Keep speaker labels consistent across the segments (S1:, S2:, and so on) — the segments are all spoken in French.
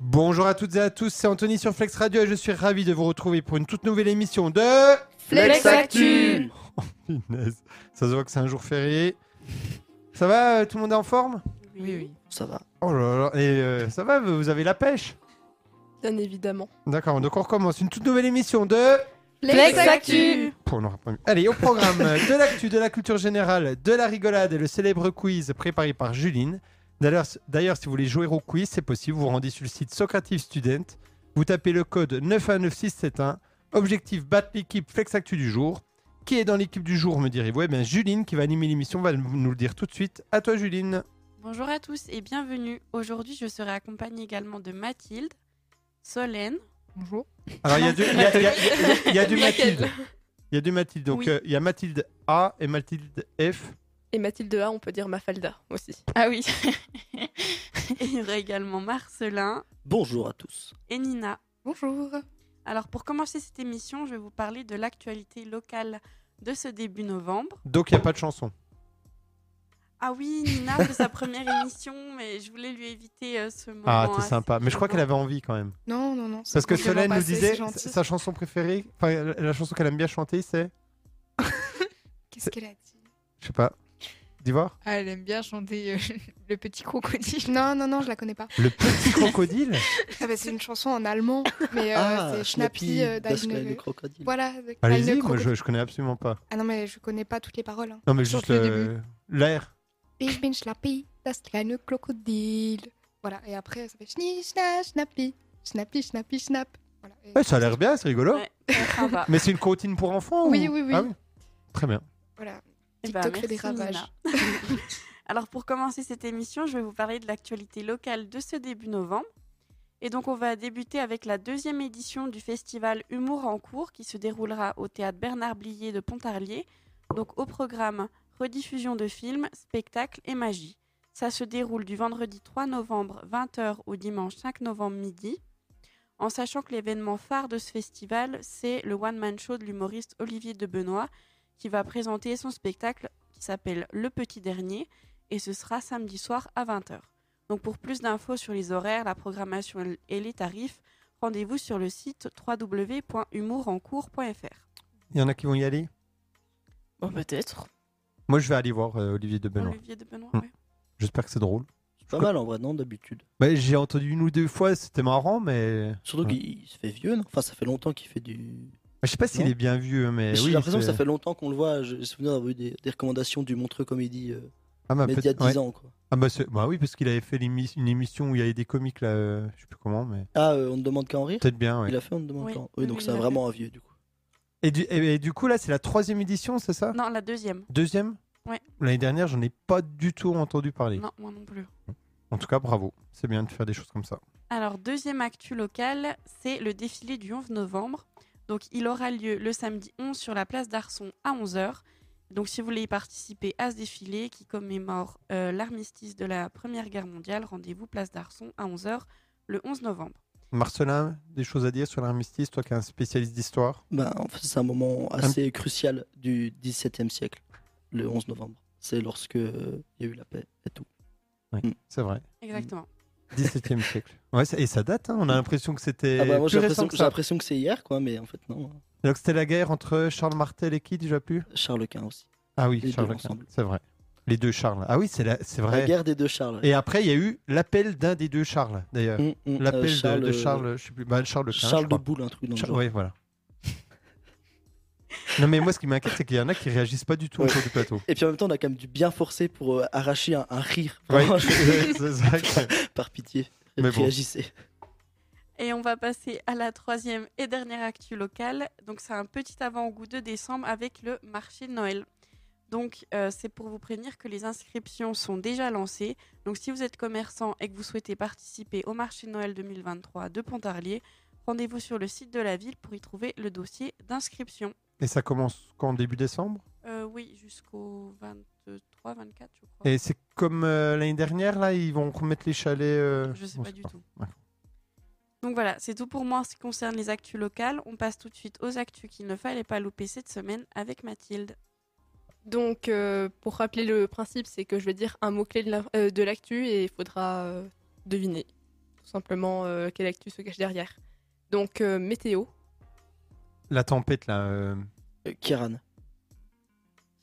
S1: Bonjour à toutes et à tous, c'est Anthony sur Flex Radio et je suis ravi de vous retrouver pour une toute nouvelle émission de...
S2: Flex Actu
S1: Oh, punaise. Ça se voit que c'est un jour férié. Ça va, euh, tout le monde est en forme
S2: Oui, oui.
S3: Ça va.
S1: Oh là là, et euh, ça va, vous avez la pêche
S2: Bien évidemment.
S1: D'accord, donc on recommence une toute nouvelle émission de...
S2: Flex Actu
S1: Pour nous rappeler. Allez, au programme euh, de l'actu, de la culture générale, de la rigolade et le célèbre quiz préparé par Juline. D'ailleurs, d'ailleurs, si vous voulez jouer au quiz, c'est possible. Vous vous rendez sur le site Socrative Student. Vous tapez le code 919671. Objectif battre l'équipe Flex Actu du jour. Qui est dans l'équipe du jour, me direz-vous Eh bien, Juline, qui va animer l'émission, va nous le dire tout de suite. À toi, Juline.
S4: Bonjour à tous et bienvenue. Aujourd'hui, je serai accompagnée également de Mathilde, Solène.
S2: Bonjour.
S1: Alors, il y a du, il y a- il y a- il y a du Mathilde. Il y a du Mathilde. Donc,
S4: Oui.
S1: euh, il y a Mathilde A et Mathilde F.
S2: Et Mathilde A, on peut dire Mafalda aussi.
S4: Ah oui. et il y aura également Marcelin
S3: Bonjour à tous.
S4: et Nina.
S2: Bonjour.
S4: Alors, pour commencer cette émission, je vais vous parler de l'actualité locale de ce début novembre.
S1: Donc, il n'y a pas de chanson.
S4: Ah oui, Nina fait sa première émission, mais je voulais lui éviter euh, ce moment.
S1: Ah, c'est
S4: assez
S1: sympa. Mais je crois qu'elle
S4: émouvant.
S1: avait envie quand même.
S5: Non, non, non. c'est
S1: Parce que
S5: complètement
S1: Solène nous
S5: passé,
S1: disait
S5: c'est gentil.
S1: sa chanson préférée, enfin la- la chanson qu'elle aime bien chanter, c'est.
S5: Qu'est-ce qu'elle a dit
S1: Je sais pas. D'Ivoire
S5: ah, Elle aime bien chanter euh, Le Petit Crocodile. Non, non, non, je la connais pas.
S1: Le petit crocodile
S5: Ah, bah, c'est une chanson en allemand, mais euh,
S1: Ah,
S3: Ah,
S5: c'est Schnappi euh,
S3: das
S5: deine-
S3: kleine Krokodil.
S5: Voilà, de-
S1: Allez-y,
S5: deine
S1: moi
S5: Krokodil.
S1: je, je connais absolument pas.
S5: Ah non, mais je connais pas toutes les paroles. Hein.
S1: Non, mais
S5: Chante
S1: juste
S5: le
S1: le- l'air.
S5: Ich bin Schnappi, das kleine Krokodil. Voilà, et après, ça fait Schni, Schna, Schnappi, Schnappi, Schnappi, Schnapp. Voilà, et-
S1: Ouais, Eh, ça a l'air bien, c'est rigolo.
S4: Ouais, c'est sympa.
S1: Mais c'est une comptine pour enfants
S5: Oui,
S1: ou-
S5: oui, oui.
S1: Ah Très bien.
S5: Voilà.
S4: Eh ben,
S5: TikTok fait des
S4: merci,
S5: ravages.
S4: Nina. Alors pour commencer cette émission, je vais vous parler de l'actualité locale de ce début novembre. Et donc on va débuter avec la deuxième édition du festival Humour en cours qui se déroulera au théâtre Bernard Blier de Pontarlier. Donc au programme rediffusion de films, spectacles et magie. Ça se déroule du vendredi 3 novembre 20h au dimanche 5 novembre midi. En sachant que l'événement phare de ce festival, c'est le one-man show de l'humoriste Olivier de Benoît qui va présenter son spectacle qui s'appelle Le Petit Dernier et ce sera samedi soir à 20h. Donc pour plus d'infos sur les horaires, la programmation et les tarifs, rendez-vous sur le site www.humourencours.fr.
S1: Il y en a qui vont y aller
S3: Bon, peut-être.
S1: Moi je vais aller voir euh, Olivier de Benoît.
S4: Olivier de Benoît,
S1: Mm.
S4: ouais.
S1: J'espère que c'est drôle.
S3: C'est pas mal en vrai, non, d'habitude.
S1: Bah, J'ai entendu une ou deux fois, c'était marrant, mais.
S3: Surtout
S1: Ouais.
S3: qu'il il se fait vieux, non Enfin, ça fait longtemps qu'il fait du.
S1: Je sais pas s'il
S3: Non.
S1: est bien vieux, mais.
S3: J'ai
S1: Eh oui,
S3: l'impression que
S1: c'est-
S3: ça fait longtemps qu'on le voit. Je- J'ai souvenir d'avoir eu des, des recommandations du Montreux Comédie, euh,
S1: Ah, bah,
S3: mais il
S1: peut-être-
S3: y a
S1: ouais.
S3: 10 ans, quoi.
S1: Ah bah, c'est- bah oui, parce qu'il avait fait l'émi- une émission où il y avait des comiques là, euh, je sais plus comment, mais
S3: Ah, euh, on ne demande qu'à en rire
S1: peut-être bien. Ouais.
S3: Il a fait On ne demande
S4: Oui.
S3: qu'à en rire.
S4: Oui,
S3: Oui, donc
S4: oui,
S3: c'est
S4: il l'a
S3: vraiment un vieux, du coup.
S1: Et du, et- et du coup là, c'est la troisième édition, c'est ça
S4: Non, la deuxième.
S1: Deuxième
S4: Ouais.
S1: L'année dernière, j'en ai pas du tout entendu parler.
S4: Non, moi non plus.
S1: En tout cas, bravo. C'est bien de faire des choses comme ça.
S4: Alors, deuxième actu locale, c'est le défilé du 11 novembre. Donc, il aura lieu le samedi 11 sur la place d'Arson à 11h. Donc, si vous voulez y participer à ce défilé qui commémore euh, l'armistice de la Première Guerre mondiale, rendez-vous place d'Arson à 11h le 11 novembre.
S1: Marcelin, des choses à dire sur l'armistice, toi qui es un spécialiste d'histoire
S3: Bah, en fait, c'est un moment assez crucial du XVIIe siècle, le 11 novembre. C'est lorsque euh, il y a eu la paix et tout. Ah,
S1: C'est vrai.
S4: Exactement.
S1: 17e siècle. Ouais, ça- et ça date, hein. on a l'impression que c'était
S3: Ah bah, moi,
S1: plus
S3: j'ai
S1: récent
S3: l'impression
S1: que
S3: j'ai
S1: ça.
S3: l'impression que c'est hier, quoi, mais en fait, non. hein.
S1: Donc c'était la guerre entre Charles Martel et qui déjà plus
S3: Charles Quint aussi.
S1: Ah oui,
S3: Les deux
S1: Charles Martel,
S3: ensemble.
S1: c'est vrai. Les deux Charles. Ah oui, c'est la- c'est vrai.
S3: La guerre des deux Charles.
S1: Et après, il y a eu l'appel d'un des deux Charles, d'ailleurs.
S3: Hum, hum, euh,
S1: L'appel de- de,
S3: euh,
S1: Charles, je sais plus, bah, Charles Quint, je
S3: Charles de
S1: crois.
S3: Boule, un truc dans le
S1: Char-
S3: genre.
S1: ouais, voilà. non, mais moi, ce qui m'inquiète, c'est qu'il y en a qui réagissent pas du tout
S3: Ouais.
S1: autour du plateau.
S3: Et puis en même temps, on a quand même dû bien forcer pour euh, arracher un, un rire.
S1: Ouais,
S3: Vraiment,
S1: c'est- c'est vrai que-
S3: Par pitié,
S1: Mais bon.
S3: réagissez.
S4: Et on va passer à la troisième et dernière actu locale. Donc c'est un petit avant-goût de décembre avec le marché de Noël. Donc euh, c'est pour vous prévenir que les inscriptions sont déjà lancées. Donc si vous êtes commerçant et que vous souhaitez participer au marché de Noël 2023 de Pontarlier, rendez-vous sur le site de la ville pour y trouver le dossier d'inscription.
S1: Et ça commence quand Début décembre
S4: Euh, oui, jusqu'au 23, 24 je crois.
S1: Et c'est comme euh, l'année dernière, là, ils vont remettre les chalets. euh,
S4: Je sais
S1: on
S4: pas du tout.
S1: Ouais.
S4: Donc voilà, c'est tout pour moi en ce qui concerne les actus locales. On passe tout de suite aux actus qu'il ne fallait pas louper cette semaine avec Mathilde.
S2: Donc, euh, pour rappeler le principe, c'est que je vais dire un mot-clé de la- euh, de l'actu et il faudra euh, deviner. tout simplement euh, quelle actu se cache derrière. Donc euh, météo,
S1: La tempête, là. euh,
S3: Euh, Kiran.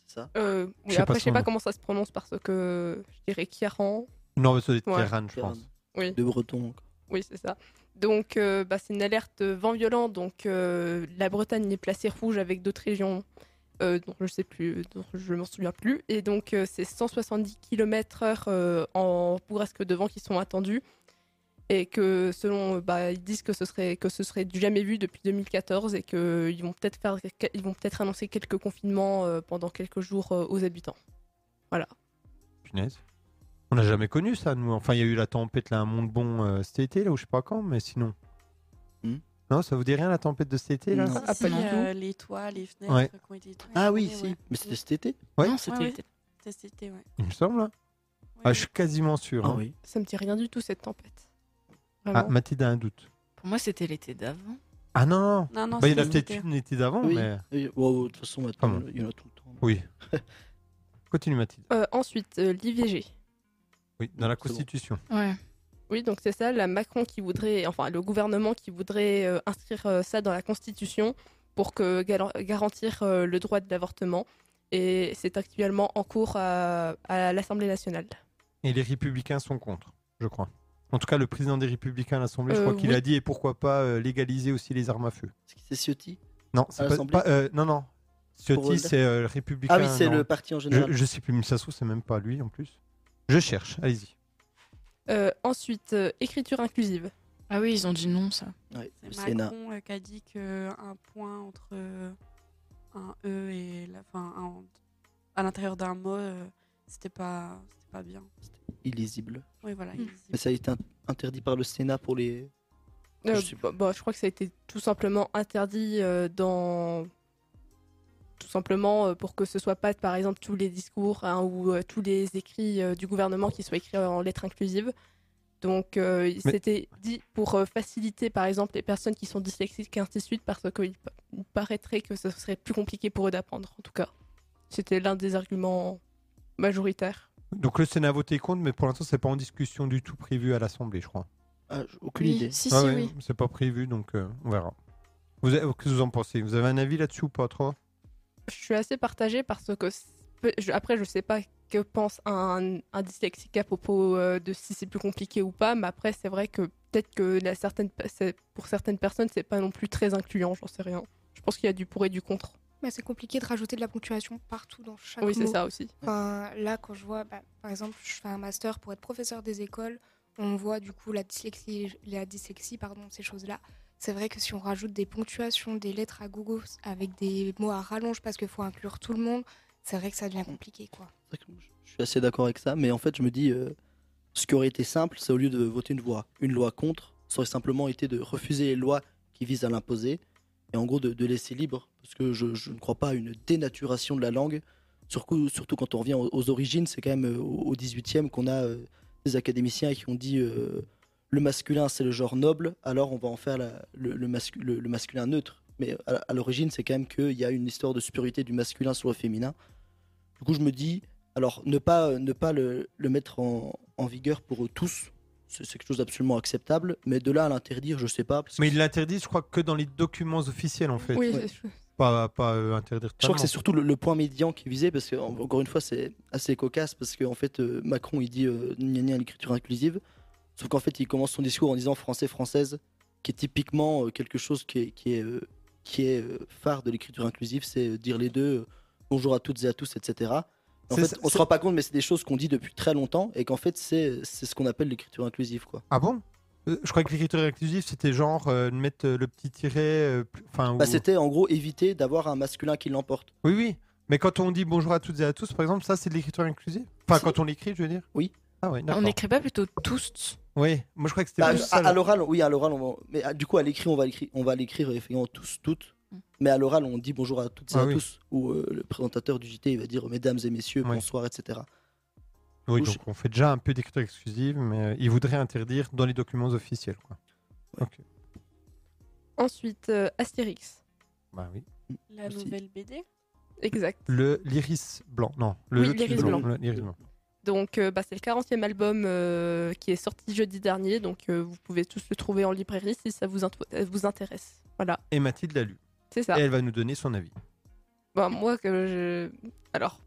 S3: C'est ça
S2: Euh, oui,
S1: Je sais pas
S2: après, je sais
S1: son
S2: pas
S1: nom.
S2: comment ça se prononce parce que je dirais Kieran.
S1: Non, mais ça doit être
S2: Ouais,
S1: Kéran, je
S3: Kiran.
S1: pense.
S2: Oui.
S3: De breton.
S2: Oui, c'est ça. Donc, euh, bah, c'est une alerte vent violent. Donc, euh, la Bretagne est placée rouge avec d'autres régions euh, dont je sais plus, dont je m'en souviens plus. Et donc, euh, c'est 170 km/h euh, en bourrasque de vent qui sont attendus. Et que selon, euh, bah, ils disent que ce serait que ce serait du jamais vu depuis 2014 et que ils vont peut-être faire, ils vont peut-être annoncer quelques confinements euh, pendant quelques jours euh, aux habitants.
S1: Punaise. On n'a jamais connu ça, nous. Enfin, il y a eu la tempête, là, à Montbon euh, cet été, là, ou je sais pas quand, mais sinon.
S3: Hmm.
S1: Non, ça vous dit rien, la tempête de cet été, là
S3: Non.
S2: Ah,
S4: Si,
S2: pas du
S4: euh, les toits, les fenêtres
S1: Ouais.
S4: qui ont été détruites.
S3: Ah oui,
S4: Ouais,
S3: si.
S4: ouais.
S3: Mais c'était cet été
S1: Ouais.
S6: Non, c'était
S4: Ouais, ouais.
S6: l'été.
S4: C'était cet été, ouais.
S1: Il me semble, hein. Ah, je suis quasiment sûr.
S3: Ah
S1: hein.
S3: oui.
S2: Ça me dit rien du tout cette tempête.
S1: Ah,
S2: Vraiment.
S1: Mathilde a un doute.
S6: Pour moi, c'était l'été d'avant.
S1: Ah non, non.
S4: Non, non,
S1: Bah, il y
S4: c'était
S1: en a peut-être
S4: cet été.
S1: une été d'avant,
S3: Oui.
S1: mais.
S3: Et- ouais, ouais, De toute façon,
S1: Ah
S3: maintenant,
S1: bon.
S3: il y en a tout le temps.
S1: Oui. Continue, Mathilde.
S2: Euh, ensuite, euh, l'IVG.
S1: Oui, dans la
S3: C'est bon.
S1: Constitution.
S6: Ouais.
S2: Oui, donc c'est ça, la Macron qui voudrait, enfin le gouvernement qui voudrait euh, inscrire euh, ça dans la Constitution pour que gal- garantir euh, le droit de l'avortement. Et c'est actuellement en cours à, à l'Assemblée nationale.
S1: Et les Républicains sont contre, je crois. En tout cas, le président des Républicains à l'Assemblée, je
S2: Euh,
S1: crois qu'il
S2: oui.
S1: a dit et pourquoi pas euh, légaliser aussi les armes à feu.
S3: Est-ce que C'est Ciotti
S1: Non, c'est
S3: À
S1: pas,
S3: l'Assemblée
S1: pas- euh, non, non.
S3: Pour, euh,
S1: Ciotti, c'est euh, le républicain.
S3: Ah oui, c'est
S1: non.
S3: le parti en général.
S1: Je, je sais plus, mais ça se trouve, c'est même pas lui en plus. Je cherche, allez-y.
S2: Euh, ensuite, euh, écriture inclusive.
S6: Ah oui, ils ont dit non, ça.
S3: Ouais, le
S4: C'est
S3: Sénat.
S4: Macron euh, qui a dit qu'un point entre euh, un E et la fin, un- à l'intérieur d'un mot, euh, c'était pas, c'était pas bien.
S3: Illisible.
S4: Oui, voilà.
S2: Mm.
S4: il-
S3: Mais ça a été in- interdit par le Sénat pour les.
S2: Euh,
S3: Je sais
S2: bah, bah, je crois que ça a été tout simplement interdit euh, dans... Tout simplement euh, pour que ce soit pas, par exemple, tous les discours hein, ou euh, tous les écrits euh, du gouvernement qui soient écrits en lettres inclusives. Donc, euh,
S1: Mais-
S2: c'était dit pour euh, faciliter, par exemple, les personnes qui sont dyslexiques et ainsi de suite, parce qu'il pa- il paraîtrait que ce serait plus compliqué pour eux d'apprendre, en tout cas. C'était l'un des arguments majoritaires.
S1: Donc le Sénat a voté contre, mais pour l'instant, c'est pas en discussion du tout prévu à l'Assemblée, je crois.
S3: Ah, j- aucune idée.
S6: Si,
S1: Ah
S6: si,
S1: ouais,
S6: oui.
S1: C'est pas prévu, donc euh, on verra. Vous avez- Qu'est-ce que vous en pensez Vous avez un avis là-dessus ou pas trop
S2: je suis assez partagée parce que c- peu- je- après je sais pas que pense un, un dyslexique à propos euh, de si c'est plus compliqué ou pas mais après c'est vrai que peut-être que la certaine, pe- c'est- pour certaines personnes c'est pas non plus très incluant j'en sais rien je pense qu'il y a du pour et du contre
S5: Mais c'est compliqué de rajouter de la ponctuation partout dans chaque
S2: oui c'est
S5: mot.
S2: ça aussi
S5: Enfin, là, quand je vois, bah, par exemple, je fais un master pour être professeur des écoles, on voit du coup la dyslexie, la dyslexie pardon, ces choses-là. C'est vrai que si on rajoute des ponctuations, des lettres à gogo avec des mots à rallonge parce qu'il faut inclure tout le monde, c'est vrai que ça devient compliqué, quoi.
S3: C'est vrai que Je suis assez d'accord avec ça, mais en fait, je me dis, euh, ce qui aurait été simple, c'est au lieu de voter une loi, une loi contre, ça aurait simplement été de refuser les lois qui visent à l'imposer, et en gros de, de laisser libre, parce que je, je ne crois pas à une dénaturation de la langue, surtout, surtout quand on revient aux, aux origines, c'est quand même euh, au, au 18e qu'on a euh, des académiciens qui ont dit euh, le masculin c'est le genre noble, alors on va en faire la- le, le mascu- le- le masculin neutre. Mais à, à l'origine, c'est quand même qu'il y a une histoire de supériorité du masculin sur le féminin. Du coup, je me dis, alors, ne pas, euh, ne pas le, le mettre en, en vigueur pour eux tous, c'est c'est quelque chose d'absolument acceptable, mais de là à l'interdire, je sais pas. parce que
S1: Mais il l'interdit, je crois, que dans les documents officiels, en fait.
S2: oui
S3: ouais.
S2: je-
S1: Pas, pas euh, interdire
S3: Je crois que c'est
S1: totalement.
S3: surtout le, le point médian qui est visé, parce que, en- encore une fois, c'est assez cocasse, parce qu'en fait, euh, Macron, il dit euh, gna gna, l'écriture inclusive, sauf qu'en fait, il commence son discours en disant français-française, qui est typiquement euh, quelque chose qui est, qui est, euh, qui est euh, phare de l'écriture inclusive, c'est euh, dire les deux, euh, bonjour à toutes et à tous, etc. En
S1: C'est
S3: fait,
S1: ça-
S3: on se
S1: c'est-
S3: rend pas compte, mais c'est des choses qu'on dit depuis très longtemps, et qu'en fait, c'est c'est ce qu'on appelle l'écriture inclusive, quoi.
S1: Ah bon Euh, Je crois que l'écriture inclusive, c'était genre euh, de mettre euh, le petit tiret. euh, plus- Enfin,
S3: Bah,
S1: ou-
S3: c'était en gros éviter d'avoir un masculin qui l'emporte.
S1: Oui, oui. Mais quand on dit bonjour à toutes et à tous, par exemple, ça, c'est de l'écriture inclusive Enfin,
S3: Si.
S1: quand on l'écrit, je veux dire
S3: Oui.
S1: Ah ouais,
S6: On
S1: d'accord.
S6: n'écrit pas plutôt tous
S1: Oui, moi je crois que c'était
S3: Bah,
S1: plus
S3: à
S1: ça.
S3: à
S1: là.
S3: l'oral, oui, à l'oral, on va... mais ah, du coup à l'écrit, on va l'écrire, on va l'écrire euh, effectivement tous, toutes.
S6: Mm.
S3: Mais à l'oral, on dit bonjour à toutes et
S1: Ah
S3: à
S1: oui.
S3: tous. Ou euh, le présentateur du JT, il va dire euh, mesdames et messieurs,
S1: Oui.
S3: bonsoir, etc.
S1: Oui,
S3: Ou
S1: donc on fait déjà un peu d'écriture exclusive, mais il voudrait interdire dans les documents officiels. Quoi.
S2: ensuite euh, Astérix
S1: Bah oui.
S4: La
S3: Aussi.
S4: nouvelle BD
S2: exact
S1: Le l'iris blanc, non. Le,
S2: Oui,
S1: le
S2: l'iris
S1: truc
S2: blanc.
S1: le- l'iris blanc.
S2: Donc, euh, bah, c'est le 40e album euh, qui est sorti jeudi dernier. Donc, euh, vous pouvez tous le trouver en librairie si ça vous, int- vous intéresse. Voilà,
S1: Et Mathilde l'a lu.
S2: c'est ça.
S1: Et elle va nous donner son avis.
S2: Bah, moi, que je... Alors,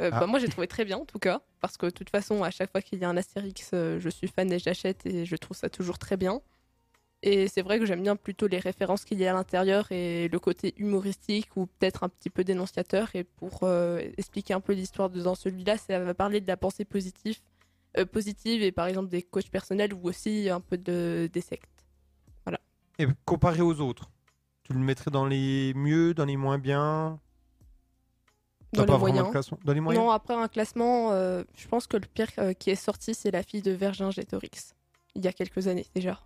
S2: euh,
S1: Ah.
S2: bah, moi, j'ai trouvé très bien, en tout cas. Parce que, de toute façon, à chaque fois qu'il y a un Astérix, euh, je suis fan et j'achète et je trouve ça toujours très bien. Et c'est vrai que j'aime bien plutôt les références qu'il y a à l'intérieur et le côté humoristique ou peut-être un petit peu dénonciateur. Et pour euh, expliquer un peu l'histoire de dans celui-là, ça va parler de la pensée positive, euh, positive et par exemple des coachs personnels ou aussi un peu de, des sectes.
S1: Et comparé aux autres, tu le mettrais dans les mieux, dans les moins bien T'as
S2: Dans
S1: pas
S2: les
S1: vraiment de
S2: moyens.
S1: classement Dans les moyens
S2: Non, après un classement, euh, je pense que le pire euh, qui est sorti, c'est la fille de Vergingétorix, il y a quelques années déjà.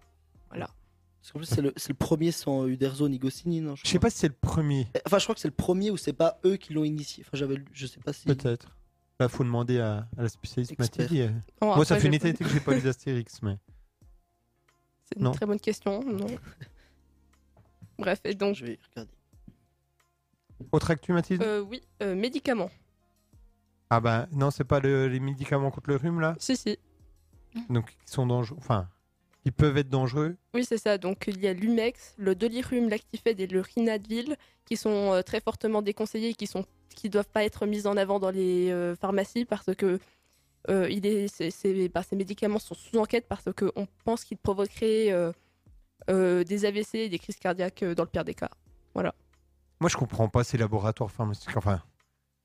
S3: Parce qu'en plus, c'est le, c'est le premier sans Uderzo ni Goscinny, non
S1: Je sais pas si c'est le premier,
S3: pas. Enfin, je crois que c'est le premier où c'est pas eux qui l'ont initié. Enfin, j'avais lu, je sais pas si.
S1: peut-être. Là, faut demander à, à la spécialiste
S3: Expert.
S1: Mathilde. et- euh,
S2: Bon,
S1: Moi,
S2: après,
S1: ça fait une
S2: je-
S1: éternité que j'ai pas lu d'Astérix, mais.
S2: C'est une
S1: Non.
S2: très bonne question. Non. Bref, et donc,
S3: Je vais regarder.
S1: Autre actu, Mathilde
S2: euh, oui, euh, médicaments.
S1: Ah bah non, c'est pas le- les médicaments contre le rhume là
S2: Si, si.
S1: Donc qui sont dangereux. Enfin, ils peuvent être dangereux.
S2: Oui, c'est ça. Donc, il y a l'Umex, le Dolirum, l'Actifed et le Rinadvil qui sont euh, très fortement déconseillés et qui sont qui doivent pas être mis en avant dans les euh, pharmacies parce que euh, il est, ces- ces- bah, ces médicaments sont sous enquête parce qu'on pense qu'ils provoqueraient euh, euh, des AVC et des crises cardiaques euh, dans le pire des cas.
S1: Moi, je comprends pas ces laboratoires pharmaceutiques. Enfin,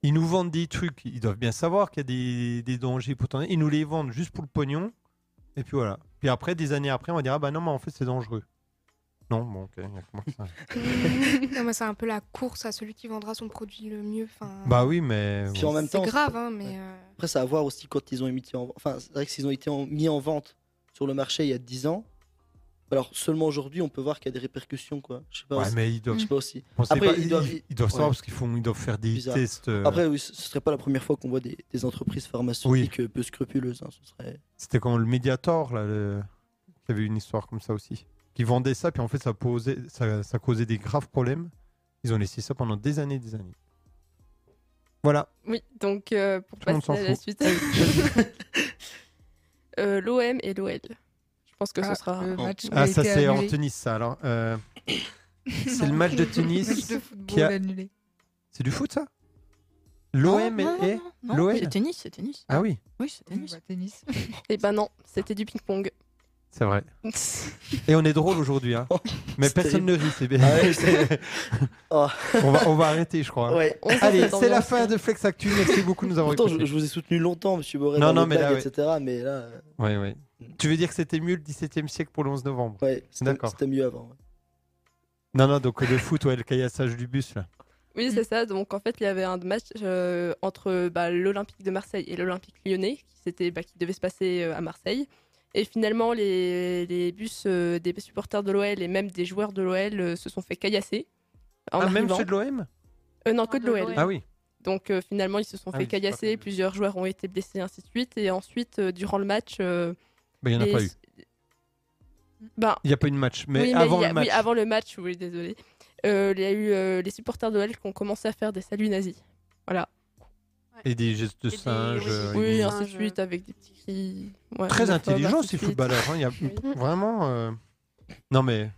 S1: ils nous vendent des trucs. Ils doivent bien savoir qu'il y a des, des dangers potentiels. Ils nous les vendent juste pour le pognon. Et puis voilà. Puis après, des années après, on va dire ah bah non, mais en fait, c'est dangereux. Non, bon, ok. y a que moi que ça.
S5: Non, mais c'est un peu la course à celui qui vendra son produit le mieux. Enfin,
S1: bah oui, mais
S3: Puis en même
S5: c'est
S3: temps,
S5: grave, hein, mais.
S3: Ouais.
S5: euh,
S3: Après, ça à voir aussi quand ils ont mis en, enfin, c'est vrai que s'ils ont été en- mis en vente sur le marché il y a 10 ans. Alors seulement aujourd'hui, on peut voir qu'il y a des répercussions, quoi. Je sais pas.
S1: Ouais,
S3: aussi-
S1: mais ils doivent.
S3: Je sais pas aussi.
S1: on sait
S3: Mm. Après,
S1: pas,
S3: ils
S1: ils,
S3: doivent-
S1: ils- ils doivent savoir
S3: ouais.
S1: parce qu'ils font, ils doivent faire des
S3: Bizarre.
S1: tests. euh,
S3: Après, oui, ce ce serait pas la première fois qu'on voit des, des entreprises pharmaceutiques euh, peu scrupuleuses. hein, Ce serait.
S1: C'était quand le Mediator, là, le- qui avait une histoire comme ça aussi. Qui vendait ça, puis en fait, ça, posait, ça, ça causait des graves problèmes. Ils ont laissé ça pendant des années des années. Voilà.
S2: Oui, donc euh, pour
S1: Tout le monde
S2: passer à
S1: s'en
S2: la
S1: fout.
S2: suite. Euh, L'OM et l'OL. Je pense que ce
S6: Ah,
S2: sera.
S6: le match
S1: Ah,
S6: a
S1: ça,
S6: été
S1: c'est en
S6: annulé.
S1: tennis, ça. Alors, euh, c'est le match de tennis
S6: Match de
S1: qui
S6: football
S1: a-
S6: annulé.
S1: c'est du foot, ça L'OM
S6: Non, non,
S1: et.
S6: non, non,
S1: l'OL.
S6: C'est tennis, c'est tennis.
S1: Ah oui,
S6: Oui, c'est tennis. tennis.
S2: Eh ben non, c'était du ping-pong.
S1: c'est vrai. Et on est drôle aujourd'hui. hein.
S3: Oh,
S1: Mais
S3: c'est
S1: personne ne rit, c'est bien.
S3: Ah ouais, c'est- Oh.
S1: on, va, on va arrêter, je crois.
S3: Ouais.
S2: On sent
S1: Allez,
S2: cette
S1: c'est la
S2: ambiance.
S1: fin de Flex Actu. Merci beaucoup de nous avoir
S3: Pourtant,
S1: écoutés.
S3: je, je vous ai soutenu longtemps, Monsieur Borrell,
S1: Non,
S3: dans
S1: non,
S3: les
S1: mais là,
S3: blagues, etc. Mais là, euh,
S1: Ouais, ouais. Tu veux dire que c'était mieux le 17e siècle pour le 11 novembre
S3: ouais, c'était
S1: D'accord.
S3: c'était mieux avant. ouais.
S1: Non, non, donc le foot, ouais, le caillassage du bus, là.
S2: Oui, c'est ça. Donc en fait, il y avait un match euh, entre bah, l'Olympique de Marseille et l'Olympique lyonnais qui, s'était- bah, qui devait se passer euh, à Marseille. Et finalement, les, les bus euh, des supporters de l'OL et même des joueurs de l'OL euh, se sont fait caillasser. En
S1: ah, même
S2: arrivant.
S1: ceux de l'OM
S2: Euh, non, que de l'OL.
S1: Ah oui.
S2: Donc euh, finalement, ils se sont
S1: Ah
S2: fait
S1: oui, c'est pas
S2: caillasser,
S1: terrible.
S2: plusieurs joueurs ont été blessés, ainsi de suite. Et ensuite, euh, durant le match. euh,
S1: Bah, il n'y en a
S2: les-
S1: pas eu.
S2: Ben,
S1: Il n'y a pas eu de match, mais
S2: oui, mais
S1: avant
S2: il y a-
S1: le match.
S2: Oui, avant le match, oui, désolé. Euh, il y a eu euh, les supporters de l'OL qui ont commencé à faire des saluts nazis. Voilà.
S1: Et des gestes de
S4: Et des-
S1: singe.
S4: oui,
S1: euh,
S4: des-
S1: et
S2: Oui,
S1: des-
S4: un-
S2: ainsi de
S4: je-
S2: suite, avec des petits cris. ouais,
S1: Très
S2: homophobes,
S1: intelligents,
S2: ainsi
S1: ces
S2: de suite.
S1: footballeurs. hein, il y a-
S2: Oui.
S1: Vraiment. euh, Non, mais.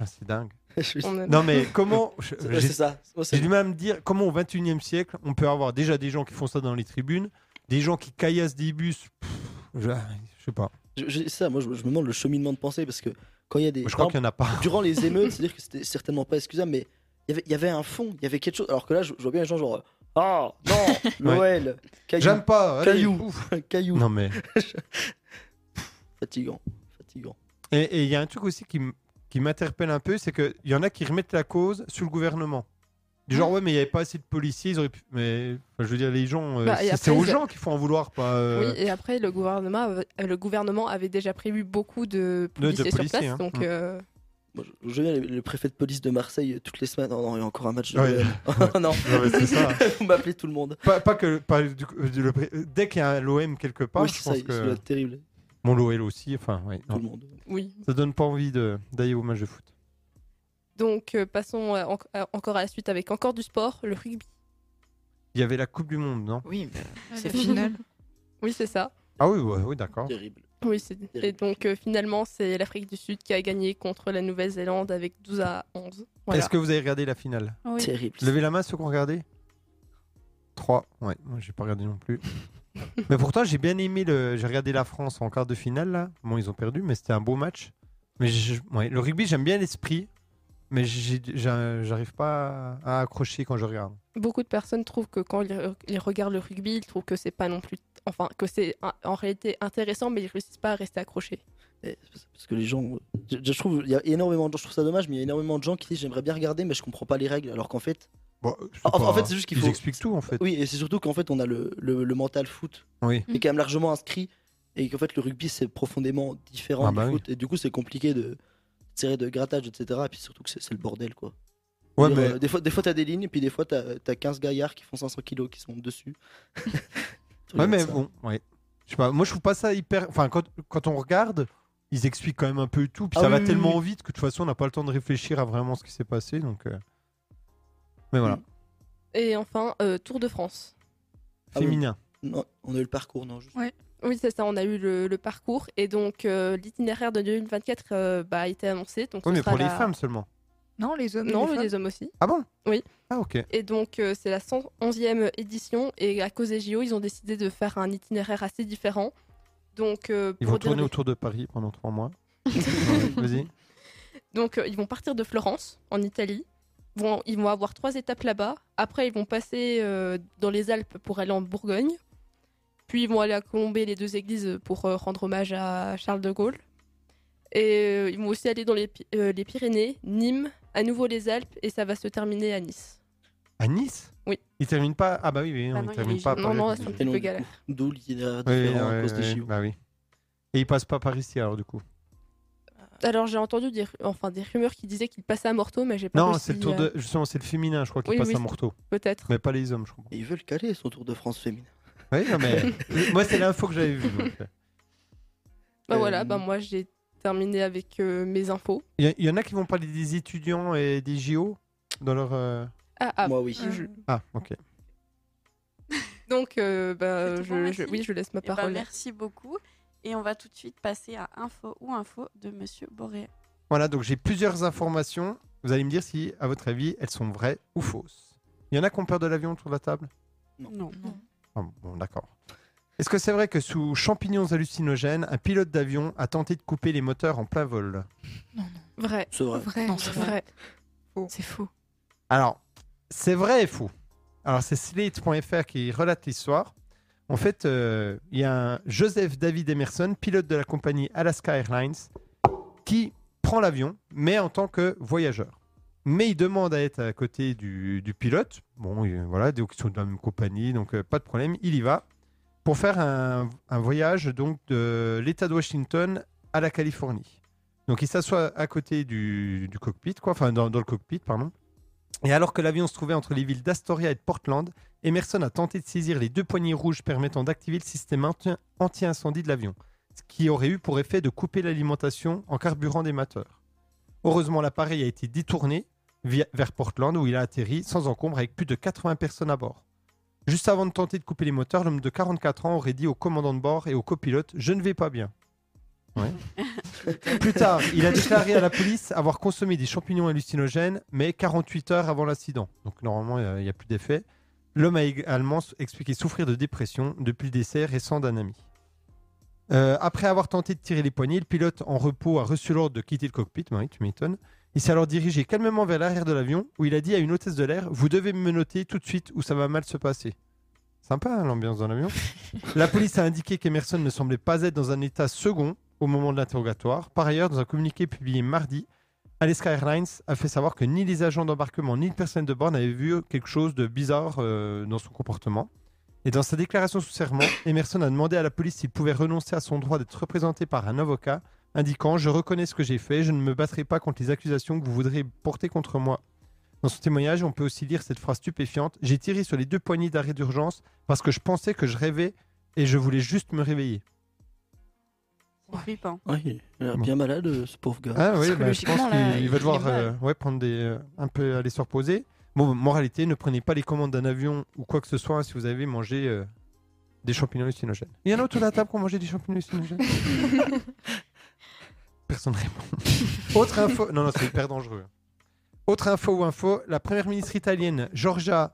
S1: Ah, c'est dingue.
S3: Je-
S2: On a-
S1: Non, mais comment. je-
S3: C'est ouais,
S1: Euh, j'ai-
S3: c'est ça. Moi, c'est-
S1: J'ai du mal à me dire comment au 21 e siècle, on peut avoir déjà des gens qui font ça dans les tribunes, des gens qui caillassent des bus. Pff, je... je sais pas.
S3: je- je- ça, moi, je, je me demande le cheminement de pensée parce que quand il y a des.
S1: Je crois qu'il n'y en a pas.
S3: durant les émeutes, c'est-à-dire que c'était certainement pas excusable, mais il y avait- il y avait un fond, il y avait quelque chose. Alors que là, je, je vois bien les gens genre euh, ah non l'OL caillou,
S1: J'aime pas. allez,
S3: Caillou.
S1: pouf.
S3: caillou,
S1: Non, mais.
S3: fatigant, fatigant.
S1: Et- Et il y a un truc aussi qui, m- qui m'interpelle un peu, c'est qu'il y en a qui remettent la cause sur le gouvernement. Du
S2: Mmh.
S1: genre, ouais, mais il n'y avait pas assez de policiers, ils auraient pu. Mais enfin, je veux dire, les gens. euh,
S2: Bah, et
S1: c'est- c'est
S2: après,
S1: aux
S2: ils a-
S1: gens qu'il faut en vouloir, pas.
S2: Oui,
S1: euh,
S2: et après, le gouvernement, avait- euh, le gouvernement avait déjà prévu beaucoup de
S1: De- de
S2: policiers sur
S1: policiers,
S2: place.
S1: hein.
S2: Donc,
S1: Mm.
S2: euh,
S3: Moi, je, je vois bien le, le préfet de police de Marseille euh, toutes les semaines. Oh non, il y a encore un match. De
S1: Ouais.
S3: l'OL. Oh non,
S1: non, mais c'est ça.
S3: vous m'appelez tout le monde.
S1: pas, pas que. pas du coup, du- le pré- dès qu'il y a l'OM quelque part,
S3: oui,
S1: je
S3: c'est ça,
S1: pense
S3: ça doit
S1: que.
S3: être terrible.
S1: Mon l'OL aussi, enfin, ouais. non.
S3: Tout le monde.
S2: oui.
S1: Ça donne pas envie de- d'aller au match de foot.
S2: Donc, euh, passons à- en- à- encore à la suite avec encore du sport, le rugby.
S1: Il y avait la Coupe du Monde, non
S6: Oui, mais
S5: Ah,
S6: c'est
S5: la
S6: final.
S2: Oui, c'est ça.
S1: Ah oui, oui, oui, d'accord.
S3: Terrible.
S2: Oui, c'est... Et donc euh, finalement, c'est l'Afrique du Sud qui a gagné contre la Nouvelle-Zélande avec 12 à 11. Voilà.
S1: Est-ce que vous avez regardé la finale
S4: Oui.
S3: Terrible.
S1: Levez la main ceux qui ont regardé. 3. Ouais, moi j'ai pas regardé non plus. mais pourtant j'ai bien aimé le. J'ai regardé la France en quart de finale là. Bon, ils ont perdu, mais c'était un beau match. Mais je- ouais, le rugby, j'aime bien l'esprit, mais j'ai- j'ai- j'arrive pas à accrocher quand je regarde.
S2: Beaucoup de personnes trouvent que quand ils, re- ils regardent le rugby, ils trouvent que c'est pas non plus, enfin que c'est un- en réalité intéressant, mais ils réussissent pas à rester accrochés.
S3: Et Eh, c'est parce- Parce que les gens, euh, je, je trouve, il y a énormément de gens, je trouve ça dommage, mais il y a énormément de gens qui disent j'aimerais bien regarder, mais je comprends pas les règles. Alors qu'en fait,
S1: Bon, je sais
S3: En- en
S1: pas.
S3: fait, c'est juste qu'il faut-
S1: Ils expliquent tout en fait.
S3: oui, et c'est surtout qu'en fait, on a le, le, le mental foot
S1: Oui.
S3: qui est quand même largement inscrit, et qu'en fait, le rugby c'est profondément différent
S1: Ah
S3: du
S1: bah oui.
S3: foot, et du coup, c'est compliqué de tirer de grattage, etc. Et puis surtout que c'est c'est le bordel, quoi.
S1: Ouais,
S3: Dire,
S1: mais
S3: euh, des fois, des fois t'as des lignes, et puis des fois, t'as as 15 gaillards qui font 500 kilos qui sont dessus. Tu
S1: Ouais,
S3: regardes
S1: mais
S3: ça.
S1: bon, ouais. Je sais pas, moi je trouve pas ça hyper. Enfin, quand, quand on regarde, ils expliquent quand même un peu tout, puis
S3: Ah
S1: ça
S3: oui,
S1: va
S3: oui,
S1: tellement vite que de toute façon on n'a pas le temps de réfléchir à vraiment ce qui s'est passé, donc. euh. Mais voilà,
S2: Et enfin, euh, Tour de France.
S3: Ah oui.
S1: féminin.
S3: Non, on a eu le parcours, non juste-
S2: Oui, c'est ça. On a eu le, le parcours et donc euh, l'itinéraire de 2024 euh, bah, a été annoncé. Donc
S1: Oui,
S2: ce
S1: mais
S2: sera
S1: pour les
S2: la-
S1: femmes seulement.
S6: Non, les hommes. et
S2: Non,
S6: les
S2: le
S6: femmes.
S2: des hommes aussi.
S1: Ah bon
S2: Oui.
S1: Ah ok.
S2: Et donc, euh, c'est la 111e édition. Et à cause des JO, ils ont décidé de faire un itinéraire assez différent. Donc, euh,
S1: Ils
S2: pour
S1: vont
S2: dire
S1: tourner
S2: les-
S1: autour de Paris pendant trois mois. Ouais, Vas-y.
S2: donc euh, ils vont partir de Florence, en Italie. Vont- ils vont avoir trois étapes là-bas. Après, ils vont passer euh, dans les Alpes pour aller en Bourgogne. Puis, ils vont aller à Colombey, les deux églises, pour euh, rendre hommage à Charles de Gaulle. Et euh, ils vont aussi aller dans les, Py- euh, les Pyrénées, Nîmes, à nouveau les Alpes, et ça va se terminer à Nice.
S1: À Nice
S2: Oui.
S1: Ils terminent pas. Ah bah oui, oui
S4: Bah
S1: on
S4: non, il y a
S1: termine
S4: les
S1: pas. à
S4: Jeux.
S2: Non,
S1: Paris.
S2: non,
S1: Oui,
S2: c'est un
S1: oui,
S2: petit
S3: Et
S2: peu
S3: donc,
S2: galère.
S3: D'où l'itinéraire
S1: oui,
S3: différent à cause des Ah,
S1: oui,
S3: JO.
S1: Bah oui. Et ils passent pas par ici alors du coup.
S2: Ah. Alors j'ai entendu des, ru- enfin, des rumeurs qui disaient qu'il passait à Morteau, mais j'ai pas
S1: Non,
S2: réussi
S1: c'est le tour
S2: à-
S1: de. Justement, c'est le féminin, je crois, qui
S2: Oui,
S1: passe
S2: oui,
S1: à
S2: c'est-
S1: Morteau.
S2: Peut-être.
S1: Mais pas les hommes, je crois.
S3: Et ils veulent caler son Tour de France féminin.
S1: Oui, non, mais moi, c'est l'info que j'avais vue. donc.
S2: Bah
S3: Euh,
S2: voilà, bah moi j'ai terminé avec euh, mes infos.
S1: Il y a- il y, en a qui vont parler des étudiants et des JO dans leur. euh,
S2: Ah, ah,
S3: Moi, oui.
S2: je-
S6: Euh,
S1: Ah, ok.
S2: donc euh, bah,
S4: C'est tout
S2: je,
S4: bon,
S2: je-
S4: merci.
S2: oui, je laisse ma
S4: Eh ben,
S2: parole.
S4: merci beaucoup. Et on va tout de suite passer à info ou info de Monsieur Boré.
S1: Voilà, donc j'ai plusieurs informations. Vous allez me dire si, à votre avis, elles sont vraies ou fausses. Il y en a qui ont peur de l'avion autour de la table
S4: Non.
S1: Ah bon, d'accord. Est-ce que c'est vrai que sous champignons hallucinogènes, un pilote d'avion a tenté de couper les moteurs en plein vol
S2: Vrai,
S3: C'est
S5: euh,
S3: vrai.
S6: Vrai.
S7: Non, c'est
S6: vrai.
S2: vrai.
S7: C'est faux.
S1: Alors, c'est vrai et faux. Alors, c'est Slate.fr qui relate l'histoire. En fait, euh, il y a un Joseph David Emerson, pilote de la compagnie Alaska Airlines, qui prend l'avion, mais en tant que voyageur. Mais il demande à être à côté du, du pilote. Bon, il- voilà, donc ils sont de la même compagnie, donc euh, pas de problème, il y va pour faire un, un voyage donc de l'État de Washington à la Californie. Donc il s'assoit à côté du, du cockpit, quoi, enfin dans, dans le cockpit, pardon. Et alors que l'avion se trouvait entre les villes d'Astoria et de Portland, Emerson a tenté de saisir les deux poignées rouges permettant d'activer le système anti- anti-incendie de l'avion, ce qui aurait eu pour effet de couper l'alimentation en carburant des moteurs. Heureusement, l'appareil a été détourné via- vers Portland où il a atterri sans encombre avec plus de 80 personnes à bord. Juste avant de tenter de couper les moteurs, l'homme de 44 ans aurait dit au commandant de bord et au copilote Je ne vais pas bien. Ouais. Plus tard, il a déclaré à la police avoir consommé des champignons hallucinogènes, mais 48 heures avant l'incident. Donc normalement, il n'y a, plus d'effet. L'homme a également s- expliqué souffrir de dépression depuis le décès récent d'un ami. Euh, après avoir tenté de tirer les poignées, le pilote en repos a reçu l'ordre de quitter le cockpit. Bah oui, tu m'étonnes. Il s'est alors dirigé calmement vers l'arrière de l'avion où il a dit à une hôtesse de l'air Vous devez me noter tout de suite où ça va mal se passer. Sympa hein, l'ambiance dans l'avion. la police a indiqué qu'Emerson ne semblait pas être dans un état second au moment de l'interrogatoire. Par ailleurs, dans un communiqué publié mardi, Alaska Airlines a fait savoir que ni les agents d'embarquement ni le personnel de bord n'avaient vu quelque chose de bizarre euh, dans son comportement. Et dans sa déclaration sous serment, Emerson a demandé à la police s'il pouvait renoncer à son droit d'être représenté par un avocat, indiquant Je reconnais ce que j'ai fait, je ne me battrai pas contre les accusations que vous voudrez porter contre moi. Dans son témoignage, on peut aussi lire cette phrase stupéfiante J'ai tiré sur les deux poignées d'arrêt d'urgence parce que je pensais que je rêvais et je voulais juste me réveiller.
S4: C'est flippant.
S3: Ouais, il a l'air bien malade, euh, ce pauvre gars.
S1: Ah oui, bah, je
S6: Psychologiquement,
S1: pense
S6: là,
S1: qu'il
S6: il
S1: va
S6: est
S1: devoir
S6: mal.
S1: euh, ouais, prendre des, euh, un peu aller se reposer. Bon, moralité, ne prenez pas les commandes d'un avion ou quoi que ce soit hein, si vous avez mangé euh, Des champignons hallucinogènes. Il y en a autour de la table qui ont mangé des champignons hallucinogènes Personne ne répond. Autre info. Non, non, c'est hyper dangereux. Autre info ou info, la première ministre italienne, Giorgia.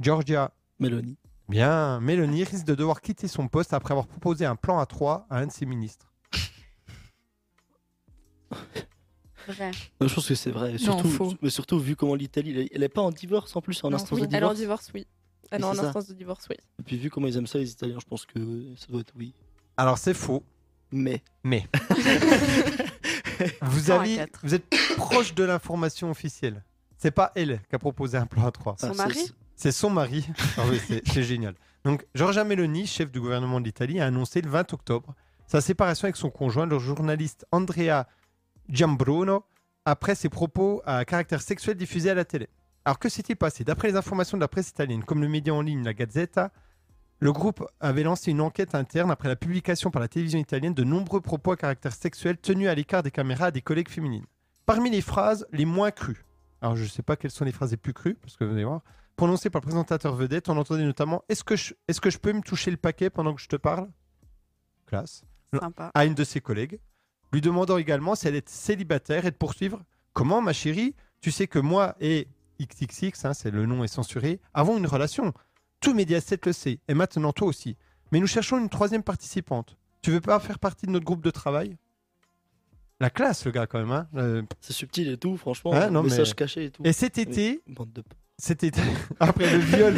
S1: Giorgia
S3: Mélanie.
S1: Bien, Mélanie risque de devoir quitter son poste après avoir proposé un plan à trois à un de ses ministres.
S4: Vrai.
S3: Euh, Je pense que c'est vrai. Surtout,
S6: faux.
S3: Mais surtout, vu comment l'Italie, elle- elle est pas en divorce en plus, en
S6: Non,
S3: instance
S2: Oui,
S3: de
S2: elle est en
S3: divorce.
S2: divorce, oui.
S3: Oui,
S2: Elle est en
S3: c'est ça.
S2: instance de divorce, oui.
S3: Et puis, vu comment ils aiment ça, les Italiens, je pense que ça doit être oui.
S1: Alors c'est faux,
S3: Mais.
S1: mais vous,
S4: Plan à
S1: avez,
S4: quatre.
S1: vous êtes proche de l'information officielle. C'est pas elle qui a proposé un plan à trois,
S4: Son
S3: Ah, c'est-
S4: mari
S1: c'est son mari. Ah oui, c'est c'est génial. Donc Giorgia Meloni, chef du gouvernement de l'Italie, a annoncé le 20 octobre sa séparation avec son conjoint, le journaliste Andrea Giambruno, après ses propos à caractère sexuel diffusés à la télé. Alors que s'est-il passé D'après les informations de la presse italienne, comme le média en ligne La Gazzetta, le groupe avait lancé une enquête interne après la publication par la télévision italienne de nombreux propos à caractère sexuel tenus à l'écart des caméras à des collègues féminines. Parmi les phrases les moins crues, alors je ne sais pas quelles sont les phrases les plus crues, parce que vous allez voir, prononcées par le présentateur vedette, on entendait notamment Est-ce que, je- est-ce que je peux me toucher le paquet pendant que je te parle Classe
S4: Sympa.
S1: à une de ses collègues, lui demandant également si elle est célibataire et de poursuivre Comment, ma chérie, tu sais que moi et XXX, hein, c'est le nom est censuré, avons une relation Tout Mediaset le sait, et maintenant toi aussi. Mais nous cherchons une troisième participante. Tu veux pas faire partie de notre groupe de travail La classe, le gars, quand même. hein. Euh,
S3: C'est subtil et tout, franchement.
S1: Ah, non,
S3: message
S1: mais-
S3: caché et tout.
S1: et cet été,
S3: Bande de.
S1: c'était après le viol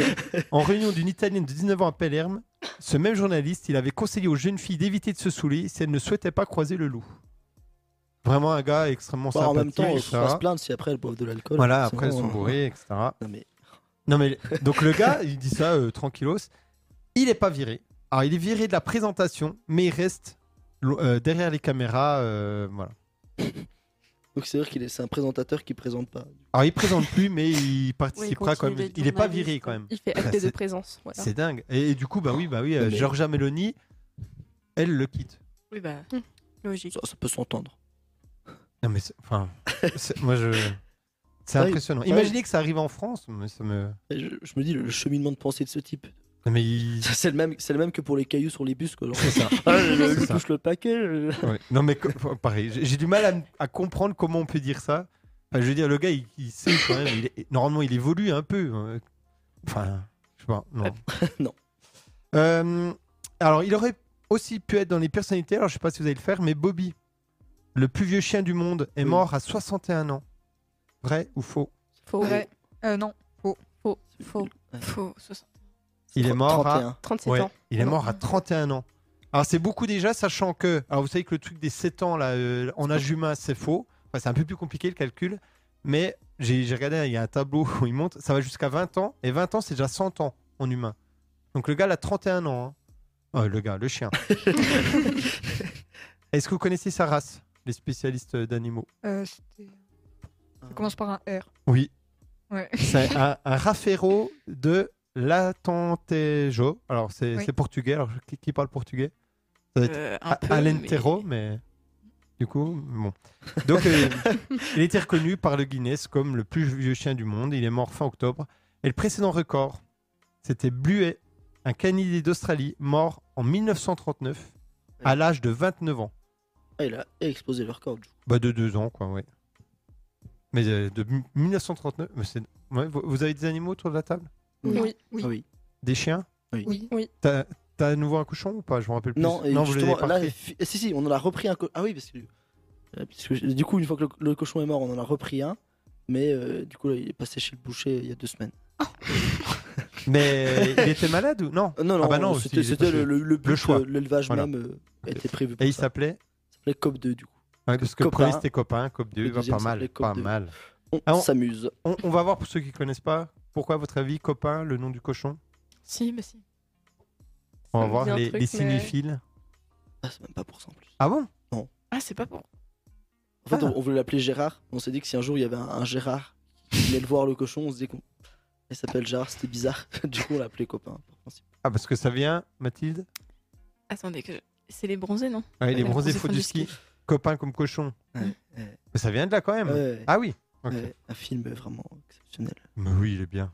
S1: en réunion d'une Italienne de 19 ans à Palerme. Ce même journaliste, il avait conseillé aux jeunes filles d'éviter de se saouler si elles ne souhaitaient pas croiser le loup. Vraiment un gars extrêmement
S3: Bah, en même
S1: sympathique,
S3: temps, il
S1: etc.
S3: faut pas se plaindre si après elles boivent de euh, l'alcool.
S1: Voilà,
S3: C'est
S1: après elles sont
S3: vraiment-
S1: bourrées, etc.
S3: Non, mais
S1: Non mais donc le gars, il dit ça euh, tranquillos. Il est pas viré. Alors il est viré de la présentation, mais il reste lo- euh, derrière les caméras. euh, voilà.
S3: Donc c'est vrai qu'il est, c'est un présentateur qui présente pas.
S1: Alors il présente plus, mais il participera quand
S4: continue
S1: même.
S4: d'être
S1: Il est pas
S4: journaliste,
S1: viré
S4: quoi.
S1: quand même.
S2: Il fait
S1: Bah,
S2: acte de
S1: c'est-
S2: présence. Voilà.
S1: C'est dingue. Et, et du coup, bah oui, bah oui, euh,
S3: Mais-
S1: Georgia Meloni, elle le quitte.
S4: Oui, bah, logique.
S3: Ça, ça peut s'entendre.
S1: Non mais c'est- enfin, c'est- moi je, c'est
S3: Ah oui.
S1: impressionnant.
S3: Ah oui.
S1: Imaginez que ça arrive en France, mais ça me,
S3: Et Je, je me dis le, le cheminement de pensée de ce type.
S1: non, mais il-
S3: Ça, C'est le même, c'est le même que pour les cailloux sur les bus quoi. genre.
S1: c'est ça.
S3: Ah, je,
S1: C'est
S3: je
S1: ça.
S3: touche le paquet. je-
S1: Ouais. Non mais co- enfin, pareil, j'ai j'ai du mal à, m- à comprendre comment on peut dire ça. Enfin, je veux dire, le gars, il, il sait quand même. il est- normalement, il évolue un peu. hein. Enfin, je sais pas. Non.
S3: Ah, Non.
S1: Euh, alors, il aurait aussi pu être dans les personnalités. Alors, je sais pas si vous allez le faire, mais Bobby, le plus vieux chien du monde, est
S3: Oui.
S1: mort à 61 ans. Vrai ou faux
S2: Faux.
S6: Vrai. Euh, non.
S2: Faux. Faux.
S6: Faux. 60.
S1: Il est
S3: Tro-
S1: mort hein. à
S3: 31.
S2: 37
S1: Ouais,
S2: ans.
S1: Il est
S2: Non.
S1: mort à 31 ans. Alors c'est beaucoup déjà, sachant que, alors vous savez que le truc des 7 ans là, euh, en âge humain, c'est faux. Enfin, c'est un peu plus compliqué le calcul, mais j'ai j'ai regardé, il y a un tableau où il monte, ça va jusqu'à 20 ans, et 20 ans c'est déjà 100 ans en humain. Donc le gars il a 31 ans. hein. Euh, le gars, le chien. Est-ce que vous connaissez sa race, les spécialistes d'animaux
S6: Euh, c'était- Ça commence par un R.
S1: Oui,
S6: Ouais.
S1: c'est un, un Raffero de Latantejo. Alors c'est
S6: Oui.
S1: c'est portugais, alors qui- qui parle portugais Ça doit être
S6: Euh,
S1: à- Alentero, mais... du coup, bon. Donc, euh, il était reconnu par le Guinness comme le plus vieux chien du monde. Il est mort fin octobre. Et le précédent record, c'était Bluet, un canidé d'Australie, mort en 1939 à l'âge de 29 ans.
S3: Ah, il a explosé leur corde.
S1: Bah, de deux ans, quoi, ouais. Mais euh, de mi- 1939, mais c'est- ouais, vous, vous avez des animaux autour de la table
S6: Oui.
S2: Oui.
S6: Oui.
S3: Ah oui.
S1: Des chiens
S6: Oui.
S1: T'as t'as à nouveau un cochon ou pas Je me rappelle plus.
S3: Non, et
S1: vous l'avez
S3: justement,
S1: pas
S3: là,
S1: repris.
S3: fi- eh, si, si, on en a repris un. co- Ah oui, parce que, euh, parce que, du coup, une fois que le, le cochon est mort, on en a repris un. Mais euh, du coup, là, il est passé chez le boucher euh, il y a deux semaines.
S1: Mais il était malade ou non
S3: Euh, non, non,
S1: Ah bah non, si, il
S3: c'était
S1: est
S3: c'était
S1: passé.
S3: le, le, le but,
S1: Le choix.
S3: euh, L'élevage
S1: Voilà.
S3: même euh, était prévu. Pour
S1: Et il
S3: ça.
S1: s'appelait
S3: Ça s'appelait COP2, du coup.
S1: Ouais, parce que le
S3: Copain.
S1: premier c'était copain, cop 2,
S3: Le
S1: va
S3: deuxième
S1: pas mal,
S3: s'appelait Cop
S1: pas
S3: deux.
S1: mal.
S3: On
S1: Ah, on-
S3: s'amuse.
S1: On, on va voir pour ceux qui connaissent pas, pourquoi à votre avis copain, le nom du cochon
S6: Si, mais si.
S1: On va
S2: me
S1: voir
S2: dit un
S1: les,
S2: truc,
S1: les
S2: mais-
S1: cinéphiles.
S3: Ah, c'est même pas pour ça en plus.
S1: Ah bon
S6: Ah, c'est pas pour.
S3: En fait,
S1: Ah.
S3: on, on voulait l'appeler Gérard. On s'est dit que si un jour il y avait un, un Gérard qui venait le voir le cochon, on se disait qu'on. Il s'appelle Gérard, c'était bizarre. du coup, on l'a appelé copain. par principe.
S1: Ah parce que ça vient, Mathilde Ah,
S7: Attendez, que... c'est les bronzés, non
S1: Ouais, Les
S7: Ouais,
S1: bronzés
S7: bronzés
S1: faux
S7: font
S1: du
S7: du
S1: ski, copain comme cochon.
S3: Ouais, ouais.
S1: Mais ça vient de là quand même.
S3: Ouais,
S1: Eh, Ah oui ok.
S3: ouais, un film vraiment exceptionnel.
S1: Mais oui, il est bien.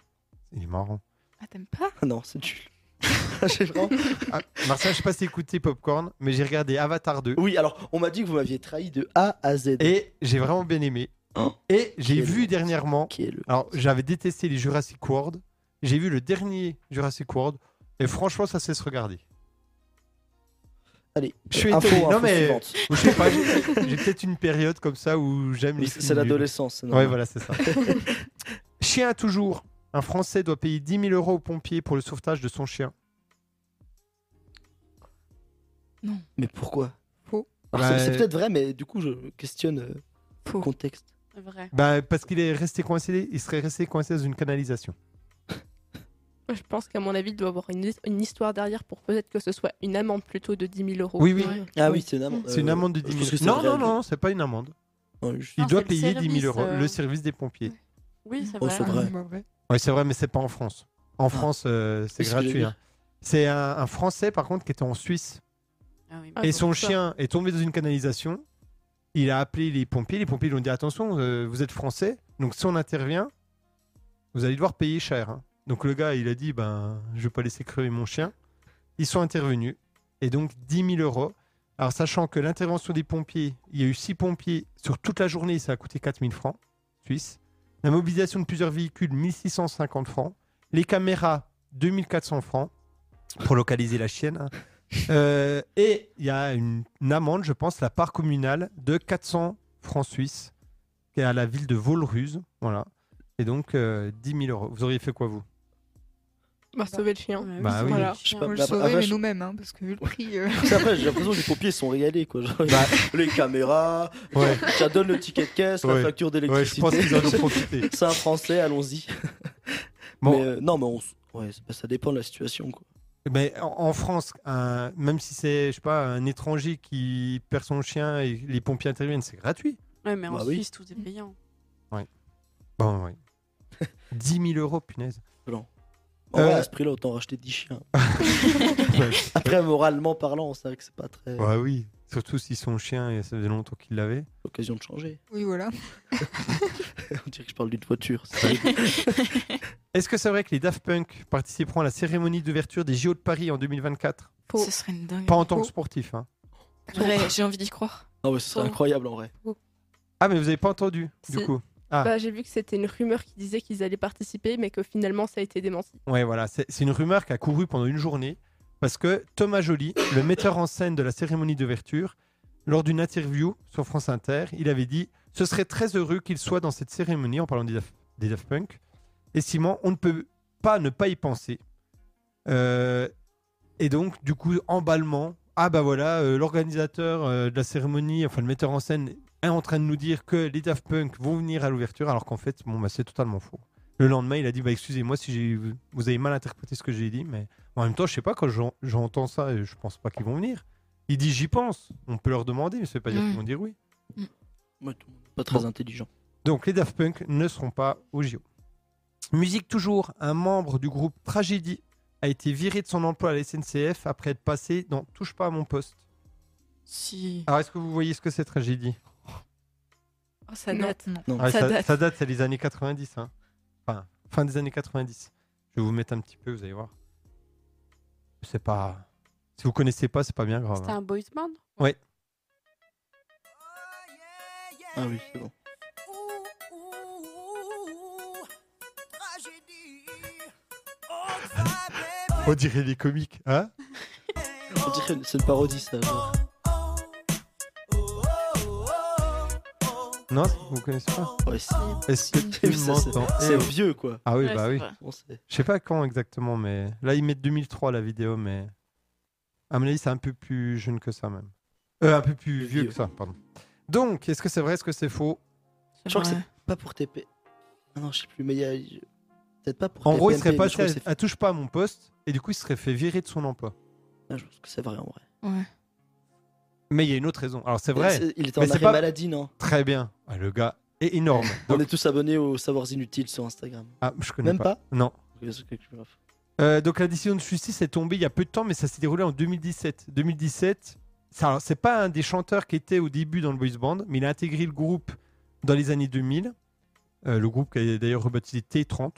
S1: Il est marrant.
S7: Ah, t'aimes pas
S3: Ah non, c'est nul. J'ai vraiment-
S1: Ah, Martin, je sais pas si t'as écouté Popcorn, mais j'ai regardé Avatar 2
S3: Oui, alors on m'a dit que vous m'aviez trahi de A à Z.
S1: et j'ai vraiment bien aimé.
S3: Oh.
S1: Et j'ai
S3: Quel-
S1: vu dernièrement
S3: Qui est le
S1: Alors, j'avais détesté les Jurassic World. J'ai vu le dernier Jurassic World. Et franchement, ça sait se regarder.
S3: Allez,
S1: Je suis
S3: info,
S1: étonné. Non,
S3: info
S1: mais-
S3: suivante.
S1: Ou je sais pas, j'ai j'ai peut-être une période comme ça où j'aime les films
S3: C'est
S1: nuls.
S3: l'adolescence. c'est
S1: Ouais,
S3: normal.
S1: voilà, c'est ça. chien toujours. Un Français doit payer 10 000 euros aux pompiers pour le sauvetage de son chien.
S3: Mais pourquoi
S6: Faux.
S3: Alors, c'est-
S1: Bah,
S3: C'est
S1: euh,
S3: peut-être vrai, mais du coup, je questionne euh,
S7: Faux.
S3: contexte.
S4: Vrai.
S1: Bah, parce qu'il est resté coincé, il serait resté coincé dans une canalisation.
S2: Je pense qu'à mon avis, il doit y avoir une, his- une histoire derrière pour peut-être que ce soit une amende plutôt de 10 000 euros.
S1: Oui, oui.
S7: Ouais.
S3: Ah oui, c'est une amende.
S1: C'est une
S3: euh,
S1: amende de
S3: je
S1: 10
S3: pense
S1: 000
S3: que c'est
S1: Non,
S3: vrai.
S1: non, non, c'est pas une amende.
S3: Ouais, je-
S1: Il
S4: Non,
S1: doit
S4: c'est le
S1: payer 10 000
S4: service,
S1: euros,
S4: euh.
S1: le service des pompiers.
S4: Oui, c'est
S3: Oh,
S4: vrai.
S3: c'est vrai.
S6: bah, ouais.
S1: Oui, c'est vrai, mais c'est pas en France.
S4: Ah.
S1: En France, euh, c'est
S3: Qu'est-ce que j'ai
S1: gratuit.
S3: vu
S1: hein. C'est un, un Français, par contre, qui était en Suisse.
S4: Ah oui.
S7: Ah,
S1: et
S7: donc
S1: son
S7: ça.
S1: chien est tombé dans une canalisation. Il a appelé les pompiers. Les pompiers lui ont dit Attention, euh, vous êtes Français. Donc, si on intervient, vous allez devoir payer cher. hein. Donc, le gars, il a dit Ben, je vais pas laisser crever mon chien. Ils sont intervenus. Et donc, 10 000 euros. Alors, sachant que l'intervention des pompiers, il y a eu 6 pompiers sur toute la journée, ça a coûté 4 000 francs suisse. La mobilisation de plusieurs véhicules, 1650 francs. Les caméras, 2400 francs pour localiser la chienne. hein. Euh, et il y a une, une amende, je pense, la part communale de 400 francs suisses qui est à la ville de Volruse. Voilà. Et donc euh, 10 000 euros. Vous auriez fait quoi, vous
S2: Bah, sauver le chien.
S1: Bah oui.
S6: Voilà.
S3: Je sais pas,
S6: On le
S3: bah,
S6: saurait,
S3: bah,
S6: mais
S3: je-
S6: nous-mêmes, hein, parce que vu le prix. euh,
S3: Parce que Après, j'ai l'impression que les pompiers sont régalés. Quoi. Genre,
S1: Bah.
S3: les caméras,
S1: Ouais,
S3: ça donne le ticket de caisse,
S1: Ouais.
S3: la facture
S1: ouais, je
S3: d'électricité.
S1: pense qu'ils en ont profité.
S3: C'est un français, allons-y.
S1: Bon,
S3: Mais, euh, non, mais on s- ouais, c'est pas- ça dépend de la situation. Quoi.
S1: mais en, en France, un- même si c'est, je sais pas, un étranger qui perd son chien et les pompiers interviennent, c'est gratuit.
S4: Ouais, mais en
S3: Bah oui.
S4: Suisse, tout est payant.
S1: Bon, oui. 10 000 euros, punaise.
S3: En vrai,
S1: Euh,
S3: à ce prix-là, autant racheter 10 chiens.
S1: Ouais,
S3: Après, moralement parlant, c'est vrai que c'est pas très.
S1: bah oui. Surtout si son chien, et ça faisait longtemps qu'il l'avait.
S3: L'occasion de changer.
S6: Oui, voilà.
S3: on dirait que je parle d'une voiture. c'est terrible.
S1: Est-ce que c'est vrai que les Daft Punk participeront à la cérémonie d'ouverture des JO de Paris en 2024
S2: Faux.
S7: Ce serait une dingue.
S1: Pas en tant que sportif. hein.
S7: Vrai, j'ai envie d'y croire.
S3: non, mais ce serait
S7: Oh.
S3: incroyable en vrai.
S1: Ah, mais vous avez pas entendu, du
S2: Si.
S1: coup. Ah.
S2: Bah, j'ai vu que c'était une rumeur qui disait qu'ils allaient participer, mais que finalement ça a été démenti.
S1: Ouais, voilà. C'est c'est une rumeur qui a couru pendant une journée parce que Thomas Joly, le metteur en scène de la cérémonie d'ouverture, lors d'une interview sur France Inter, il avait dit Ce serait très heureux qu'il soit dans cette cérémonie, en parlant des Daft, des Daft Punk. Estimant, on ne peut pas ne pas y penser. Euh, et donc, du coup, emballement. Ah, bah voilà, euh, l'organisateur euh, de la cérémonie, enfin le metteur en scène, est en train de nous dire que les Daft Punk vont venir à l'ouverture, alors qu'en fait, bon, bah, c'est totalement faux. Le lendemain, il a dit bah, Excusez-moi si j'ai- vous avez mal interprété ce que j'ai dit, mais en même temps, je sais pas, quand j'en- j'entends ça, et je pense pas qu'ils vont venir. Il dit J'y pense, on peut leur demander, mais ça veut pas dire
S7: Mm.
S1: qu'ils vont dire oui.
S3: Ouais, tout le monde est pas très
S1: Bon.
S3: intelligent.
S1: Donc les Daft Punk ne seront pas au JO. Musique toujours, un membre du groupe Tragédie a été viré de son emploi à la SNCF après être passé dans Touche pas à mon poste.
S7: Si.
S1: Alors est-ce que vous voyez ce que c'est Tragédie
S7: Oh, ça
S6: Non,
S7: date.
S6: non.
S1: Ouais,
S7: Ça date.
S1: Ah, ça date, c'est les années 90. hein. Enfin, fin des années 90. Je vais vous mettre un petit peu, vous allez voir. C'est pas... Si vous connaissez pas, c'est pas bien grave.
S4: C'était
S1: hein.
S4: un boys band
S3: Ah oui, c'est bon.
S1: On dirait les comiques, hein
S3: On dirait que c'est une parodie ça. genre.
S1: Non, vous connaissez pas
S3: Ouais, c'est-
S1: Est-ce que tu
S3: Ça, c'est-
S1: m'entends
S3: C'est vieux quoi.
S1: Ah oui,
S7: Ouais,
S1: bah
S7: c'est
S1: oui.
S7: vrai.
S3: On sait.
S1: Je sais pas quand exactement, mais là ils mettent 2003 la vidéo, mais à mon avis c'est un peu plus jeune que ça même. Euh, un peu plus vieux
S3: Vieux.
S1: que ça, pardon. Donc, est-ce que c'est vrai, est-ce que c'est faux
S7: C'est
S3: Je crois que
S7: vrai.
S3: Pas pour TP. Ah non, je sais plus, mais il y a. je- Peut-être pas pour
S1: En
S3: TP,
S1: gros, il
S3: mais
S1: serait
S3: je
S1: passé
S3: crois que
S1: à,
S3: c'est-
S1: à touche pas à mon poste et du coup il serait fait virer de son emploi.
S3: Ah, Je pense que c'est vrai en vrai.
S7: Ouais.
S1: Mais il y a une autre raison. Alors c'est vrai,
S3: C'est- Il était
S1: Mais
S3: en
S1: c'est
S3: arrêt
S1: pas-
S3: maladie, non
S1: très bien. Ah, le gars est énorme.
S3: On
S1: Donc-
S3: est tous abonnés aux Savoirs Inutiles sur Instagram.
S1: ah, je connais
S3: Même pas,
S1: Non.
S3: Bien sûr que je me-
S1: Euh, donc la décision de justice est tombée il y a peu de temps, mais ça s'est déroulé en 2017. 2017, ça- alors, c'est pas un des chanteurs qui était au début dans le boys band, mais il a intégré le groupe dans les années 2000. Euh, le groupe qui a d'ailleurs rebaptisé T30.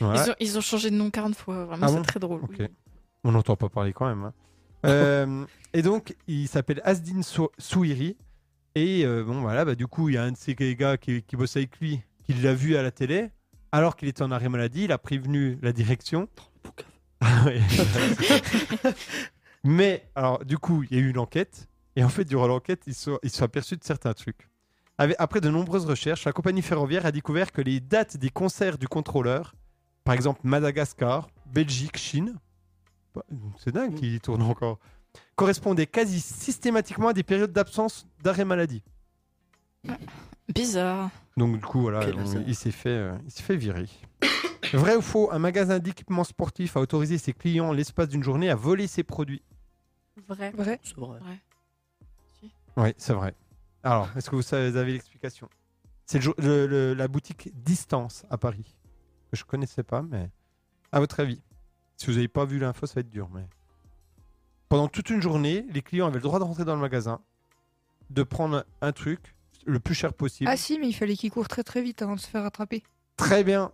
S1: Voilà.
S7: Ils, ont, ils ont changé de nom 40 fois. Vraiment,
S1: Ah
S7: c'est
S1: bon
S7: très drôle.
S1: Ok.
S7: oui.
S1: On n'entend pas parler quand même. hein. Euh, et donc, il s'appelle Asdin Sou- Souiri. Et euh, bon, voilà, bah, du coup, il y a un de ces gars qui, qui bosse avec lui, qui l'a vu à la télé, alors qu'il était en arrêt maladie. Il a prévenu la direction. Ah Ouais. Mais, alors, du coup, il y a eu une enquête. Et en fait, durant l'enquête, ils se sont, ils se sont aperçus de certains trucs. Avec- Après de nombreuses recherches, la compagnie ferroviaire a découvert que les dates des concerts du contrôleur, par exemple Madagascar, Belgique, Chine, bah, c'est dingue qu'il y tourne encore, correspondaient quasi systématiquement à des périodes d'absence d'arrêt maladie.
S7: Bizarre.
S1: Donc, du coup, voilà,
S3: Quel
S1: on-
S3: hasard.
S1: il s'est fait, euh, il s'est fait virer. Vrai ou faux, un magasin d'équipement sportif a autorisé ses clients, l'espace d'une journée, à voler ses produits.
S4: Vrai.
S6: Vrai
S3: C'est vrai.
S1: Oui, c'est vrai. Alors, est-ce que vous savez- vous avez l'explication C'est le jour- le- le- la boutique Distance à Paris, que je connaissais pas, mais à votre avis, si vous n'avez pas vu l'info, ça va être dur. Mais Pendant toute une journée, les clients avaient le droit de rentrer dans le magasin, de prendre un truc le plus cher possible.
S6: Ah si, mais il fallait qu'ils courent très très vite avant de se faire attraper.
S1: Très bien.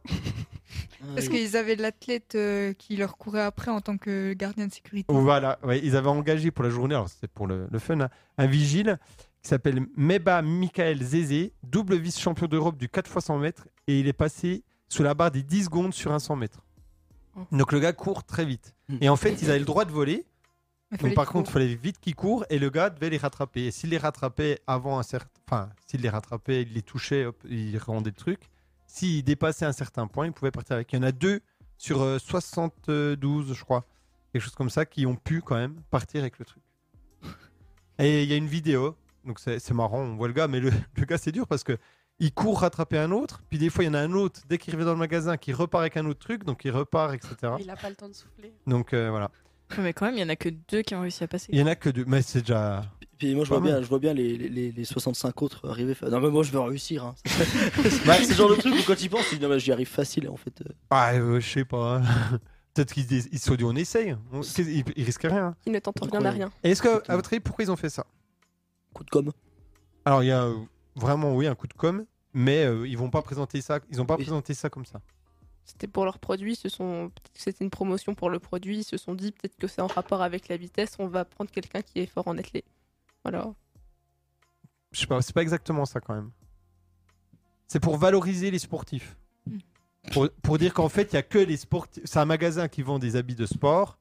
S3: Ah,
S6: Parce qu'ils avaient l'athlète euh, qui leur courait après en tant que gardien de sécurité.
S1: Voilà, ouais, ils avaient engagé pour la journée, alors c'était pour le, le fun, hein, un vigile qui s'appelle Meba Michael Zézé, double vice-champion d'Europe du 4 x 100 mètres, et il est passé sous la barre des 10 secondes sur un 100 mètres. Donc le gars court très vite.
S3: Mm.
S1: Et en fait, ils avaient le droit de voler,
S6: Il
S1: donc
S6: fallait
S1: par
S6: qu'ils
S1: contre, il fallait vite qu'ils courent, et le gars devait les rattraper. Et s'il les rattrapait avant un certain... Enfin, s'il les rattrapait, il les touchait, hop, il rendait le truc. S'il dépassait un certain point, il pouvait partir avec. Il y en a deux sur euh, 72, je crois, quelque chose comme ça, qui ont pu quand même partir avec le truc. Et il y a une vidéo, donc c'est c'est marrant, on voit le gars, mais le, le gars c'est dur parce que il court rattraper un autre, puis des fois il y en a un autre, dès qu'il revient dans le magasin, qui repart avec un autre truc, donc il repart, etc.
S4: Il n'a pas le temps de souffler.
S1: Donc euh, voilà.
S7: Mais quand même, il y en a que deux qui ont réussi à passer.
S1: Il y en a que deux, mais c'est déjà.
S3: Puis moi, je
S1: Pas
S3: vois, bien, je vois bien les, les- les, les 65 autres arriver. fa- Non, mais moi, je vais réussir. hein.
S1: Bah,
S3: c'est le genre de truc où quand tu y penses, tu dis, non, mais j'y arrive facile. Et en fait, euh,
S1: Ah, euh, je sais pas. Peut-être qu'ils dé- ils se sont dit on essaye. hein. On- qu'est- Ils, ils risquent rien. hein.
S2: Qui ne tente rien à rien.
S1: Et est-ce que,
S3: Exactement.
S1: à votre avis, pourquoi ils ont fait ça
S3: coup de com.
S1: Alors il y a euh, vraiment, oui, un coup de com, mais euh, ils vont pas présenter ça. Ils ont pas
S3: Oui.
S1: présenté ça comme ça.
S2: C'était pour leur produit, ce sont... peut-être que c'était une promotion pour le produit. Ils se sont dit peut-être que c'est en rapport avec la vitesse, on va prendre quelqu'un qui est fort en athlé. Voilà.
S1: Je sais pas, c'est pas exactement ça quand même. C'est pour valoriser les sportifs.
S7: Mm.
S1: Pour, pour dire qu'en fait, il y a que les sportifs. C'est un magasin qui vend des habits de sport.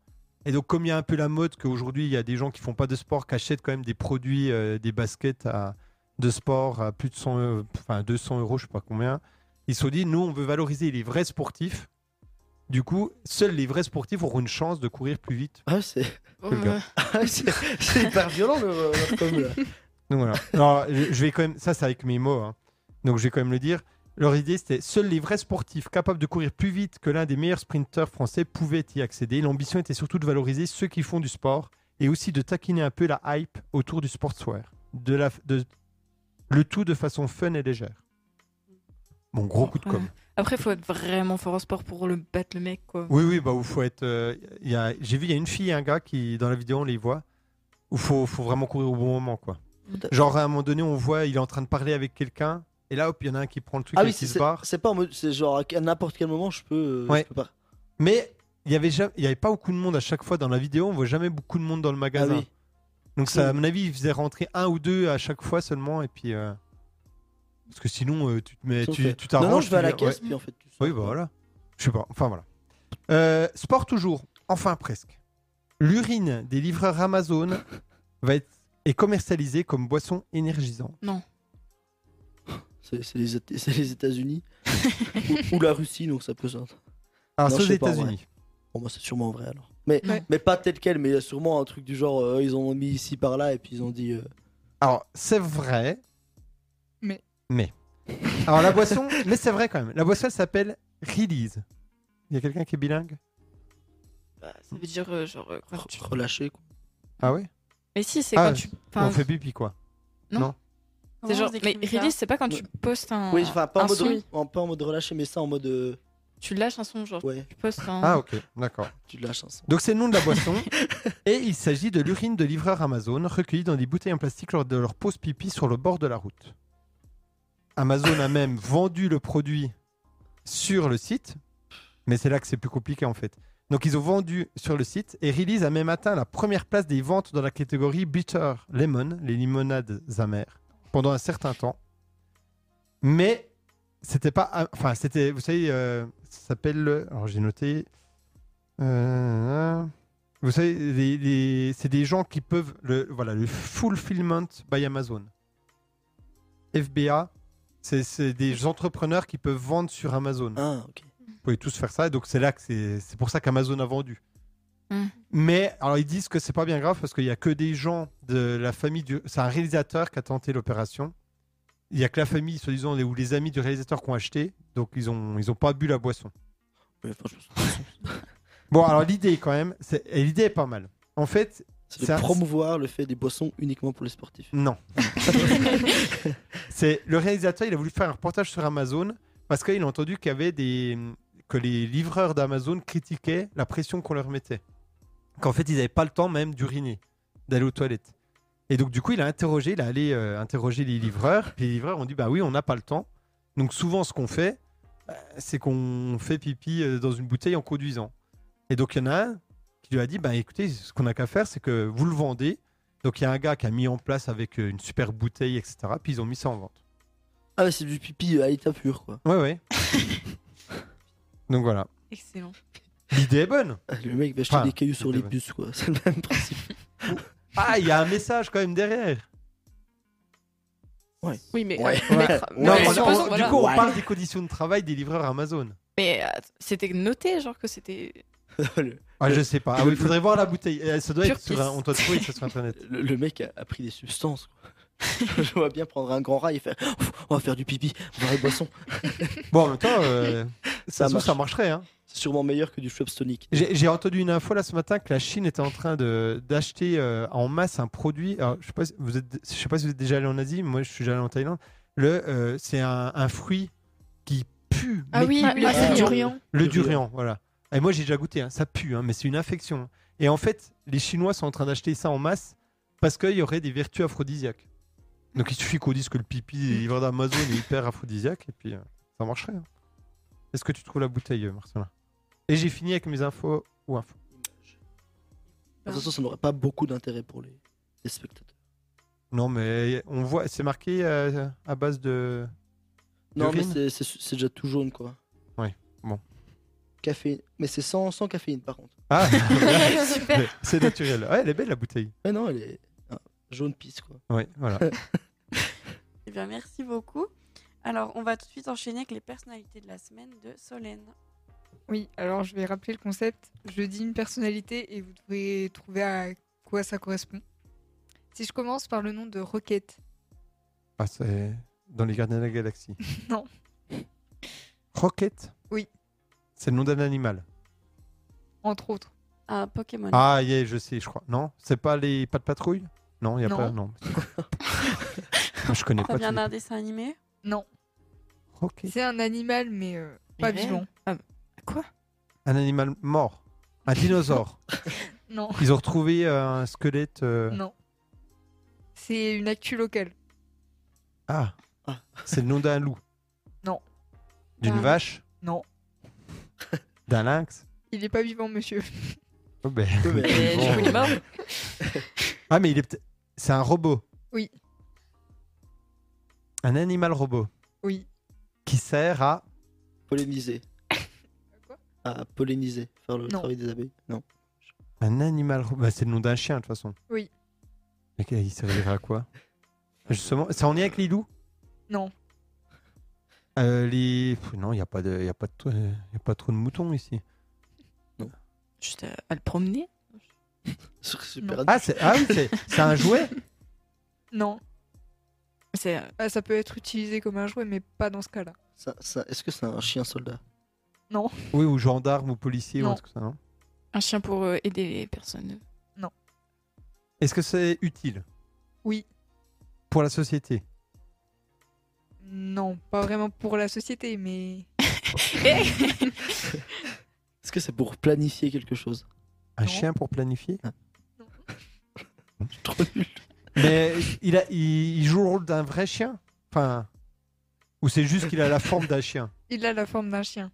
S1: Et donc, comme il y a un peu la mode qu'aujourd'hui, il y a des gens qui font pas de sport, qui achètent quand même des produits, euh, des baskets à- de sport à plus de 100, euh, enfin 200 euros, je sais pas combien. Ils se sont dit, nous, on veut valoriser les vrais sportifs. Du coup, seuls les vrais sportifs auront une chance de courir plus vite.
S3: Ah, c'est
S7: Bon,
S1: que le gars.
S3: ah, c'est- c'est hyper violent, leur, leur com. Là.
S1: Donc voilà. Alors, je je vais quand même. Ça, c'est avec mes mots. hein. Donc, je vais quand même le dire. Leur idée, c'était seuls les vrais sportifs capables de courir plus vite que l'un des meilleurs sprinteurs français pouvaient y accéder. L'ambition était surtout de valoriser ceux qui font du sport et aussi de taquiner un peu la hype autour du sportswear. De la, de, le tout de façon fun et légère. Bon, gros coup de com'.
S7: Ouais. Après, faut être vraiment fort en sport pour le battre, le mec, quoi.
S1: Oui, oui, bah, où faut être. euh, il y a- J'ai vu, il y a une fille et un gars qui, dans la vidéo, on les voit, où faut, faut vraiment courir au bon moment, quoi. Genre, à un moment donné, on voit, il est en train de parler avec quelqu'un, et là, hop, il y en a un qui prend le truc
S3: Ah
S1: et
S3: oui,
S1: qui
S3: c'est
S1: se
S3: c'est-
S1: barre.
S3: c'est pas en mode. C'est genre, à n'importe quel moment, je peux. euh,
S1: Ouais.
S3: je peux pas.
S1: Mais il y avait, jamais- il y avait pas beaucoup de monde à chaque fois dans la vidéo, on voit jamais beaucoup de monde dans le
S3: Ah
S1: magasin.
S3: oui.
S1: Donc, ça, à
S3: Mm.
S1: mon avis, il faisait rentrer un ou deux à chaque fois seulement, et puis. euh, Parce que sinon, euh, tu te mets-
S3: Sauf
S1: tu
S3: que-
S1: tu
S3: Non,
S1: t'arranges.
S3: non, je
S1: tu
S3: vais à la
S1: viens- ouais.
S3: caisse, puis en fait. tu sors.
S1: Oui, bah voilà. Je sais pas. Enfin, voilà. Euh, sport toujours. Enfin, presque. L'urine des livreurs Amazon va être est commercialisée comme boisson énergisante.
S3: C'est c'est les, Éta- c'est les États-Unis ou, ou la Russie, donc ça peut ça.
S1: Alors,
S3: Non,
S1: c'est
S3: je
S1: Ah, aux
S3: sais pas,
S1: États-Unis.
S3: Bon, moi, c'est sûrement vrai alors. Mais,
S6: Ouais.
S3: mais pas tel quel, mais il y a sûrement un truc du genre, euh, ils ont mis ici par là et puis ils ont dit. euh,
S1: Alors, c'est vrai.
S6: Mais.
S1: Mais. Alors, la boisson. mais c'est vrai quand même. La boisson elle s'appelle Release. Il y a quelqu'un qui est bilingue
S7: Bah, ça veut dire, euh, genre, euh, quand tu-
S3: relâcher quoi.
S1: Ah ouais
S7: Mais si, c'est
S1: Ah,
S7: quand tu.
S1: On
S7: enfin,
S1: fait pipi, quoi.
S7: c'est genre. Mais release,
S4: release
S7: c'est pas quand tu postes
S2: Ah.
S7: un.
S3: Oui, enfin pas en
S7: un
S3: mode,
S7: son.
S3: en- pas en mode relâché, mais ça en mode euh,
S7: Tu lâches un son, genre,
S3: ouais,
S7: tu postes un.
S1: Ah, ok. D'accord.
S3: tu lâches hein, un son.
S1: Donc c'est le nom de la boisson. et il s'agit de l'urine de livreurs Amazon recueillie dans des bouteilles en plastique lors de leur pause pipi sur le bord de la route. Amazon a même vendu le produit sur le site, mais c'est là que c'est plus compliqué en fait. Donc ils ont vendu sur le site et Release a même atteint la première place des ventes dans la catégorie Bitter Lemon, les limonades amères, pendant un certain temps. Mais c'était pas... am- Enfin, c'était... Vous savez, euh, ça s'appelle... le- Alors j'ai noté... euh, vous savez, les- les- c'est des gens qui peuvent... Le, voilà, le Fulfillment by Amazon. FBA, c'est- c'est des entrepreneurs qui peuvent vendre sur Amazon
S3: Ah, ok.
S1: vous pouvez tous faire ça. Et donc c'est là que c'est, c'est pour ça qu'Amazon a vendu.
S7: Mm.
S1: Mais alors ils disent que c'est pas bien grave parce qu'il y a que des gens de la famille du. C'est un réalisateur qui a tenté l'opération. Il y a que la famille, soi-disant, les- ou les amis du réalisateur qui ont acheté. Donc ils ont ils ont pas bu la boisson.
S3: Ouais, franchement,
S1: Bon alors l'idée quand même, c'est, et l'idée est pas mal. En fait,
S3: c'est de
S1: Ça-
S3: promouvoir le fait des boissons uniquement pour les sportifs.
S1: non. c'est le réalisateur, il a voulu faire un reportage sur Amazon parce qu'il a entendu qu'il y avait des que les livreurs d'Amazon critiquaient la pression qu'on leur mettait. Qu'en fait, ils n'avaient pas le temps même d'uriner, d'aller aux toilettes. Et donc, du coup, il a interrogé, il a allé euh, interroger les livreurs. Puis les livreurs ont dit Bah oui, on n'a pas le temps. Donc, souvent, ce qu'on fait, euh, c'est qu'on fait pipi euh, dans une bouteille en conduisant. Et donc, il y en a un qui lui a dit Bah écoutez, ce qu'on a qu'à faire, c'est que vous le vendez. Donc, il y a un gars qui a mis en place avec euh, une super bouteille, etc. Puis ils ont mis ça en vente.
S3: Ah, ouais, c'est du pipi à l'état pur, quoi.
S1: Ouais, ouais. Donc voilà.
S7: Excellent.
S1: L'idée est bonne.
S3: Ah, Le mec va acheter
S1: Enfin,
S3: des cailloux sur
S1: c'était
S3: les
S1: vrai.
S3: bus, quoi. C'est le même principe.
S1: Ah, il y a un message quand même derrière.
S2: Oui, mais.
S3: Ouais.
S2: euh, mais-
S1: Non,
S2: mais
S1: on-
S2: supposons-
S1: on-
S2: voilà.
S1: Du coup, on
S3: Ouais.
S1: parle des conditions de travail des livreurs Amazon.
S7: Mais euh, c'était noté, genre que c'était.
S3: le,
S1: Ah, je sais pas. Ah oui, il faudrait voir la bouteille. Eh, Ça doit
S7: Pure
S1: être sur un...
S7: pisse.
S1: On doit trouver ça sur Internet.
S3: le- le mec a, a pris des substances, quoi. Je vois bien prendre un grand rail et faire Ouf, on va faire du pipi, on va boire des boissons.
S1: Bon, en même temps, euh, ça,
S3: Ça
S1: se trouve, ça marcherait. hein.
S3: C'est sûrement meilleur que du Schweppes tonic.
S1: J'ai j'ai entendu une info là ce matin que la Chine était en train de- d'acheter euh, en masse un produit. Alors, je sais pas, si vous êtes, je sais pas si vous êtes déjà allé en Asie. mais Moi, je suis déjà allé en Thaïlande. Le, euh, c'est un, un fruit qui pue.
S7: Ah
S1: mais
S7: oui,
S1: qui
S7: ah,
S1: pue.
S7: ah, c'est
S3: euh,
S7: du riant.
S1: Le
S3: Durian.
S1: durian, voilà. Et moi, j'ai déjà goûté, hein. ça pue, hein, mais c'est une infection. Et en fait, les Chinois sont en train d'acheter ça en masse parce qu'il y aurait des vertus aphrodisiaques. Donc il suffit qu'on dise que le pipi des livreurs d'Amazon est hyper aphrodisiaque et puis euh, ça marcherait. hein. Est-ce que tu trouves la bouteille, euh, Marcelin Et j'ai fini avec mes infos ou infos.
S3: De toute façon, ça n'aurait pas beaucoup d'intérêt pour les, les spectateurs.
S1: Non, mais on voit, c'est marqué euh, à base de.
S3: Non, mais
S1: D'urine
S3: c'est- c'est c'est déjà tout jaune, quoi.
S1: Ouais, bon.
S3: Café, mais c'est sans, sans caféine, par contre.
S1: Ah
S7: Super.
S1: mais C'est naturel. Ouais, elle est belle la bouteille.
S3: Mais non, elle est ah, jaune pisse, quoi.
S1: Ouais, voilà.
S4: Eh bien, merci beaucoup. Alors, on va tout de suite enchaîner avec les personnalités de la semaine de Solène.
S6: Oui, alors je vais rappeler le concept. Je dis une personnalité et vous devrez trouver à quoi ça correspond. Si je commence par le nom de Rocket,
S1: Ah, c'est dans les Gardiens de la Galaxie.
S6: Non.
S1: Rocket
S6: Oui.
S1: C'est le nom d'un animal.
S6: entre autres.
S4: Un Pokémon.
S1: Ah, yeah, je sais, je crois. Non, c'est pas les pas de patrouille Non, il y a
S6: Non.
S1: pas. Non. Moi, je connais
S4: Ça
S1: pas. tous
S4: vient d'un
S1: les-
S4: dessin animé
S6: Non,
S1: Rocket.
S6: c'est un animal mais euh, pas
S7: Mais
S6: vivant.
S7: Quoi
S1: Un animal mort. Un dinosaure.
S6: Non,
S1: Ils ont retrouvé euh, un squelette. euh,
S6: non. C'est une actu locale.
S1: Ah.
S3: Ah.
S1: C'est le nom d'un loup.
S6: Non.
S1: D'une
S4: D'un-
S1: vache.
S6: Non,
S1: D'un lynx.
S6: il est pas vivant monsieur.
S1: Oh, ben,
S3: Ouais, mais-
S7: Mais
S1: Bon.
S7: du coup, il est mort.
S1: Ah, mais il est peut-être. C'est un robot.
S6: Oui.
S1: Un animal robot
S6: Oui,
S1: qui sert à
S3: Polliniser.
S6: quoi
S3: À polliniser, faire le
S6: Non.
S3: travail des abeilles. Non.
S1: Un animal. ro- Bah, c'est le nom d'un chien, de toute façon.
S6: Oui.
S1: Mais qu'est- il servirait à quoi Justement, c'est en lien avec les loups
S6: non.
S1: Euh, les... Pff, Non, il n'y a, pas de- y a, pas de tr- euh, y a pas trop de moutons ici.
S7: Juste à, à le promener.
S3: Sur Super
S1: Ah, c'est ah, oui, c'est c'est un jouet
S6: Non,
S7: C'est
S6: Ah, ça peut être utilisé comme un jouet mais pas dans ce cas-là.
S3: Ça- ça- Est-ce que c'est un chien soldat
S1: Oui, ou gendarme, ou policier, ou un
S6: Non.
S1: truc comme ça, non
S7: un chien pour euh, aider les personnes.
S1: Est-ce que c'est utile
S6: Oui.
S1: Pour la société
S6: Non, pas vraiment pour la société mais
S3: Est-ce que c'est pour planifier quelque chose
S1: Un
S6: Non.
S1: chien pour planifier
S3: Je suis trop nul.
S1: Mais il, a, il, il joue le rôle d'un vrai chien Enfin. Ou c'est juste qu'il a la forme d'un chien
S6: il a la forme d'un chien.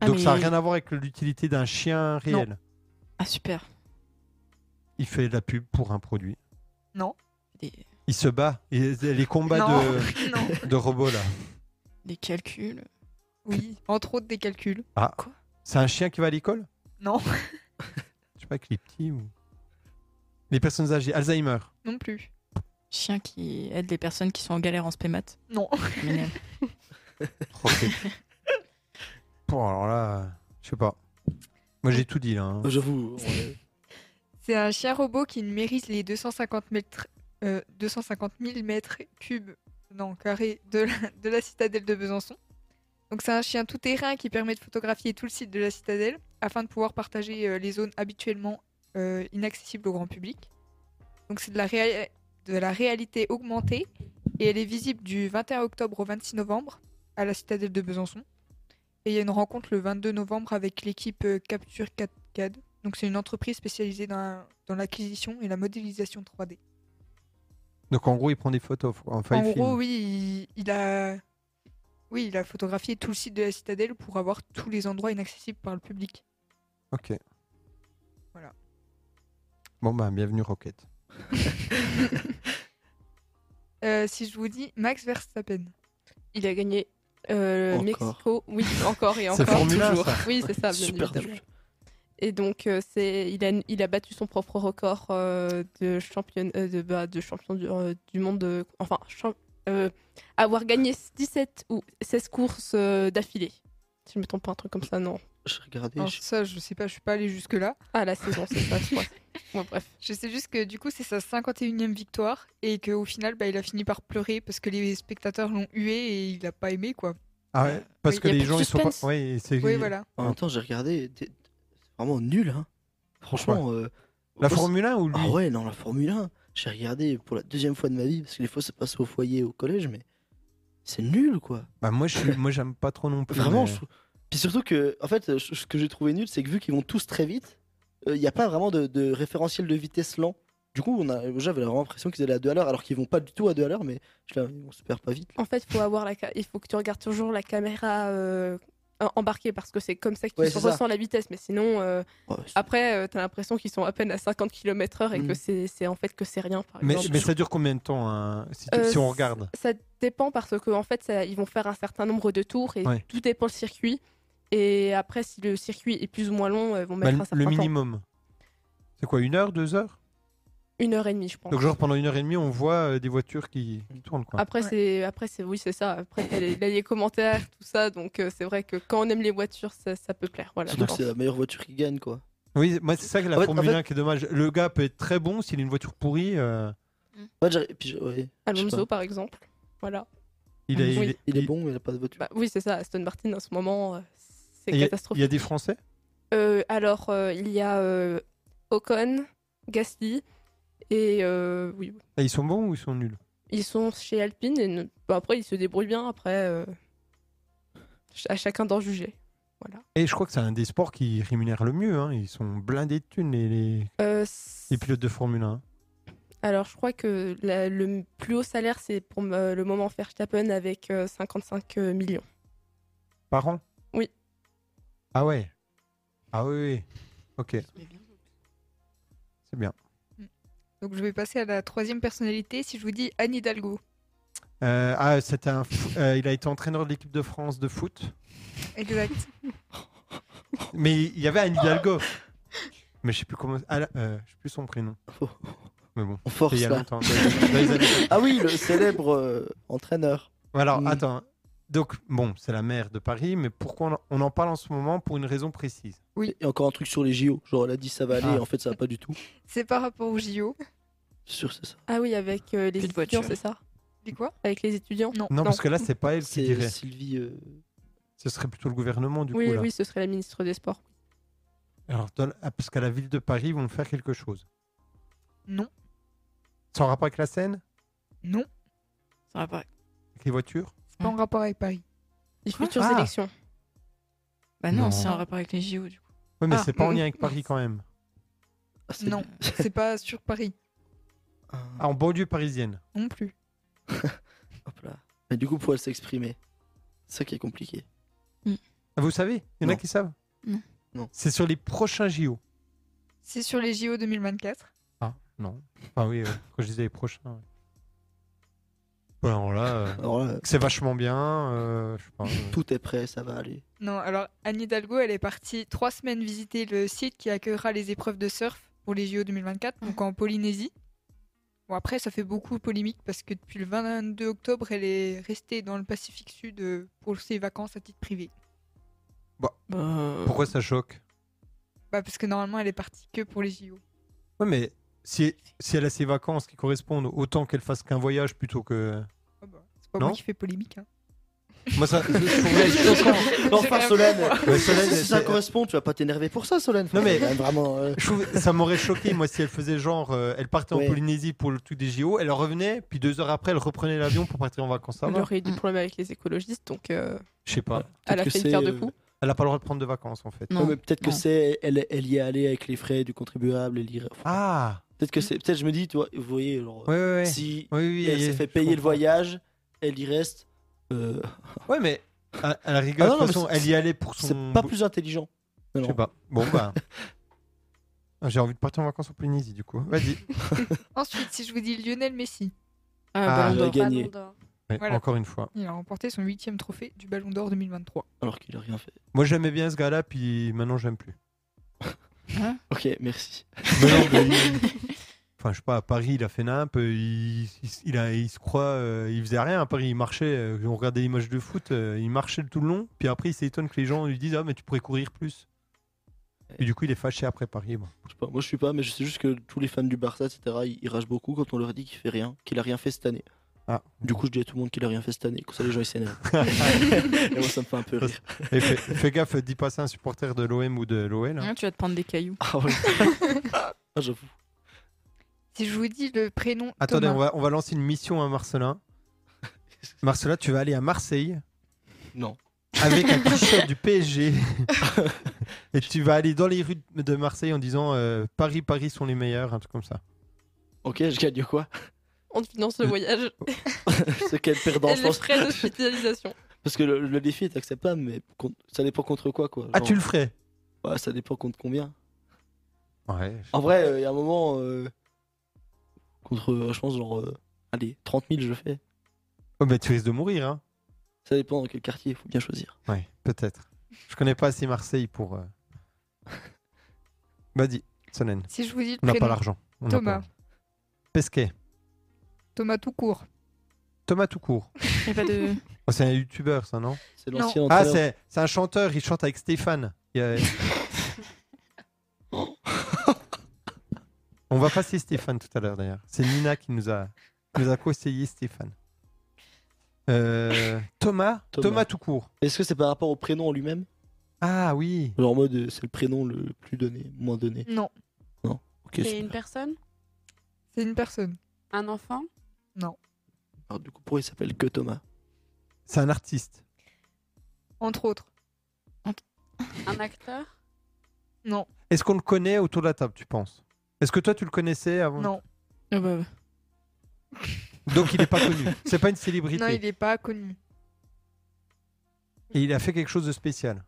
S7: Ah,
S1: Donc
S7: mais-
S1: ça n'a rien à voir avec l'utilité d'un chien réel.
S7: Ah, super.
S1: Il fait de la pub pour un produit.
S6: Non.
S7: Des,
S1: Il se bat. Et les combats
S6: non.
S1: de,
S6: non.
S1: de robots là.
S7: des calculs.
S6: Oui, entre autres des calculs.
S1: C'est un chien qui va à l'école
S6: Non,
S1: Je sais pas, avec les petits ou. Les personnes âgées. Alzheimer.
S6: non plus.
S7: Chien qui aide les personnes qui sont en galère en spémat.
S6: Non.
S7: Génial.
S1: Ok. bon, alors là, je sais pas. Moi j'ai tout dit là. hein.
S3: J'avoue, on est-
S6: C'est un chien robot qui mérite les 250 mètres, euh, 250 000 mètres cubes, non, carrés de la, de la citadelle de Besançon. Donc c'est un chien tout-terrain qui permet de photographier tout le site de la citadelle afin de pouvoir partager euh, les zones habituellement euh, inaccessibles au grand public. Donc c'est de, la réa- de la réalité augmentée et elle est visible du 21 octobre au 26 novembre à la citadelle de Besançon. Et il y a une rencontre le 22 novembre avec l'équipe euh, Capture 4CAD. Donc c'est une entreprise spécialisée dans, dans l'acquisition et la modélisation 3D.
S1: Donc en gros, il prend des photos. Enfin,
S6: en
S1: il filme.
S6: gros, oui, il, il a oui, il a photographié tout le site de la citadelle pour avoir tous les endroits inaccessibles par le public.
S1: Ok.
S6: Voilà.
S1: Bon, bah, bienvenue Rocket.
S6: Euh, si je vous dis Max Verstappen.
S2: Il a gagné euh,
S3: Encore.
S2: Mexico. Oui, encore et
S1: C'est
S2: encore.
S1: Formule un,
S2: toujours.
S1: ça.
S2: Oui, c'est ça, bien
S3: super
S2: évidemment.
S3: dur.
S2: Et donc, euh, c'est, il, a, il a battu son propre record euh, de, championne, euh, de, bah, de champion du, euh, du monde. de- enfin, cham- euh, avoir gagné 17 ou 16 courses euh, d'affilée. Si je me trompe pas, un truc comme ça, non.
S3: Je
S2: Oh,
S3: regardais.
S6: Alors
S3: je-
S6: ça, je sais pas, je suis pas allée jusque là.
S2: Ah, la saison, c'est ça, je crois. Bon, bref.
S6: Je sais juste que du coup, c'est sa 51e victoire et qu'au final, bah, il a fini par pleurer parce que les spectateurs l'ont hué et il a pas aimé quoi.
S1: Ah ouais Parce
S7: il
S1: que
S7: y a
S1: les
S7: plus de
S1: gens, ils sont pas.
S7: suspense.
S1: Oui, c'est-
S6: Oui, voilà.
S3: En même temps, j'ai regardé. t'es- C'est vraiment nul, hein. Franchement. euh,
S1: La
S3: au-
S1: Formule 1 ou lui
S3: Ah ouais, non, la Formule 1. J'ai regardé pour la deuxième fois de ma vie, parce que les fois, ça passe au foyer, au collège, mais c'est nul, quoi.
S1: Bah, moi, je suis- moi, j'aime pas trop non plus.
S3: Vraiment.
S1: mais-
S3: je trouve- Puis surtout que, en fait, je- ce que j'ai trouvé nul, c'est que vu qu'ils vont tous très vite, il n'y a pas vraiment de, de référentiel de vitesse lent. Du coup, on a, j'avais vraiment l'impression qu'ils allaient à 2 à l'heure, alors qu'ils vont pas du tout à 2 à l'heure, mais je ils vont super pas vite.
S2: En fait, faut avoir la ca- il faut que tu regardes toujours la caméra euh, en- embarquée parce que c'est comme ça que tu
S3: Ouais, c'est ça.
S2: ressens la vitesse. Mais sinon, euh,
S3: Ouais, c'est-
S2: après, euh, t'as l'impression qu'ils sont à peine à 50 km/h et
S3: Mm.
S2: que c'est c'est en fait que c'est rien. Par
S1: Mais,
S2: exemple.
S1: mais ça dure combien de temps hein, si, tu-
S2: Euh,
S1: si on regarde
S2: Ça dépend parce qu'en en fait, ça- ils vont faire un certain nombre de tours et
S1: Ouais.
S2: tout dépend le circuit. Et après, si le circuit est plus ou moins long, euh, ils vont
S1: Bah,
S2: mettre un certain
S1: Le
S2: temps.
S1: minimum. C'est quoi Une heure Deux heures
S2: Une heure et demie, je pense.
S1: Donc, genre, pendant une heure et demie, on voit euh, des voitures qui, qui tournent, quoi.
S2: Après,
S6: Ouais.
S2: c'est après c'est oui, c'est ça. Après, t'as les, là, les commentaires, tout ça. Donc, euh, c'est vrai que quand on aime les voitures, ça, ça peut plaire. Voilà,
S3: surtout
S2: je
S3: que
S2: pense.
S3: c'est euh, la meilleure voiture qui gagne, quoi.
S1: Oui, moi, c'est ça que la
S3: En fait- en
S1: Formule
S3: fait-
S1: 1 qui est dommage. Le gars peut être très bon s'il a une voiture pourrie. euh,
S3: Ouais, j'arrive- puis j'ai- ouais, je sais
S2: Alonso,
S3: pas.
S2: par exemple. Voilà.
S1: il, a-
S2: Oui.
S1: il,
S3: il est bon, mais il a pas de voiture.
S2: Bah, oui, c'est ça. Aston Martin, en ce moment, euh, c'est
S1: Il y a- il y
S2: catastrophique.
S1: a des Français
S2: Euh, alors, euh, il y a euh, Ocon, Gasly, et euh, oui,
S1: Et ils sont bons ou ils sont nuls
S2: ils sont chez Alpine et ne- bah, après ils se débrouillent bien. Après, euh, ch- à chacun d'en juger. Voilà.
S1: Et je crois que c'est un des sports qui rémunère le mieux. hein. Ils sont blindés de thunes, les, les,
S2: Euh,
S1: les pilotes de Formule hein. 1.
S2: alors je crois que la- le plus haut salaire c'est pour euh, le moment Verstappen avec euh, 55 millions.
S1: Par an
S2: Oui.
S1: Ah ouais Ah oui, oui. Ok, c'est bien.
S6: Donc je vais passer à la troisième personnalité. Si je vous dis Anne Hidalgo,
S1: Euh, ah, c'était un. fou- euh, il a été entraîneur de l'équipe de France de foot.
S6: exact.
S1: Mais il y avait Anne Hidalgo. Mais je sais plus comment. ah, là, euh, je sais plus son prénom.
S3: Oh.
S1: Mais bon,
S3: On
S1: c'était
S3: force
S1: il y a
S3: là.
S1: longtemps. Dans les années
S3: Ah oui, le célèbre euh, entraîneur.
S1: Bon, Alors,
S3: Mm.
S1: attends. Donc, bon, c'est la mère de Paris, mais pourquoi on on en parle en ce moment Pour une raison précise.
S3: Et encore un truc sur les JO. Genre, elle a dit ça va aller,
S1: Ah.
S3: et en fait, ça va pas du tout.
S6: C'est par rapport au JO.
S3: C'est sûr, c'est ça.
S2: Ah oui, avec euh, les
S7: Plus de
S2: étudiants,
S7: voitures.
S2: c'est ça
S6: Dis quoi
S2: Avec les étudiants.
S1: Non, parce que là, c'est pas elle qui
S3: C'est
S1: dirait.
S3: Sylvie. euh,
S1: Ce serait plutôt le gouvernement, du
S2: oui,
S1: coup. Là.
S2: oui, ce serait la ministre des Sports.
S1: Alors, dans la- ah, parce qu'à la ville de Paris, ils vont faire quelque chose.
S6: Non,
S1: Sans rapport avec la Seine
S6: non,
S7: Ça va pas.
S1: Avec les voitures
S6: c'est pas en rapport avec Paris.
S2: Les
S7: Quoi
S2: futures
S1: Ah.
S2: élections.
S7: Bah non,
S1: Non.
S7: c'est en rapport avec les JO du coup.
S1: Oui, mais
S7: Ah,
S1: c'est pas en
S7: mm,
S1: lien avec Paris
S7: mince.
S1: quand même.
S3: ah, c'est-
S6: Non, c'est pas sur Paris
S3: Ah.
S1: Ah, en banlieue parisienne.
S6: non plus.
S3: Hop là. Mais du coup, pour elle s'exprimer, c'est ça qui est compliqué.
S1: Ah, Vous savez Il y en a
S3: Non.
S1: qui savent
S7: Non.
S3: Non.
S1: C'est sur les prochains JO.
S6: C'est sur les JO 2024.
S1: Ah, non. Enfin, oui, euh, quand je disais les prochains. ouais. Ouais, alors là, euh,
S3: Alors là,
S1: c'est vachement bien. euh, je sais pas, euh,
S3: tout est prêt, ça va aller.
S6: Non, alors Anne Hidalgo, elle est partie trois semaines visiter le site qui accueillera les épreuves de surf pour les JO 2024, donc en Polynésie. Bon, après, ça fait beaucoup polémique parce que depuis le 22 octobre, elle est restée dans le Pacifique Sud euh, pour ses vacances à titre privé.
S7: Bah,
S1: Pourquoi ça choque
S6: Bah, parce que normalement, elle est partie que pour les JO.
S1: Ouais, mais si, si elle a ses vacances qui correspondent, autant qu'elle fasse qu'un voyage plutôt que.
S6: Ah bah, c'est pas
S1: Non.
S6: moi qui fais polémique. hein.
S1: Moi, ça. je trouverais choquant.
S3: Enfin, Solène
S1: Mais Solène,
S3: Si ça
S1: c'est-
S3: correspond, tu vas pas t'énerver pour ça, Solène.
S1: Non, mais-
S3: Enfin, Vraiment. euh,
S1: Je trouve- ça m'aurait choqué, moi, si elle faisait genre, euh, elle partait en
S3: Ouais.
S1: Polynésie pour le truc des JO, elle revenait, puis deux heures après, elle reprenait l'avion pour partir en vacances. Ça
S2: Il
S1: va
S2: aurait eu des
S7: Mm.
S2: problèmes avec les écologistes, donc euh,
S1: Je sais pas.
S2: elle a
S3: que
S2: fait
S3: c'est,
S2: une pierre de
S3: euh,
S2: coups.
S1: Elle a pas le droit de prendre de vacances, en fait.
S7: non.
S3: ouais, mais peut-être que
S7: non.
S3: c'est elle, elle y est allée avec les frais du contribuable. Elle y... enfin,
S1: Ah
S3: Peut-être que c'est. Peut-être je me dis, tu vois, vous voyez, genre,
S1: Ouais, ouais, ouais.
S3: si
S1: Oui, oui,
S3: elle
S1: oui,
S3: s'est fait
S1: je
S3: payer le
S1: comprends.
S3: voyage, elle y reste. euh,
S1: Ouais, mais à, à la rigueur,
S3: Ah non,
S1: de toute
S3: non,
S1: façon,
S3: mais c'est-
S1: elle y allait pour son.
S3: c'est pas plus intelligent.
S1: Je
S3: Non,
S1: sais
S3: non.
S1: pas. Bon, bah. J'ai envie de partir en vacances en Polynésie, du coup. Vas-y.
S6: Ensuite, si je vous dis Lionel Messi,
S7: Ah,
S1: Ah,
S3: j'avais
S7: Ballon d'Or.
S3: gagné. Gagner.
S4: Ballon d'or.
S1: Ouais,
S6: Voilà.
S1: Encore une fois.
S6: il a remporté son huitième trophée du Ballon d'Or 2023.
S3: Alors qu'il a rien fait.
S1: Moi, j'aimais bien ce gars-là, puis maintenant, j'aime plus.
S3: Ok, merci.
S1: Mais non, mais il- Enfin, je sais pas, à Paris, il a fait nimp, euh, il, il, il a, il se croit, euh, il faisait rien. À Paris, il marchait, euh, on regardait les matchs de foot, euh, il marchait tout le long, puis après, il s'étonne que les gens lui disent Ah, mais tu pourrais courir plus. Et du coup, il est fâché après Paris. bon.
S3: Je sais pas, moi je suis pas, mais je sais juste que tous les fans du Barça, etc., ils, ils ragent beaucoup quand on leur dit qu'il fait rien, qu'il a rien fait cette année.
S1: Ah.
S3: Du coup, je dis à tout le monde qu'il a rien fait cette année, comme ça les gens ils s'énervent. Et moi ça me fait un peu rire.
S1: Et fais, fais gaffe, dis pas ça à un supporter de l'OM ou de l'OL. hein.
S7: Hein, tu vas te prendre des cailloux.
S3: Ah ouais. Ah, j'avoue.
S6: Si je vous dis le prénom
S1: Attendez,
S6: Thomas.
S1: on va, on va lancer une mission à Marcelin. Marcelin, tu vas aller à Marseille
S3: Non.
S1: avec un t-shirt du PSG. Et tu vas aller dans les rues de Marseille en disant euh, Paris, Paris sont les meilleurs, un truc comme ça.
S3: Ok, je gagne quoi
S2: On te finance le voyage
S3: C'est quel perdant,
S2: et
S3: je
S2: les
S3: pense.
S2: frais d'hospitalisation.
S3: Parce que le, le défi est acceptable, mais con- ça dépend contre quoi, quoi.
S1: Ah,
S3: Genre,
S1: tu le ferais
S3: ouais, Ça dépend contre combien.
S1: Ouais.
S3: En vrai, il y a un moment. euh, Contre, euh, je pense, genre. euh, Allez, 30 000, je le fais.
S1: bah, tu risques de mourir, hein
S3: Ça dépend dans quel quartier, il faut bien choisir.
S1: Ouais, peut-être. Je connais pas assez Marseille pour. euh. Vas-y, Solène.
S6: Si je vous dis
S1: On n'a
S6: le
S1: pas
S6: prénom
S1: l'argent. On n'a
S6: Thomas.
S1: pas- Pesquet.
S6: Thomas tout court.
S1: Thomas tout court.
S7: Y a pas de.
S1: Oh, c'est un youtubeur, ça, non
S3: C'est
S6: Non.
S3: l'ancien
S1: Ah,
S3: entraîneur.
S1: c'est c'est un chanteur, il chante avec Stéphane. Il y a- On va passer Stéphane tout à l'heure, d'ailleurs. C'est Nina qui nous a, qui nous a conseillé Stéphane. Euh, Thomas,
S3: Thomas.
S1: Thomas tout court.
S3: Est-ce que c'est par rapport au prénom en lui-même
S1: Ah oui.
S3: Genre en mode euh, c'est le prénom le plus donné, moins donné.
S6: Non,
S3: Ok,
S4: C'est
S3: super.
S4: une personne
S6: c'est une personne.
S4: Un enfant
S3: Alors, du coup, pourquoi il s'appelle que Thomas
S1: C'est un artiste.
S6: Entre autres.
S4: Un acteur
S6: Non,
S1: Est-ce qu'on le connaît autour de la table, tu penses Est-ce que toi, tu le connaissais avant
S6: non.
S7: Ah bah, bah.
S1: Donc, il n'est pas connu. C'est pas une célébrité.
S6: Non, il n'est pas
S1: Hmm.
S6: connu.
S1: Et il a fait quelque chose de spécial.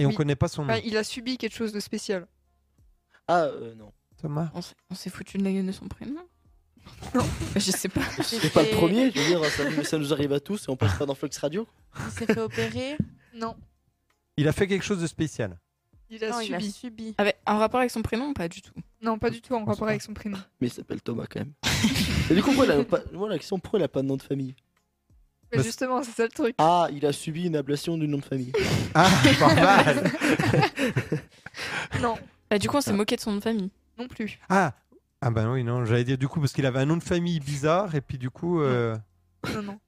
S1: Et on
S6: Oui.
S1: connaît pas son nom.
S4: Bah,
S6: Enfin, il a subi quelque chose de spécial.
S3: Ah, euh, non.
S1: Thomas
S7: On s'est- on s'est foutu de la gueule de son prénom. Bah, je sais pas.
S3: C'est pas le premier, je veux dire, hein, ça, nous- ça nous arrive à tous et on passe pas dans Flux Radio.
S4: Il s'est fait opérer
S6: Non,
S1: Il a fait quelque chose de spécial.
S6: il a
S4: Non, il
S6: subi.
S4: a subi.
S7: Avec, Ah, en rapport avec son prénom Pas du tout.
S6: Non, pas du tout en
S1: pense
S6: rapport
S1: Ah, pas.
S6: avec son prénom.
S3: Mais il s'appelle Thomas quand même. et du coup, pourquoi il a pas... moi, la question, pourquoi il a pas de nom de famille
S6: Mais
S1: Bah,
S6: justement, c'est ça le truc.
S3: Ah, il a subi une ablation du nom de famille.
S1: Ah, pas mal
S6: Non,
S7: Bah, du coup, on s'est moqué de son nom de famille.
S6: non plus.
S1: Ah Ah, ben oui, non, j'allais dire du coup, parce qu'il avait un nom de famille bizarre, et puis du coup. euh,
S6: Non, non.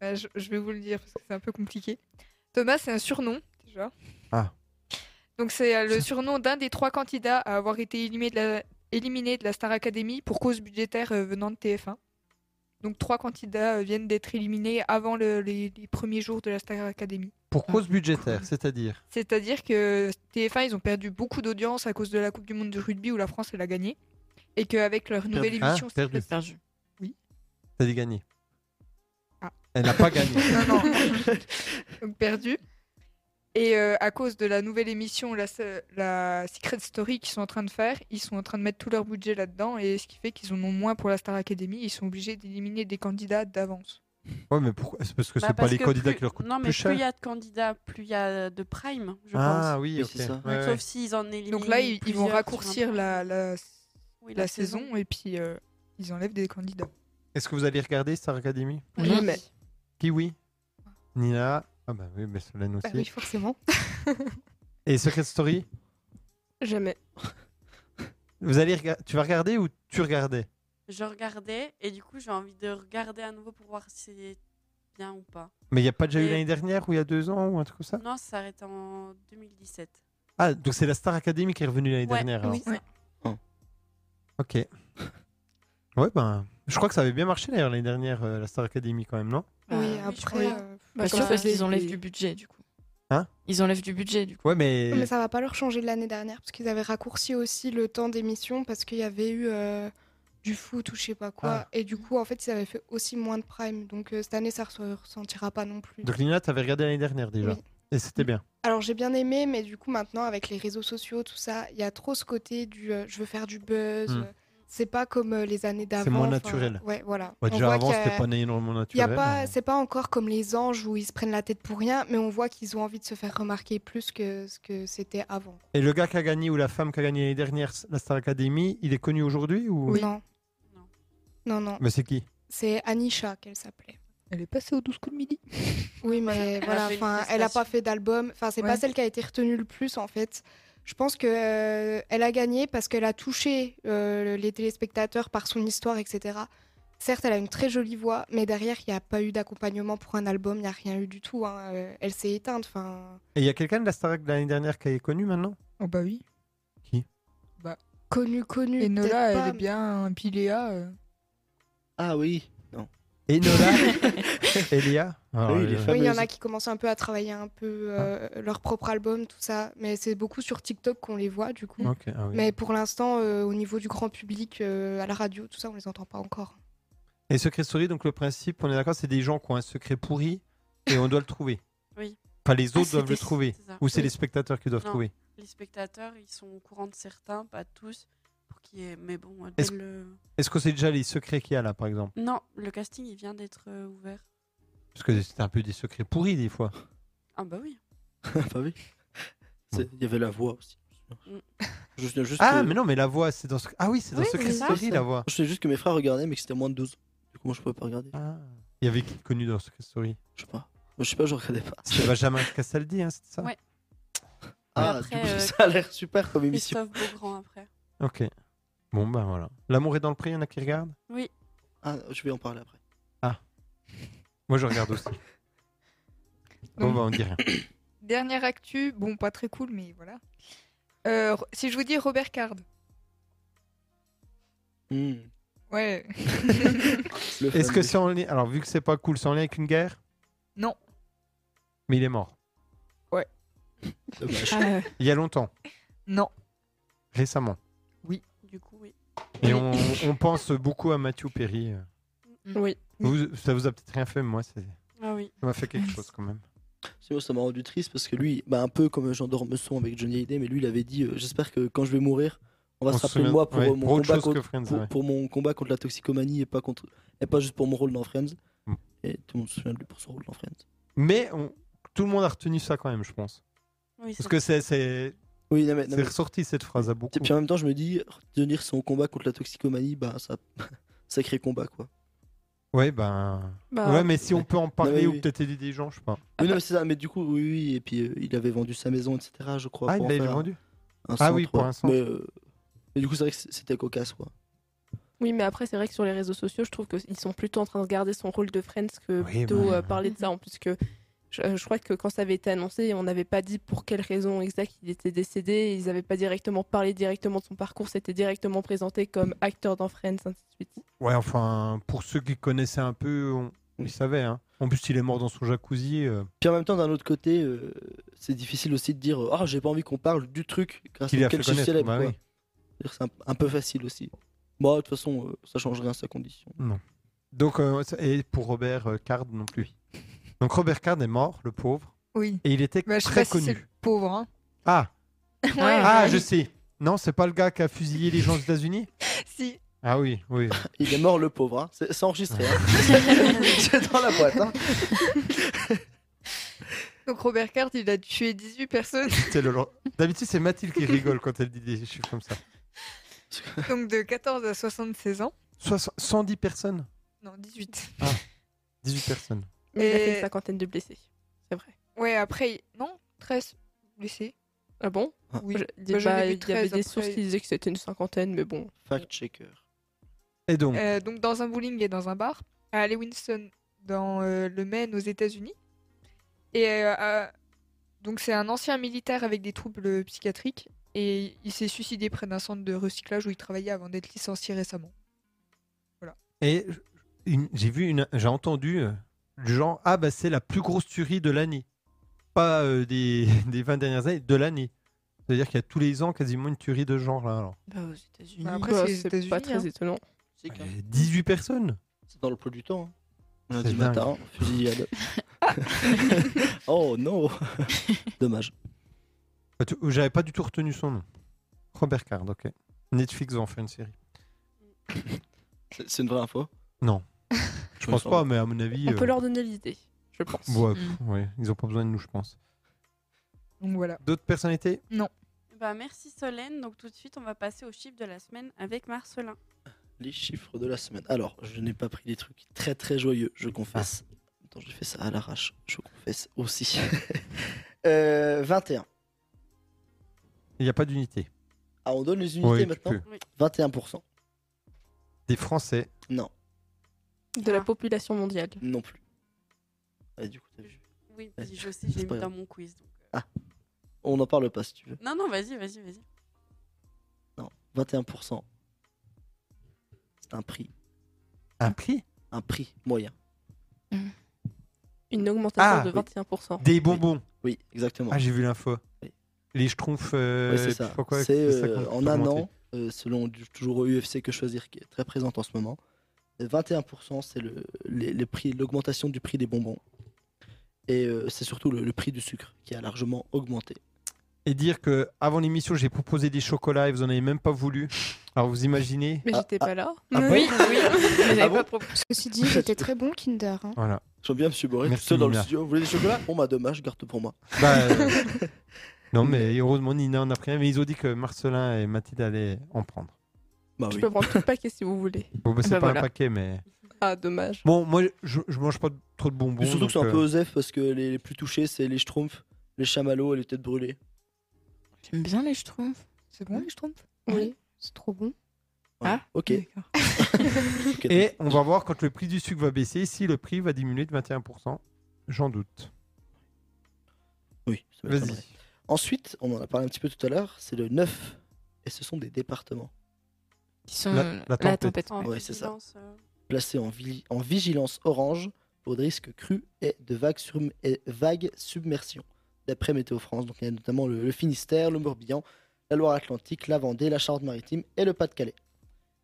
S6: Bah, je, je vais vous le dire parce que c'est un peu compliqué. Thomas, c'est un surnom, déjà.
S1: Ah.
S6: Donc, c'est euh, le surnom d'un des trois candidats à avoir été éliminé de la, éliminé de la Star Academy pour cause budgétaire euh, venant de TF1. Donc, trois candidats euh, viennent d'être éliminés avant le- les- les premiers jours de la Star Academy.
S1: pour cause budgétaire, c'est-à-dire.
S6: C'est-à-dire que TF1, ils ont perdu beaucoup d'audience à cause de la Coupe du Monde de rugby où la France, elle a gagné. Et qu'avec leur nouvelle
S1: Hein
S6: émission... c'est-
S1: Perdu.
S7: Perdu.
S1: T'as dit gagner.
S6: Ah.
S1: Elle n'a pas gagné.
S6: Non, non. Donc perdu. Et euh, à cause de la nouvelle émission, la, se- la Secret Story qu'ils sont en train de faire, ils sont en train de mettre tout leur budget là-dedans, et ce qui fait qu'ils en ont moins pour la Star Academy, ils sont obligés d'éliminer des candidats d'avance.
S1: Ouais, mais pourquoi C'est parce que
S4: Bah,
S1: c'est pas
S4: parce
S1: les
S4: que
S1: candidats
S4: plus-
S1: qui leur coûtent
S4: Non, mais
S1: plus cher.
S4: plus il y a de candidats, plus il y a de prime, je
S1: ah
S4: pense.
S1: oui,
S3: Oui,
S1: ok.
S3: c'est ça.
S1: Ouais, ouais.
S4: Sauf s'ils en éliminent.
S6: Donc là, ils, ils
S4: plusieurs
S6: vont
S4: sur un
S6: raccourcir
S4: prime.
S6: la, la,
S4: Oui,
S6: la saison, et puis euh, ils enlèvent des candidats.
S1: Est-ce que vous allez regarder Star Academy
S6: Oui, mais-
S1: Kiwi Nina Ah bah oui, mais Solène aussi.
S5: Bah oui, forcément.
S1: Et Secret Story
S2: Jamais.
S1: vous allez rega- Tu vas regarder ou tu regardais
S4: Je regardais et du coup, j'ai envie de regarder à nouveau pour voir si c'est bien ou pas.
S1: Mais il n'y a pas déjà eu
S5: Euh.
S4: Et-
S1: l'année dernière ou il y a deux ans ou un truc comme ça
S4: Non, ça s'arrête en 2017.
S1: Ah, donc c'est la Star Academy qui est revenue l'année
S4: Ouais,
S1: dernière. alors.
S4: oui, ça.
S6: Ouais.
S1: Ok. Ouais, ben, je crois que ça avait bien marché d'ailleurs l'année dernière, euh, la Star Academy quand même, non
S5: oui,
S7: Bah,
S4: je
S5: après.
S4: crois.
S5: euh, comme
S7: bah, sûr,
S5: ça,
S7: parce qu'ils
S5: les-
S7: enlèvent du budget, du coup.
S1: Hein
S7: Ils enlèvent du budget, du coup.
S1: Ouais, mais.
S5: Mais ça va pas leur changer de l'année dernière, parce qu'ils avaient raccourci aussi le temps d'émission, parce qu'il y avait eu euh, du foot ou je sais pas quoi.
S1: Ah.
S5: Et du coup, en fait, ils avaient fait aussi moins de prime. Donc euh, cette année, ça ne ressentira pas non plus.
S1: Donc Lina, t'avais regardé l'année dernière déjà.
S5: Oui.
S1: Et c'était bien.
S5: Alors j'ai bien aimé, mais du coup, maintenant, avec les réseaux sociaux, tout ça, il y a trop ce côté du euh, je veux faire du buzz.
S1: Hmm.
S5: euh, C'est pas comme euh, les années d'avant.
S1: moins
S5: enfin,
S1: naturel.
S5: Ouais, voilà.
S1: Ouais,
S5: On
S1: déjà
S5: voit
S1: avant,
S5: qu'il y a-
S1: c'était pas énormément
S5: Y a
S1: naturel.
S5: pas,
S1: mais-
S5: c'est pas encore comme les anges où ils se prennent la tête pour rien, mais on voit qu'ils ont envie de se faire remarquer plus que ce que c'était avant.
S1: Et le gars qui a gagné ou la femme qui a gagné l'année dernière la Star Academy, il est connu aujourd'hui ou
S5: Non.
S4: Non.
S5: Non, non.
S1: Mais c'est qui
S5: C'est Anisha qu'elle s'appelait.
S6: Elle est passée aux 12 coups de midi.
S5: Oui, mais
S4: Elle a
S5: voilà,
S4: fait une
S5: enfin, elle a pas
S4: prestation.
S5: fait d'album. Enfin, c'est pas
S6: Ouais.
S5: celle qui a été retenue le plus en fait. Je pense que euh, elle a gagné parce qu'elle a touché euh, les téléspectateurs par son histoire, etc. Certes, elle a une très jolie voix, mais derrière, il n'y a pas eu d'accompagnement pour un album, il n'y a rien eu du tout. hein. Euh, Elle s'est éteinte. Enfin,
S1: Et il y a quelqu'un de la Star Ac de l'année dernière qui est connu maintenant
S6: Oh bah oui.
S5: connue, connue.
S6: Et
S5: peut-être
S6: Nola,
S5: pas,
S6: elle est
S5: mais-
S6: bien. hein, Puis Léa. euh,
S3: Ah oui, non.
S1: Et Nola Elia Alors,
S3: Oui, il est
S1: euh,
S3: fan.
S5: Oui, il y en a
S3: fameuse.
S5: qui commencent un peu à travailler un peu euh, leur propre album, tout ça. Mais c'est beaucoup sur TikTok qu'on les voit, du coup.
S1: Ok, ah oui.
S5: Mais pour l'instant, euh, au niveau du grand public, euh, à la radio, tout ça, on les entend pas encore.
S1: Et Secret Story, donc le principe, on est d'accord, c'est des gens qui ont un secret pourri et on doit le trouver.
S4: Oui.
S1: Enfin, les autres
S4: Ah,
S1: doivent le
S4: c'était-
S1: trouver.
S4: c'est ça.
S1: Ou c'est
S4: Oui.
S1: les spectateurs qui doivent
S4: Non.
S1: trouver.
S4: Les spectateurs, ils sont au courant de certains, pas tous. Pour qu'il y ait... Mais bon, euh, dès
S1: Est-ce-
S4: le...
S1: Est-ce que c'est déjà les secrets qu'il y a là, par exemple
S4: Non, le casting, il vient d'être euh, ouvert.
S1: Parce que c'est un peu des secrets pourris des fois.
S4: Ah bah oui.
S3: Enfin, oui. C'est- Il y avait la voix aussi.
S4: Mm.
S3: Je me souviens juste
S1: Ah,
S3: que-
S1: mais non, mais la voix, c'est dans Sec- Ah oui, c'est dans
S4: Oui,
S1: Secret
S4: c'est ça.
S1: Story, la voix.
S3: Je sais juste que mes frères regardaient, mais que c'était moins de 12. Du coup, moi, je pouvais pas regarder.
S1: Ah. Il y avait qui de connu dans Secret Story
S3: Je sais pas. Moi, je sais pas, je regardais pas.
S1: C'est Benjamin Castaldi, hein, c'est ça
S4: Ouais.
S3: Ah,
S4: Après,
S3: du coup,
S4: euh,
S3: ça a l'air super comme émission.
S4: Christophe Beaugrand après.
S1: Ok. Bon, ben voilà. L'amour est dans le pré, il y en a qui regardent
S4: Oui,
S3: Ah, je vais en parler après.
S1: Moi, je regarde aussi. bon,
S6: Donc-
S1: ben, on dit rien.
S6: Dernière actu, bon, pas très cool, mais voilà. Euh, si je vous dis Robert Card.
S3: Hmm.
S6: Ouais.
S3: Le
S1: Est-ce
S3: fan
S1: que
S3: de-
S1: c'est en lien Alors, vu que c'est pas cool, c'est en lien avec une guerre
S6: Non.
S1: Mais il est mort.
S3: Dommage.
S7: Ah,
S1: Il y a longtemps,
S6: Non.
S1: récemment.
S4: du coup, oui.
S1: Et on, on pense beaucoup à Mathieu Perry.
S2: Oui.
S1: Vous, ça vous a peut-être rien fait, mais moi, c'est- ça
S4: Ah oui.
S1: m'a fait quelque chose quand même.
S3: C'est moi, ça m'a rendu triste parce que lui, bah, un peu comme Jean d'Ormesson avec Johnny Hallyday, mais lui, il avait dit euh, J'espère que quand je vais mourir, on va
S1: On
S3: se
S1: se
S3: rappeler de
S1: souvient-
S3: moi pour,
S1: ouais,
S3: euh, mon
S1: pour autre
S3: combat
S1: chose que
S3: contre,
S1: Friends,
S3: pour,
S1: ouais.
S3: pour mon combat contre la toxicomanie et pas, contre, et pas juste pour mon rôle dans Friends.
S1: Mm.
S3: Et tout le monde se souvient de lui pour son rôle dans Friends.
S1: Mais on- tout le monde a retenu ça quand même, je pense.
S4: oui
S1: Parce
S4: ça-
S1: que c'est c'est-
S3: Oui, non, mais, non,
S1: c'est
S3: mais-
S1: ressorti cette phrase à beaucoup.
S3: Et puis en même temps, je me dis Tenir son combat contre la toxicomanie, bah, ça. Sacré combat quoi.
S1: Ouais, ben.
S2: Bah,
S1: ouais, mais si on peut en parler
S3: mais
S1: ou
S3: oui.
S1: peut-être aider des gens, je sais pas.
S3: oui, non, mais c'est ça, mais du coup, oui, oui, et puis euh, il avait vendu sa maison, etc., je crois.
S1: Ah, il
S3: pour en
S1: l'a
S3: faire un-
S1: vendu
S3: un
S1: Ah oui,
S3: centre,
S1: pour
S3: ouais.
S1: un centre.
S3: Mais, euh, mais du coup, c'est vrai que c- c'était cocasse quoi.
S2: Oui, mais après, c'est vrai que sur les réseaux sociaux, je trouve qu'ils sont plutôt en train de garder son rôle de Friends que
S1: Oui,
S2: plutôt
S1: bah.
S2: euh, parler de ça. En plus, que je, euh, je crois que quand ça avait été annoncé, on n'avait pas dit pour quelle raison exacte il était décédé. Ils n'avaient pas directement parlé directement de son parcours. C'était directement présenté comme acteur dans Friends, ainsi de suite.
S1: Ouais, enfin, pour ceux qui connaissaient un peu, on... ils savaient. Hein. En plus, il est mort dans son jacuzzi. euh,
S3: Puis en même temps, d'un autre côté, euh, c'est difficile aussi de dire Ah, j'ai pas envie qu'on parle du truc grâce
S1: qu'il a
S3: à
S1: fait
S3: quel je suis
S1: connaître.
S3: célèbre.
S1: Bah
S3: quoi.
S1: oui.
S3: C'est-à-dire, C'est un, un peu facile aussi. Bon, de toute façon, euh, ça change rien à sa condition.
S1: Donc, euh, et pour Robert euh, Card non plus. Donc, Robert Card est mort, le pauvre.
S6: Oui.
S1: et il était
S6: Bah, je sais
S1: très
S6: pas si c'est
S1: connu.
S6: le pauvre. hein.
S1: Ah,
S6: Ouais,
S1: ah,
S6: ouais.
S1: je sais. Non, c'est pas le gars qui a fusillé les gens aux États-Unis
S6: Si.
S1: Ah oui, oui.
S3: Il est mort, le pauvre. hein. C'est c'est enregistré. hein. C'est dans la boîte. hein.
S6: Donc Robert Card, il a tué 18 personnes,
S1: C'est le- D'habitude, c'est Mathilde qui rigole quand elle dit des chiffres comme ça.
S6: donc de 14 à 76 ans.
S1: Soix- 110 personnes
S6: Non, 18.
S1: 18 personnes.
S2: Mais il a fait
S6: Et-
S2: une cinquantaine de blessés. C'est vrai.
S6: Ouais, après, il- non, 13 blessés.
S2: Ah bon
S6: Oui.
S2: Je-
S6: Bah, j'en ai
S2: bah,
S6: vu
S2: Il y avait
S6: 13
S2: des
S6: après.
S2: sources qui disaient que c'était une cinquantaine, mais bon.
S3: Fact-checker.
S1: Et donc,
S6: Euh, donc dans un bowling et dans un bar, à Lewiston, dans euh, le Maine, aux États-Unis. Et euh, à- donc c'est un ancien militaire avec des troubles psychiatriques et il s'est suicidé près d'un centre de recyclage où il travaillait avant d'être licencié récemment.
S1: et une- j'ai vu, une... j'ai entendu euh, du genre Ah, bah, c'est la plus grosse tuerie de l'année. Pas euh, des... des 20 dernières années, de l'année. C'est-à-dire qu'il y a tous les ans quasiment une tuerie de ce genre là. alors.
S7: Bah, aux États-Unis.
S6: Bah, après,
S2: Bah,
S6: c'est les
S2: C'est
S6: États-Unis,
S2: pas
S6: hein.
S2: très étonnant.
S3: C'est quand même-
S1: 18 personnes
S3: c'est dans le pot du temps. hein.
S1: C'est
S3: Lundi
S1: dingue.
S3: matin, fusillade. oh non Dommage.
S1: Bah, tu- J'avais pas du tout retenu son nom. Robert Card, ok. Netflix va en faire une série.
S3: C'est c'est une vraie info
S1: Je pense pas, mais à mon avis.
S2: On peut
S1: euh,
S2: leur donner l'idée, je pense.
S1: ouais,
S7: Mm.
S1: pff, ouais, ils ont pas besoin de nous, je pense.
S6: Donc voilà.
S1: D'autres personnalités
S4: Bah, merci Solène. Donc tout de suite, on va passer au chiffre de la semaine avec Marcelin.
S3: Les chiffres de la semaine. Alors, je n'ai pas pris des trucs très très joyeux,
S1: Ah.
S3: je confesse. Attends, j'ai fait ça à l'arrache, je confesse aussi. Euh, 21.
S1: Il n'y a pas d'unité.
S3: Ah, on donne les unités
S1: Oui, tu
S3: maintenant
S1: peux.
S3: 21%.
S1: Des Français.
S3: Non,
S2: De la
S4: Ah.
S2: population mondiale.
S3: non plus. Ah, du coup, t'as vu.
S4: Oui,
S3: Ouais.
S4: vas-y, je sais, j'ai
S3: C'est pas
S4: mis dans
S3: grave.
S4: mon quiz. donc.
S3: On n'en parle pas si tu veux.
S4: Non, non, vas-y, vas-y, vas-y.
S3: Non, 21%. C'est un prix.
S1: Un prix
S3: Un prix moyen.
S2: Une augmentation
S1: Ah,
S2: de
S1: oui.
S2: 21%.
S1: Des bonbons.
S3: Oui, exactement.
S1: Ah, j'ai vu l'info.
S3: Oui.
S1: Les schtroumpfs. euh,
S3: Ouais, c'est
S1: je sais
S3: ça.
S1: pas quoi,
S3: C'est
S1: c'est ça
S3: euh,
S1: qu'on peut
S3: en un
S1: augmenter.
S3: an, euh, selon du- toujours UFC que choisir, qui est très présente en ce moment. euh, 21%, c'est le, les- les prix- l'augmentation du prix des bonbons. Et euh, c'est surtout le, le prix du sucre qui a largement augmenté.
S1: Et dire que avant l'émission, j'ai proposé des chocolats et vous en avez même pas voulu. Alors vous imaginez
S2: Mais
S3: Ah,
S2: j'étais pas là.
S1: Ah bon
S7: Oui, oui. Mais j'avais
S3: Ah
S7: pas
S3: bon
S7: proposé.
S5: Ceci dit, j'étais très bon Kinder. hein.
S1: Voilà.
S3: J'aime bien me Boré, tout
S1: Merci,
S3: seul dans le
S1: Nina.
S3: studio. Vous voulez des chocolats Bon, bah dommage, garde pour moi.
S1: Bah, euh, non, mais heureusement, Nina en a pris un. Mais ils ont dit que Marcelin et Mathilde allaient en prendre.
S3: Bah
S2: Je
S3: oui.
S2: peux prendre tout le paquet si vous voulez.
S1: Bon, bah, c'est
S7: Bah,
S1: pas
S7: voilà.
S1: un paquet, mais.
S2: Ah, dommage.
S1: Bon, moi, je, je mange pas de- trop de bonbons.
S3: Et surtout que c'est
S1: donc,
S3: un
S1: euh,
S3: peu osef parce que les, les plus touchés, c'est les schtroumpfs, les chamallows et les têtes brûlées.
S7: J'aime bien les schtroumpfs.
S6: C'est bon
S7: les schtroumpfs
S5: Oui, c'est trop bon.
S3: Ouais.
S7: Ah,
S3: ok.
S7: d'accord.
S3: Ok.
S1: Et on va voir quand le prix du sucre va baisser, si le prix va diminuer de 21%. J'en doute.
S3: Oui, ça
S1: Vas-y.
S3: m'étonnerait. Ensuite, on en a parlé un petit peu tout à l'heure, c'est le 9. Et ce sont des départements.
S7: Qui sont
S1: La-
S7: euh,
S1: la
S7: la,
S1: tempête.
S7: tempête.
S4: En
S3: Ouais, c'est ça.
S4: vigilance, euh,
S3: placé en, vi- en vigilance orange pour des risques crus et de vagues, sur- et vagues submersions, d'après Météo France. Donc, il y a notamment le, le Finistère, le Morbihan, la Loire-Atlantique, la Vendée, la Charente-Maritime et le Pas-de-Calais.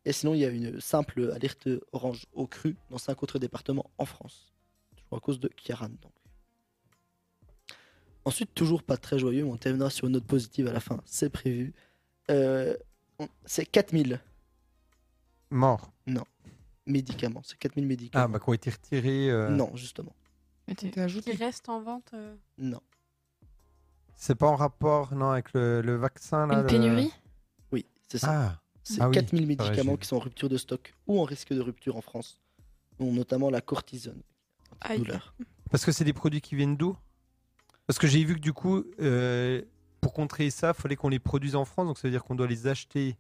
S3: Et sinon, il y a une simple alerte orange au cru dans cinq autres départements en France. Toujours à cause de Kiaran, donc. Ensuite, toujours pas très joyeux, mais on terminera sur une note positive à la fin, c'est prévu. Euh, on- c'est 4000
S1: Mort.
S3: médicaments, c'est 4000 médicaments.
S1: Ah, bah, qui ont été retirés. euh,
S3: Non, justement.
S7: Mais t'es-
S4: qui reste en vente. euh,
S3: Non.
S1: C'est pas en rapport, non, avec le, le vaccin, là.
S7: Une
S1: le-
S7: pénurie
S3: Oui, c'est ça.
S1: Ah,
S3: c'est
S1: ah oui,
S3: 4000
S1: c'est vrai,
S3: médicaments
S1: j'ai
S3: qui sont en rupture de stock ou en risque de rupture en France, dont notamment la cortisone.
S2: Aïe.
S3: Douleur.
S1: parce que c'est des produits qui viennent d'où Parce que j'ai vu que du coup, euh, pour contrer ça, il fallait qu'on les produise en France, donc ça veut dire qu'on doit les acheter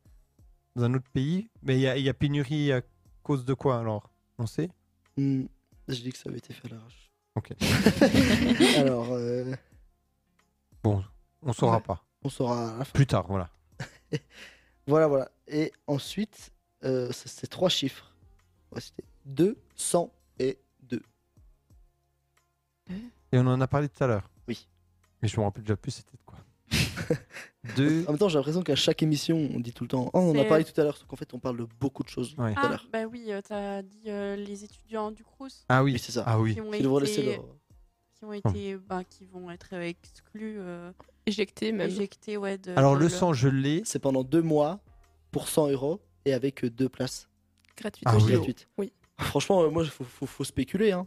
S1: dans un autre pays. Mais il y, a- il y a pénurie à cause de quoi alors On sait
S3: Hmm, J'ai dit que ça avait été fait à l'arrache.
S1: Ok.
S3: Alors, euh,
S1: On saura pas.
S3: on saura à la fin.
S1: Plus tard, voilà.
S3: Voilà, voilà. Et ensuite, euh, ça, c'est trois chiffres. On va citer 2, 100 et 2.
S1: Et on en a parlé tout à l'heure.
S3: Oui.
S1: Mais je me rappelle déjà plus, c'était de quoi Deux.
S3: En même temps, j'ai l'impression qu'à chaque émission, on dit tout le temps Oh, on en a
S4: C'est-
S3: parlé tout à l'heure, sauf qu'en fait, on parle de beaucoup de choses
S1: Ouais.
S3: tout à
S4: Ah,
S3: l'heure.
S4: bah oui, euh, t'as dit euh, les étudiants du Crous
S1: Ah oui.
S3: Oui, c'est ça.
S1: Ah oui.
S7: Euh,
S4: qui ont
S3: Ils
S4: été
S3: devront laisser leur-
S4: qui ont été, bah, qui vont être euh, exclus, euh,
S2: Éjecté même.
S4: éjectés, ouais. de-
S1: Alors
S4: de
S1: le
S4: leur-
S1: sang, je l'ai.
S3: C'est pendant deux mois pour 100 euros et avec euh, deux places
S2: Gratuit.
S1: Ah
S2: au
S1: oui.
S2: JO.
S3: gratuites.
S2: Oui.
S3: Franchement, euh, moi, il faut, faut- faut spéculer. Hein.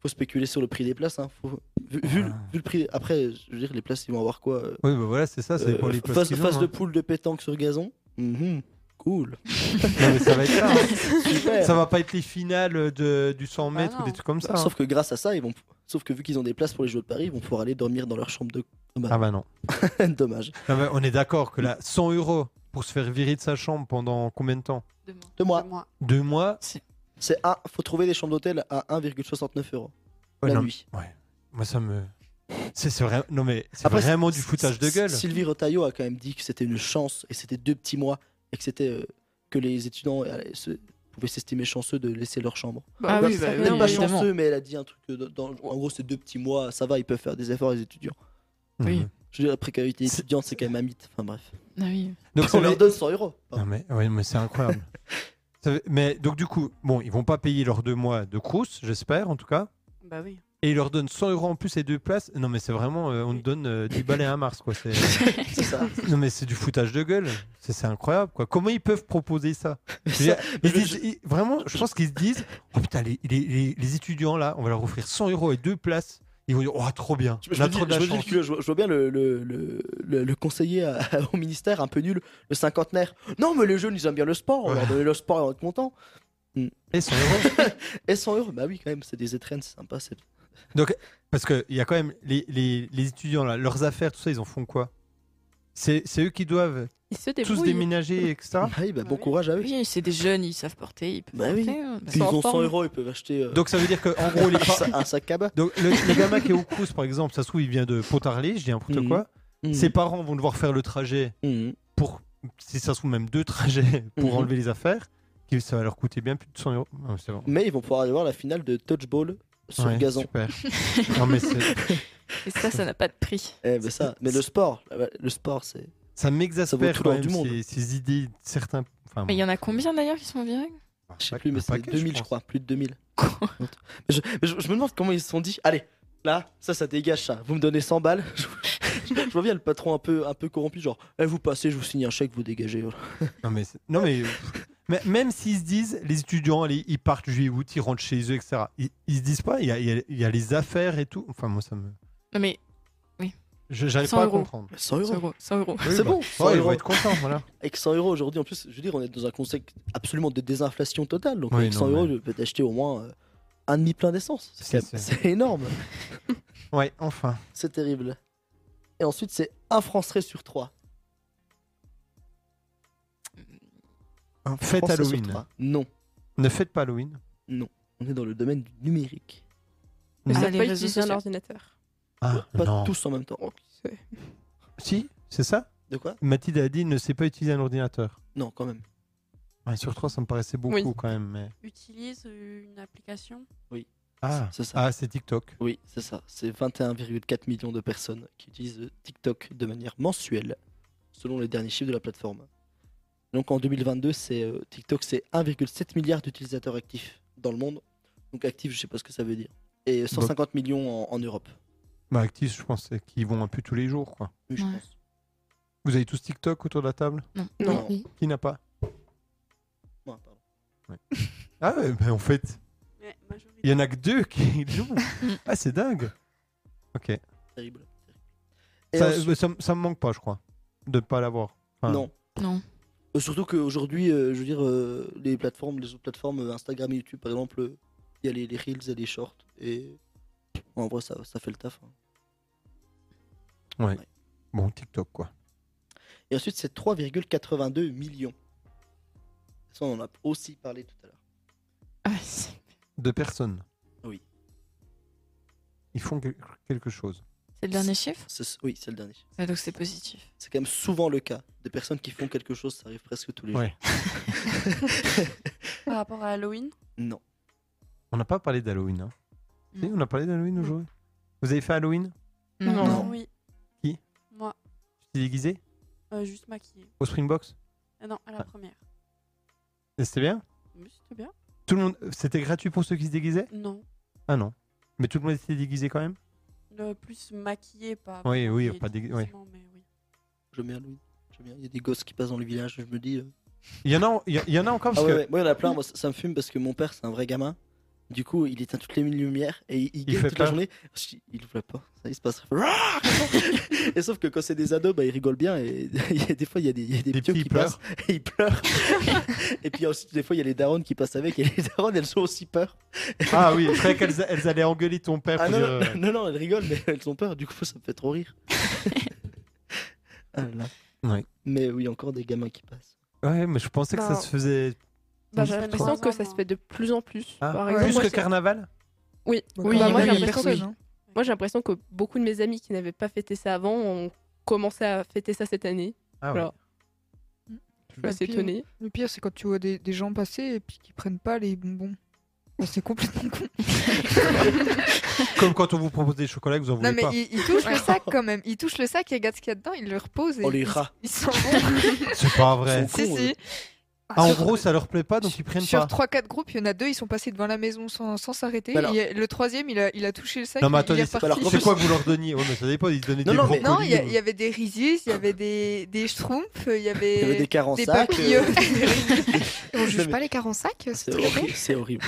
S3: Faut spéculer sur le prix des places. hein. Faut- Vu, vu le-
S1: Ouais.
S3: vu le prix. Après, je veux dire, les places, ils vont avoir quoi euh,
S1: Oui, bah voilà, c'est ça, c'est pour
S3: euh,
S1: les places
S3: Phase,
S1: qu'ils ont,
S3: phase
S1: hein.
S3: de poule de pétanque sur gazon. Mhm. Cool.
S1: Non, mais ça va être ça. hein.
S3: Super.
S1: Ça va pas être les finales de, du 100 mètres ou
S4: non.
S1: des trucs comme ça. hein.
S3: Ah Sauf que grâce à ça, ils vont. Sauf que vu qu'ils ont des places pour les Jeux de Paris, ils vont pouvoir aller dormir dans leur chambre de.
S1: Ah bah non.
S3: Dommage.
S1: Ah bah, on est d'accord que là, 100 euros pour se faire virer de sa chambre pendant combien de temps
S7: Demain.
S3: Deux mois.
S4: de moi.
S1: Deux mois
S3: C'est un. Faut trouver des chambres d'hôtel à 1,69 euros
S1: Ouais,
S3: la
S1: non,
S3: nuit.
S1: Moi, ça me. C'est c'est vrai... Non, mais c'est
S3: Après,
S1: vraiment
S3: c'est-
S1: du foutage de
S3: c'est-
S1: gueule.
S3: Sylvie Rotaillot a quand même dit que c'était une chance et c'était deux petits mois et que c'était euh, que les étudiants euh, se- pouvaient s'estimer chanceux de laisser leur chambre.
S7: Ah
S3: Bah,
S7: oui, bah,
S2: ça
S7: oui,
S3: Peut-être
S2: vient,
S3: pas
S2: mais-
S7: évidemment.
S3: chanceux, mais elle a dit un truc. euh, dans- en gros, c'est deux petits mois, ça va, ils peuvent faire des efforts les étudiants.
S1: Mmh.
S7: Oui.
S3: Je veux dire, la précarité
S1: C'est-
S3: étudiante, c'est quand même un mythe. Enfin bref.
S7: Ah oui.
S1: Donc, ça
S3: on
S1: va-
S3: leur donne 100 euros.
S1: Non, mais, ouais, mais c'est incroyable. Ça fait- mais donc, du coup, bon, ils vont pas payer leurs deux mois de crousse, j'espère, en tout cas.
S4: Bah oui.
S1: Et ils leur donnent 100 euros en plus et deux places. Non, mais c'est vraiment. euh, on te donne euh, 10 balles et un Mars, quoi. C'est.
S3: C'est ça.
S1: Non mais c'est du foutage de gueule, c'est c'est incroyable quoi. Comment ils peuvent proposer ça,
S3: Mais
S1: Je veux dire, ils
S3: je-
S1: disent- ils- Vraiment, je pense qu'ils se disent, oh putain les, les- les- les étudiants là, on va leur offrir 100 euros et deux places. Ils vont dire, oh trop bien,
S3: Je, je
S1: on a
S3: me dis-
S1: trop de la
S3: je me dis
S1: chance.
S3: que je vois- je vois bien le, le- le- le- le conseiller à- au ministère, un peu nul, le cinquantenaire. Non, mais les jeunes, ils aiment bien le sport. On leur donne le sport et on est content.
S1: Et 100 Eh, euros.
S3: Et 100 euros, bah oui, quand même, c'est des étrennes, c'est sympa. c'est-
S1: Parce qu'il y a quand même les, les- les étudiants là, leurs affaires, tout ça, ils en font quoi C'est c'est eux qui doivent
S2: Ils se
S1: tous
S2: débrouillent.
S1: déménager, etc.
S3: Bah oui, bah
S4: Bah
S3: bon
S4: oui.
S3: courage à eux.
S7: Oui, c'est des jeunes, ils savent porter, ils peuvent
S3: Bah oui.
S7: porter, hein, bah.
S3: Puis ils
S2: sont en
S3: ont 100
S2: forme.
S3: euros, ils peuvent acheter euh,
S1: Donc ça veut dire qu'en gros, les, par-
S3: un sac à bas.
S1: donc, le, le gamin qui est au Crous par exemple, ça se trouve, il vient de Pontarlier, je dis n'importe
S3: Mhm.
S1: quoi.
S3: Mmh.
S1: Ses parents vont devoir faire le trajet
S3: Mmh.
S1: pour, si ça se trouve, même deux trajets pour
S3: Mhm.
S1: enlever les affaires, qui, ça va leur coûter bien plus de 100 euros. Non, c'est vrai.
S3: Mais ils vont pouvoir aller voir la finale de touchball sur
S1: Ouais,
S3: gazon.
S1: Super. non, mais c'est-
S7: Et ça, ça n'a pas de prix.
S3: Eh ben ça, mais le sport, euh, le sport, c'est.
S1: ça
S3: Ça
S1: m'exaspère
S3: vaut tout
S1: quand
S3: l'or
S1: même
S3: du monde.
S1: ces, ces idées de certains. Enfin,
S7: Mais il y en a combien d'ailleurs qui sont virés
S1: bon,
S3: Je sais
S1: un
S3: plus, mais c'est
S1: paquet,
S3: 2000, je
S1: pense.
S3: crois, plus de 2000.
S7: Quoi
S3: Je, mais je- je me demande comment ils se sont dit. Allez, là, ça, ça dégage ça. Vous me donnez 100 balles. Je, je vois bien le patron un peu, un peu corrompu, genre, eh, vous passez, je vous signe un chèque, vous dégagez.
S1: Non, mais, c'est- non, mais, mais même s'ils se disent, les étudiants, allez, ils partent juillet, août, ils rentrent chez eux, etc. Ils, ils se disent pas, il y a, il y a- il y a les affaires et tout. Enfin, moi, ça me.
S7: Non mais
S1: je- J'arrive
S7: 100
S1: pas à
S7: euros.
S1: comprendre.
S3: 100 euros.
S7: 100 euros, 100 euros.
S1: Oui,
S3: C'est
S1: bah,
S3: bon,
S1: ouais,
S3: 100
S1: ils
S3: euros.
S1: vont être contents, voilà.
S3: Avec 100 euros aujourd'hui, en plus, je veux dire, on est dans un contexte absolument de désinflation totale. Donc,
S1: Oui,
S3: avec
S1: non,
S3: 100 euros,
S1: mais-
S3: je peux t'acheter au moins euh, un demi plein d'essence.
S1: C'est-
S3: C'est
S1: c'est-
S3: c'est énorme.
S1: Ouais, enfin.
S3: C'est terrible. Et ensuite, c'est un Français sur trois.
S1: Faites
S3: Français sur
S1: Halloween.
S3: trois. Non,
S1: Ne faites pas Halloween.
S3: on est dans le domaine du numérique.
S2: Ils
S7: Ah,
S2: savent pas
S7: les réseaux
S2: utiliser un
S7: sociaux.
S2: ordinateur.
S1: Ah,
S3: Pas
S1: non.
S3: tous en même temps.
S1: Si, c'est ça
S3: De quoi
S1: Mathilde a dit ne sait pas utiliser un ordinateur.
S3: Non, quand même.
S1: Ouais, sur 3, ça me paraissait beaucoup
S2: Oui.
S1: quand même. Mais...
S4: Utilise une application.
S1: Ah,
S3: C'est ça.
S1: ah c'est TikTok.
S3: Oui, c'est ça. C'est 21,4 millions de personnes qui utilisent TikTok de manière mensuelle, selon les derniers chiffres de la plateforme. Donc en 2022, c'est euh, TikTok, c'est 1,7 milliard d'utilisateurs actifs dans le monde. Donc actifs, je sais pas ce que ça veut dire. Et 150 millions en, en Europe.
S1: Bah, Actis, je pense c'est qu'ils vont un peu tous les jours. quoi.
S3: Oui, je
S7: Ouais.
S3: pense.
S1: Vous avez tous TikTok autour de la table
S3: Non.
S5: Non. Oui.
S1: Qui n'a pas
S3: Ouais, pardon.
S1: Ah, ouais, bah, en fait,
S4: Ouais,
S1: il
S4: majorité.
S1: y en a que deux qui l'ont. ah, c'est dingue. Ok.
S3: Terrible. terrible. Et
S1: Ça,
S3: ensuite-
S1: bah, ça, me- ça me manque pas, je crois, de pas l'avoir. Enfin,
S3: Non.
S7: Non.
S3: Euh, Surtout qu'aujourd'hui, euh, je veux dire, euh, les plateformes, les autres plateformes, euh, Instagram et YouTube, par exemple, euh, il y a les, les reels et les shorts. Et en vrai, ça, ça fait le taf. hein.
S1: Bon, TikTok, quoi.
S3: Et ensuite, c'est 3,82 millions. Ça, on en a aussi parlé tout à l'heure.
S7: Ah, c'est-
S1: De personnes.
S3: Oui.
S1: Ils font quel- quelque chose.
S7: c'est le dernier chiffre
S3: C'est- Oui, c'est le dernier.
S7: Ah, Donc c'est positif.
S3: C'est quand même souvent le cas. Des personnes qui font quelque chose, ça arrive presque tous les
S1: Ouais.
S3: jours.
S4: Par rapport à Halloween,
S3: Non.
S1: On n'a pas parlé d'Halloween. hein. Si,
S7: Non.
S1: on a parlé d'Halloween
S4: Non.
S1: aujourd'hui. Vous avez fait Halloween
S7: Non.
S3: Non.
S4: oui.
S1: Qui
S4: Moi,
S1: Tu t'es déguisé
S4: euh, juste maquillée.
S1: au Springbox
S4: Ah Non, à la
S1: Ah.
S4: première.
S1: Et C'était bien
S4: Mais C'était bien
S1: Tout le monde, c'était gratuit pour ceux qui se déguisaient
S4: Non.
S1: Ah non. Mais tout le monde était déguisé quand même
S4: Le plus maquillé, pas.
S1: Oui, oui,
S4: maquillé
S1: pas
S4: tout
S1: déguisé, oui.
S4: forcément, mais oui.
S3: J'aime bien Louis. J'aime bien. Il y a des gosses qui passent dans le village, je me dis. euh,
S1: Il y en a, il y- il y en a encore
S3: Ah
S1: parce
S3: ouais,
S1: que
S3: ouais, moi, il y en a plein, moi, ça, ça me fume parce que mon père, c'est un vrai gamin. Du coup, il éteint toutes les mille lumières et il, il gueule
S1: fait
S3: toute
S1: peur.
S3: la journée. Je dis, Il ouvre la porte, ça il se passe. et sauf que quand c'est des ados, bah, ils rigolent bien et il y a des fois, il y a des, il y a des
S1: des
S3: piots
S1: petits
S3: qui
S1: pleurent.
S3: passent et ils pleurent. et puis ensuite, des fois, il y a les darons qui passent avec et les darons, elles ont aussi peur.
S1: Ah oui, je croyais qu'elles elles allaient engueuler ton père
S3: Ah
S1: pour
S3: non,
S1: dire.
S3: non,
S1: euh,
S3: non, non, elles rigolent, mais elles ont peur. Du coup, ça me fait trop rire. Ah là là.
S1: Ouais.
S3: Mais oui, encore des gamins qui passent.
S1: euh, Ouais, mais je pensais que ça
S2: Bah,
S1: se faisait
S2: Bah, j'ai
S4: Ça fait
S2: l'impression
S4: trois
S2: que
S4: ans,
S2: ça se
S4: moi.
S2: fait de plus en plus.
S1: Ah,
S2: Par
S6: ouais.
S2: exemple,
S1: plus
S2: moi,
S1: que
S2: j'ai-
S1: carnaval.
S2: Oui,
S7: Oui,
S2: bah,
S7: il y
S2: moi
S7: a
S2: j'ai
S7: eu
S2: l'impression que
S7: personne.
S6: hein.
S2: Moi, j'ai l'impression que beaucoup de mes amis qui n'avaient pas fêté ça avant ont commencé à fêter ça cette année.
S1: Ah
S2: Voilà.
S6: Mm.
S2: Je suis assez
S6: Et puis,
S2: étonnée.
S6: Le pire, c'est quand tu vois des, des gens passer et puis qu'ils prennent pas les bonbons. Bah, c'est complètement con.
S1: Comme quand on vous propose des chocolats, que vous en voulez
S6: Non, mais
S1: pas.
S6: ils ils touchent le sac quand même. Ils touchent le sac, ils regardent ce qu'il y a dedans, ils le reposent et
S3: Oh les
S6: ils-
S3: rats.
S6: ils s'en vont.
S1: C'est pas vrai.
S3: Ils sont
S6: si,
S3: cons,
S6: si.
S1: Ah, en
S6: Sur-
S1: gros, ça leur plaît pas, donc ils prennent
S6: Sur
S1: pas.
S6: 3-4 groupes, il y en a deux, ils sont passés devant la maison sans sans s'arrêter.
S3: Bah alors-
S6: Il y a- Le troisième, il a, il a touché le sac.
S1: Non, mais
S6: il- il
S1: attendez,
S6: est
S1: c'est-
S6: reparti.
S3: alors,
S1: C'est quoi que vous leur donniez Ouais, mais ça dépend, ils donnaient
S3: Non,
S1: des
S3: non, mais-
S6: Non,
S1: brocolis.
S6: il y, a- il y avait des riziers, il y avait des, des schtroumpfs, il y avait,
S3: Il y avait des carrés en
S6: des
S3: sac,
S6: papillons.
S3: euh,
S5: Et on juge
S3: mais-
S5: pas les 45
S3: C'est horrible, c'est horrible.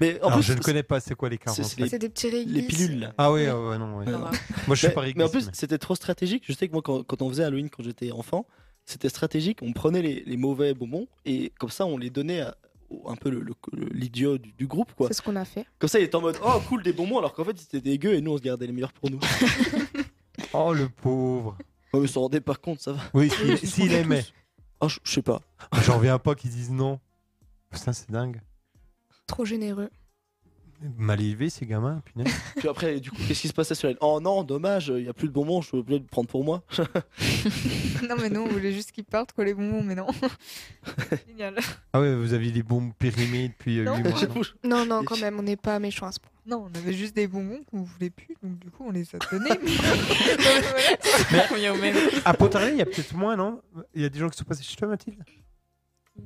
S3: Mais en
S1: Alors,
S3: plus,
S1: je ne connais pas, c'est quoi les carreaux
S3: c'est- c'est les,
S5: C'est des petits
S3: les
S5: réglisse.
S3: pilules là.
S1: Ah oui, ah ouais, non, ouais.
S3: Ouais,
S1: Moi, je
S3: non.
S1: suis
S3: mais,
S1: pas
S3: mais en
S1: réglisse,
S3: plus,
S1: mais-
S3: c'était trop stratégique. Je sais que moi, quand, quand on faisait Halloween quand j'étais enfant, c'était stratégique. On prenait les, les mauvais bonbons et comme ça, on les donnait à au- un peu le- le- le- l'idiot du, du groupe quoi.
S5: C'est ce qu'on a fait.
S3: Comme ça il était en mode oh cool des bonbons alors qu'en fait c'était dégueu et nous on se gardait les meilleurs pour nous.
S1: Oh, le pauvre.
S3: on ne s'en rendait pas compte ça va.
S1: Oui,
S3: Ils
S1: s'il
S3: se
S1: s'il
S3: prenaient
S1: aimait.
S3: tous. Ah je je sais pas.
S1: J'en reviens pas qu'ils disent non. Putain, c'est dingue.
S5: Trop généreux.
S1: Mal élevé, ces gamins, punaise.
S3: Puis après du coup qu'est-ce qui se passait sur elle Oh non dommage il y a plus de bonbons je suis obligé de prendre pour moi.
S6: non, mais non, on voulait juste qu'ils partent, quoi, les bonbons, mais non. Génial.
S1: Ah ouais, vous aviez des bombes périmées depuis euh,
S6: Non.
S1: huit mois. non
S3: J'avoue, je-
S5: Non, non, quand même, on n'est pas méchant à ce point.
S6: Non, on avait juste des bonbons qu'on voulait plus, donc du coup, on les a donnés. mais-
S7: On vient au même.
S1: À Pontarlier, Ah, il y a peut-être moins, non Il y a des gens qui sont passés chez toi, Mathilde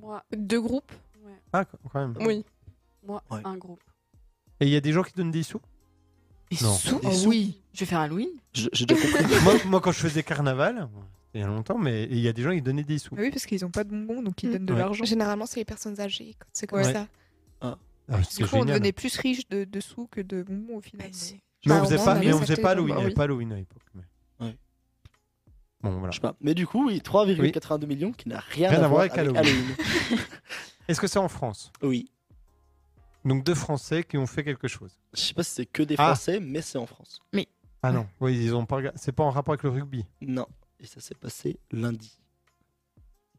S4: Moi,
S2: euh, Deux groupes
S4: ouais.
S1: Ah, quand quand même.
S2: Oui.
S4: Moi,
S3: Ouais.
S4: un groupe.
S1: Et il y a des gens qui donnent des sous
S7: Des
S1: Non.
S7: sous
S6: ah
S3: Des
S7: Oh
S3: sous.
S7: oui. Je vais faire Halloween.
S3: je- J'ai déjà compris.
S1: moi, moi, quand je faisais carnaval, il y a longtemps, mais il y a des gens qui donnaient des sous.
S6: Ah oui, parce qu'ils ont pas de bonbons, donc ils
S5: Mm.
S6: donnent de
S1: Ouais.
S6: l'argent.
S5: Généralement, c'est les personnes âgées. quand C'est comme
S1: Ouais.
S5: ça.
S1: Ah,
S6: Du
S1: c'est
S6: coup, on
S1: génial.
S6: devenait plus riche de, de sous que de bonbons au final.
S7: Mais
S6: mais-
S7: c'est-
S1: Mais on
S5: Bah, au
S1: faisait
S5: moins,
S1: pas,
S5: on
S1: mais
S5: avait
S1: on faisait
S5: cette
S1: pas
S5: raison.
S1: Halloween. Il n'y
S5: Bah
S1: avait
S5: oui.
S1: pas Halloween à l'époque. mais-
S3: Ouais.
S1: Bon, voilà.
S3: Je sais pas. Mais du coup oui 3,82 millions qui n'a rien, à voir avec Halloween.
S1: Est-ce que c'est en France
S3: Oui.
S1: Donc deux Français qui ont fait quelque chose.
S3: Je sais pas si c'est que des
S1: Ah.
S3: Français mais c'est en France.
S1: Ah non, oui, ils ont pas. regard- C'est pas en rapport avec le rugby.
S3: Non. Et ça s'est passé lundi.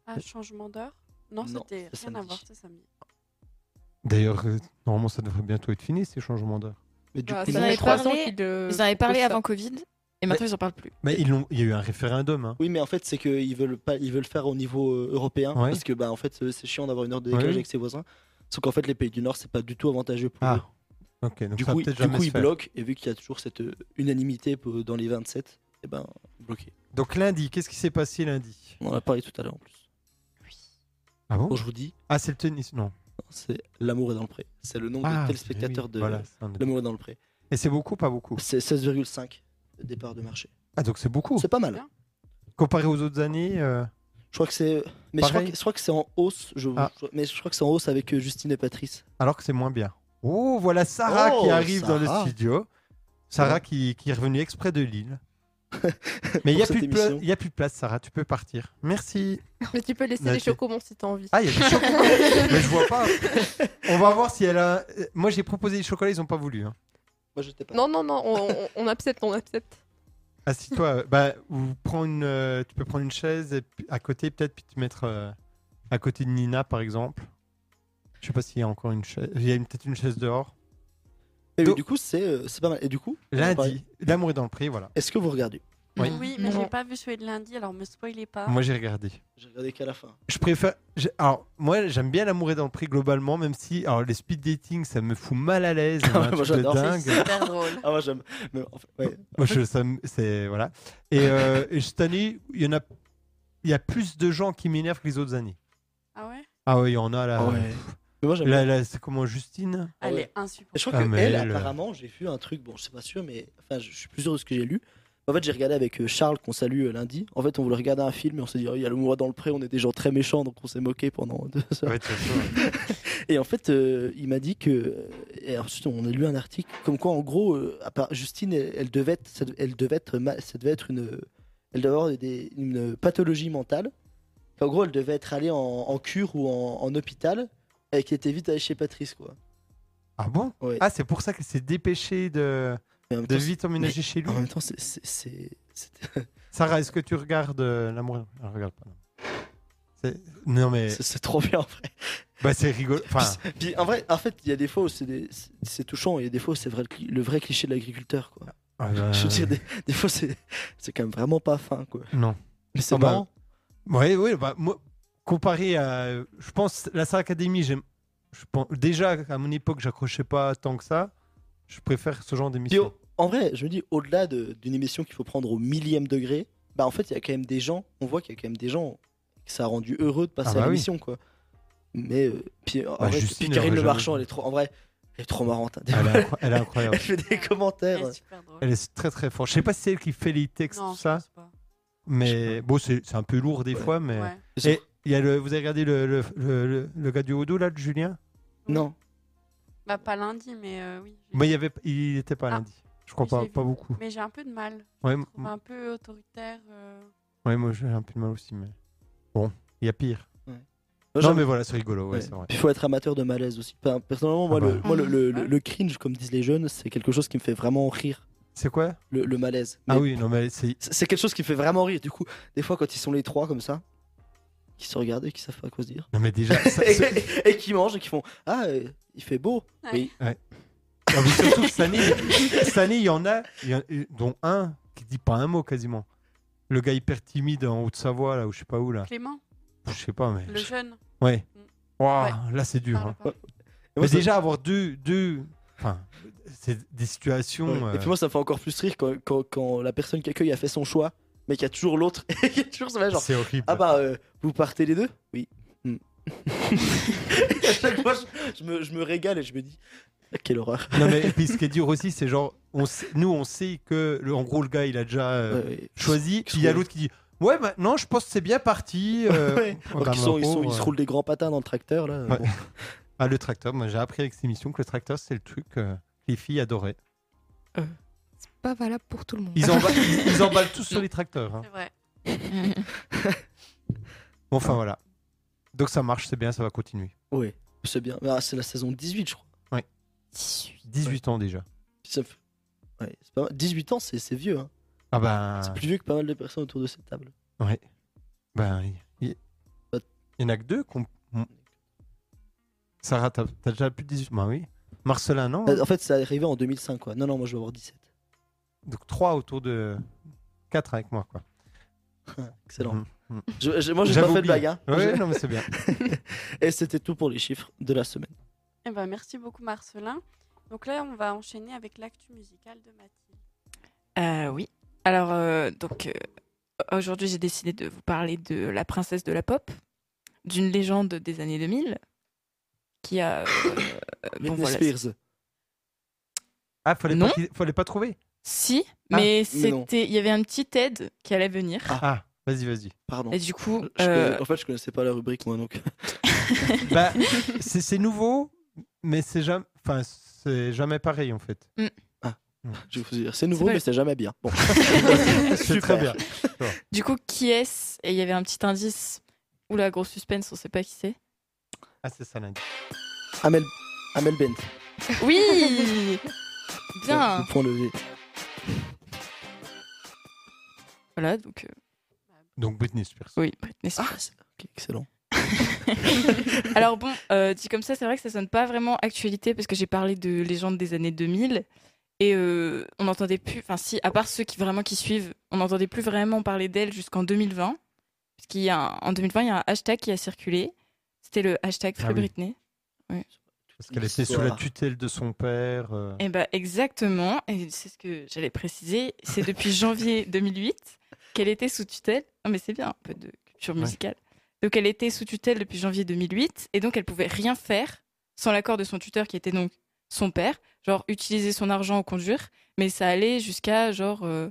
S4: Ah, changement d'heure Non,
S3: Non,
S4: c'était
S3: c'est
S4: rien à
S3: samedi.
S4: voir, c'est samedi.
S1: D'ailleurs, euh, normalement, ça devrait bientôt être fini ces changements d'heure.
S3: Mais du
S2: Bah,
S3: coup,
S7: ils en
S2: ça
S7: avaient
S2: fait trois
S7: parlé-
S2: ans qu'ils le-
S7: Ils en avaient parlé
S2: proposent Euh, ça.
S7: avant Covid et maintenant ils en parlent plus.
S1: Mais ils l'ont- il y a eu un référendum. hein.
S3: Oui, mais en fait, c'est qu'ils veulent pas, ils veulent faire au niveau euh, européen
S1: Ouais.
S3: parce que bah en fait, euh, c'est chiant d'avoir une heure de décalage
S1: Ouais.
S3: avec ses voisins. Sauf qu'en fait, les pays du Nord, c'est pas du tout avantageux pour eux.
S1: Ah. Ok, donc
S3: Du
S1: ça va
S3: coup,
S1: peut-être
S3: du
S1: jamais
S3: coup,
S1: se
S3: ils
S1: faire.
S3: bloquent et vu qu'il y a toujours cette euh, unanimité pour- dans les 27, et ben bloqué.
S1: Donc lundi, qu'est-ce qui s'est passé lundi
S3: On en a parlé tout à l'heure en plus.
S1: Ah bon
S3: Quand je vous dis,
S1: Ah, c'est le tennis, non
S3: c'est l'amour est dans le pré. C'est le nombre
S1: Ah,
S3: de téléspectateurs
S1: oui,
S3: de
S1: voilà, ça, on est-
S3: l'amour est dans le pré.
S1: Et c'est beaucoup, pas beaucoup
S3: C'est 16,5 le départ de marché.
S1: Ah, donc c'est beaucoup.
S3: C'est pas mal.
S1: Comparé aux autres années, euh,
S3: Je crois que c'est, mais je crois
S1: Pareil.
S3: que, je crois que c'est en hausse. Je,
S1: Ah.
S3: je- mais je crois que c'est en hausse avec euh, Justine et Patrice.
S1: alors que c'est moins bien. Oh, voilà Sarah qui
S3: Oh,
S1: arrive dans le
S3: Sarah.
S1: studio. Sarah
S3: Ouais.
S1: qui, qui est revenue exprès de Lille. Mais il n'y a,
S3: Pour
S1: plus
S3: cette
S1: de pla-
S3: émission.
S1: il y a plus de place, Sarah, tu peux partir. Merci.
S2: Mais tu peux laisser
S1: Noté.
S2: les chocobons si t'as envie.
S1: Ah, il y a des chocolats. Mais je vois pas. On va voir si elle a. euh, Moi, j'ai proposé des chocolats, ils ont pas voulu. hein.
S3: Moi, j'étais pas.
S2: Non, non, non, on, on- on accepte, on accepte.
S1: Assis-toi. euh, bah, ou prends une, euh, tu peux prendre une chaise et puis- à côté, peut-être, puis te mettre euh, à côté de Nina, par exemple. Je sais pas s'il y a encore une chaise. Il y a une- peut-être une chaise dehors.
S3: Et
S1: Donc-
S3: du coup, c'est euh, c'est pas mal. Et du coup, on va parler-
S1: Lundi, l'amour est dans le prix, voilà.
S3: Est-ce que vous regardez
S1: Oui.
S7: Non.
S4: Oui, mais
S7: Non.
S4: j'ai pas vu celui de lundi, alors me spoilez pas.
S3: Ah.
S1: Moi, j'ai regardé.
S3: J'ai regardé qu'à la fin.
S1: Je préfère. j'ai- Alors, moi, j'aime bien l'amour est dans le prix globalement, même si. Alors, les speed dating, ça me fout mal à l'aise.
S3: Ah ouais,
S1: un
S3: moi,
S1: truc de
S3: j'adore.
S4: C'est
S1: dingue.
S4: super drôle.
S3: Ah, moi j'aime. Mais en fait, ouais.
S1: Moi, je, ça me- c'est voilà. Et, euh, et cette année, il y en a, il y a plus de gens qui m'énervent que les autres années.
S4: Ah ouais
S1: Ah ouais, il y en a là.
S3: Ah ouais. Mais moi, j'aime
S1: Là,
S3: bien.
S1: là, c'est comment Justine
S3: Ah
S4: Elle
S3: ouais.
S4: est insupportable.
S3: Je crois
S1: Ah,
S3: que
S1: mais
S3: elle,
S1: elle, euh,
S3: apparemment, j'ai vu un truc, bon, je sais pas sûr, mais enfin, je je suis plus sûr de ce que j'ai lu. En fait, j'ai regardé avec euh, Charles, qu'on salue euh, lundi. En fait, on voulait regarder un film et on s'est dit, Oh, il y a le mois dans le pré, on est des gens très méchants, donc on s'est moqué pendant deux heures.
S1: Ouais, de toute façon, ouais.
S3: Et en fait, euh, il m'a dit que. Et ensuite, on a lu un article comme quoi, en gros, euh, à part- Justine, elle, elle devait être, ça, de- elle devait être, ma- ça devait être une, elle devait avoir des- une pathologie mentale. Enfin, en gros, elle devait être allée en, en cure ou en, en hôpital, et qu'elle était vite allée chez Patrice, quoi.
S1: Ah bon
S3: Ouais.
S1: Ah, c'est pour ça qu'elle s'est dépêchée de,
S3: Mais en même
S1: de
S3: temps,
S1: vite emménager chez lui.
S3: En même temps, c'est- c'est- c'est. c'est-
S1: Sarah, est-ce que tu regardes euh, l'amour Non, regarde pas. non. C'est- Non, mais
S3: c'est- C'est trop bien en vrai.
S1: bah, c'est rigolo. Enfin,
S3: Puis, en vrai, en fait, il y a des fois où c'est des- c'est- c'est touchant et il y a des fois où c'est vrai, le cli- le vrai cliché de l'agriculteur. quoi.
S1: ah bah,
S3: Je veux dire, des, des fois, c'est c'est quand même vraiment pas fin. Quoi.
S1: non.
S3: Mais c'est
S1: Ah bah,
S3: marrant.
S1: Oui, oui, bah, moi, comparé à. euh, Je pense, la Sarah Academy, j'aime. Je pense, déjà, à mon époque, j'accrochais pas tant que ça. Je préfère ce genre
S3: Puis,
S1: d'émission.
S3: au- en vrai, je me dis, au-delà de- d'une émission qu'il faut prendre au millième degré, bah en fait, il y a quand même des gens, on voit qu'il y a quand même des gens que ça a rendu heureux de passer
S1: Ah bah
S3: à
S1: oui.
S3: l'émission, quoi. Mais, euh, puis, en
S1: Bah,
S3: vrai,
S1: Justine,
S3: puis
S1: elle
S3: Karine
S1: aurait
S3: Le
S1: jamais-
S3: Marchand, elle est trop, en vrai, elle est trop marrante. hein.
S1: Elle, est incro- elle est incroyable.
S3: Elle fait des
S4: Ouais.
S3: commentaires.
S4: Elle est super drôle.
S1: Elle est très très forte. Je sais pas si c'est elle qui fait les textes,
S4: Non,
S1: tout
S4: je
S1: ça,
S4: pense pas.
S1: mais bon, c'est c'est un peu lourd des
S3: Ouais.
S1: fois. Mais
S4: Ouais.
S1: Et il y a le, vous avez regardé le, le, le- le- le gars du Hodo là, de Julien
S3: Non.
S4: Bah, pas lundi, mais euh, oui. j'ai-
S1: Mais il y avait, il était pas
S4: Ah.
S1: lundi. Je crois
S4: Je
S1: pas,
S4: l'ai vu.
S1: pas beaucoup. Mm.
S4: Mais j'ai un peu de mal.
S1: Ouais,
S4: Je
S1: m-
S4: le trouve un peu autoritaire. euh.
S1: ouais, moi j'ai un peu de mal aussi, mais bon, il y a pire.
S3: Moi,
S1: non,
S3: j'aime-
S1: mais voilà, c'est rigolo, ouais,
S3: Ouais.
S1: c'est vrai.
S3: Puis il faut être amateur de malaise aussi. Enfin, personnellement, moi,
S1: Ah bah.
S3: le, moi, le- le- le-
S4: Ouais.
S3: le cringe, comme disent les jeunes, c'est quelque chose qui me fait vraiment rire.
S1: C'est quoi
S3: Le, le malaise.
S1: Ah
S3: Mais
S1: oui, non mais c'est.
S3: C'est c'est quelque chose qui me fait vraiment rire. Du coup, des fois, quand ils sont les trois comme ça, qui se regardent et qui savent pas quoi se dire,
S1: Non mais déjà. ça-
S3: et,
S1: ce-
S3: et- et qui mangent et qui font Ah, euh, il fait beau.
S4: Ouais.
S3: Oui.
S1: Ah, mais surtout cette année, cette année, il y en a, il y en- dont un qui dit pas un mot quasiment. Le gars hyper timide en Haute-Savoie là, ou je sais pas où là.
S4: Clément,
S1: Je sais pas mais.
S4: le Mm. jeune.
S1: Ouais. Waouh, là c'est
S4: parle
S1: dur. hein.
S4: pas.
S3: Ouais. Et
S1: Mais
S3: moi, ça-
S1: déjà avoir deux, deux, enfin, c'est des situations.
S3: ouais.
S1: euh,
S3: Et puis moi, ça me fait encore plus rire quand, quand- quand la personne qui accueille a fait son choix, mais qu'il y a toujours l'autre. et qu'il y a toujours ce mec genre
S1: c'est horrible.
S3: Ah bah, euh, vous partez les deux Oui. Hmm. à chaque fois, je, je me, je me régale et je me dis Ah, Quelle horreur.
S1: Non mais et puis ce qui est dur aussi, c'est genre, on sait- nous on sait que le, en gros le gars il a déjà euh,
S3: Ouais, ouais.
S1: choisi. Puis il y a l'autre qui dit, ouais maintenant je pense que c'est bien parti. euh,
S3: Ouais.
S1: oh,
S3: Alors
S1: dame
S3: qu'ils
S1: la
S3: sont- ils, sont-
S1: pauvre,
S3: ils se
S1: euh.
S3: roulent des grands patins dans le tracteur là.
S1: Ouais.
S3: Bon.
S1: Ah le tracteur, moi j'ai appris avec cette émission que le tracteur c'est le truc. euh, les filles adoraient.
S5: C'est pas valable pour tout le monde.
S1: Ils emballent, ils, ils emballent tous sur les tracteurs. hein.
S4: C'est vrai.
S1: Bon, Enfin voilà. Donc ça marche, c'est bien, ça va continuer.
S3: Oui, c'est bien. Ah, c'est la saison 18, je crois.
S1: 18 ans déjà.
S3: Ça fait- ouais, c'est pas mal. 18 ans, c'est c'est vieux. hein.
S1: Ah ben,
S3: C'est plus vieux que pas mal de personnes autour de cette table.
S1: ouais. Ben, il il- il y en a que deux. qu'on- hmm. Sarah, t'as t'as déjà plus de 18 Ben oui. Marcelin, non
S3: Euh, En fait, c'est arrivé en 2005, quoi. Non, non, moi je vais avoir 17.
S1: Donc trois autour de quatre avec moi quoi.
S3: Excellent.
S1: Mhm, mhm.
S3: Je- je- moi, j'ai
S1: J'avais
S3: pas fait de
S1: oublié.
S3: blague. hein.
S1: Ouais, non mais c'est bien.
S3: Et c'était tout pour les chiffres de la semaine.
S4: Eh ben, merci beaucoup, Marcelin. Donc là, on va enchaîner avec l'actu musicale de Mathilde.
S7: Euh, oui. Alors, euh, donc, euh, aujourd'hui, j'ai décidé de vous parler de la princesse de la pop, d'une légende des années 2000, qui a. euh, bon,
S3: Britney
S7: voilà.
S3: Spears.
S1: Ah fallait
S7: Non.
S1: pas qu'il- fallait pas trouver.
S7: Si,
S1: Ah,
S7: mais
S3: mais non.
S7: c'était. Il y avait un petit aide qui allait venir.
S3: Ah.
S1: Ah vas-y vas-y.
S3: Pardon.
S7: Et du coup,
S3: Je-
S7: euh,
S3: En fait, je connaissais pas la rubrique, moi, donc.
S1: bah c'est c'est nouveau mais c'est jamais enfin c'est jamais pareil en fait.
S3: Je vais vous dire, c'est nouveau,
S7: pas-
S3: mais c'est jamais bien. Bon.
S1: C'est très bien.
S7: du coup, qui est-ce Et il y avait un petit indice. Oula, gros suspense, on sait pas qui c'est.
S1: Ah c'est ça lundi.
S3: Amel, Amel Bent.
S7: Oui Bien
S3: Le point levé.
S7: Voilà, donc. euh,
S1: Donc Britney Spears.
S7: oui, Britney Spears.
S3: Ah, c'est- ok, excellent.
S7: Alors bon, euh, dit comme ça, c'est vrai que ça sonne pas vraiment actualité parce que j'ai parlé de légende des années 2000 et euh, on n'entendait plus, enfin si, à part ceux qui vraiment qui suivent, on n'entendait plus vraiment parler d'elle jusqu'en 2020. Parce qu'il y a un- en 2020, il y a un hashtag qui a circulé. C'était le hashtag
S1: Ah
S7: Free
S1: oui.
S7: Britney.
S1: Parce qu'elle était sous la
S3: Histoire.
S1: tutelle de son père. euh.
S7: Et bah exactement, et c'est ce que j'allais préciser, c'est depuis janvier 2008 qu'elle était sous tutelle. Non mais c'est bien, un peu de culture
S1: Ouais.
S7: musicale. Donc elle était sous tutelle depuis janvier 2008 et donc elle pouvait rien faire sans l'accord de son tuteur qui était donc son père, genre utiliser son argent au conduire, mais ça allait jusqu'à genre euh,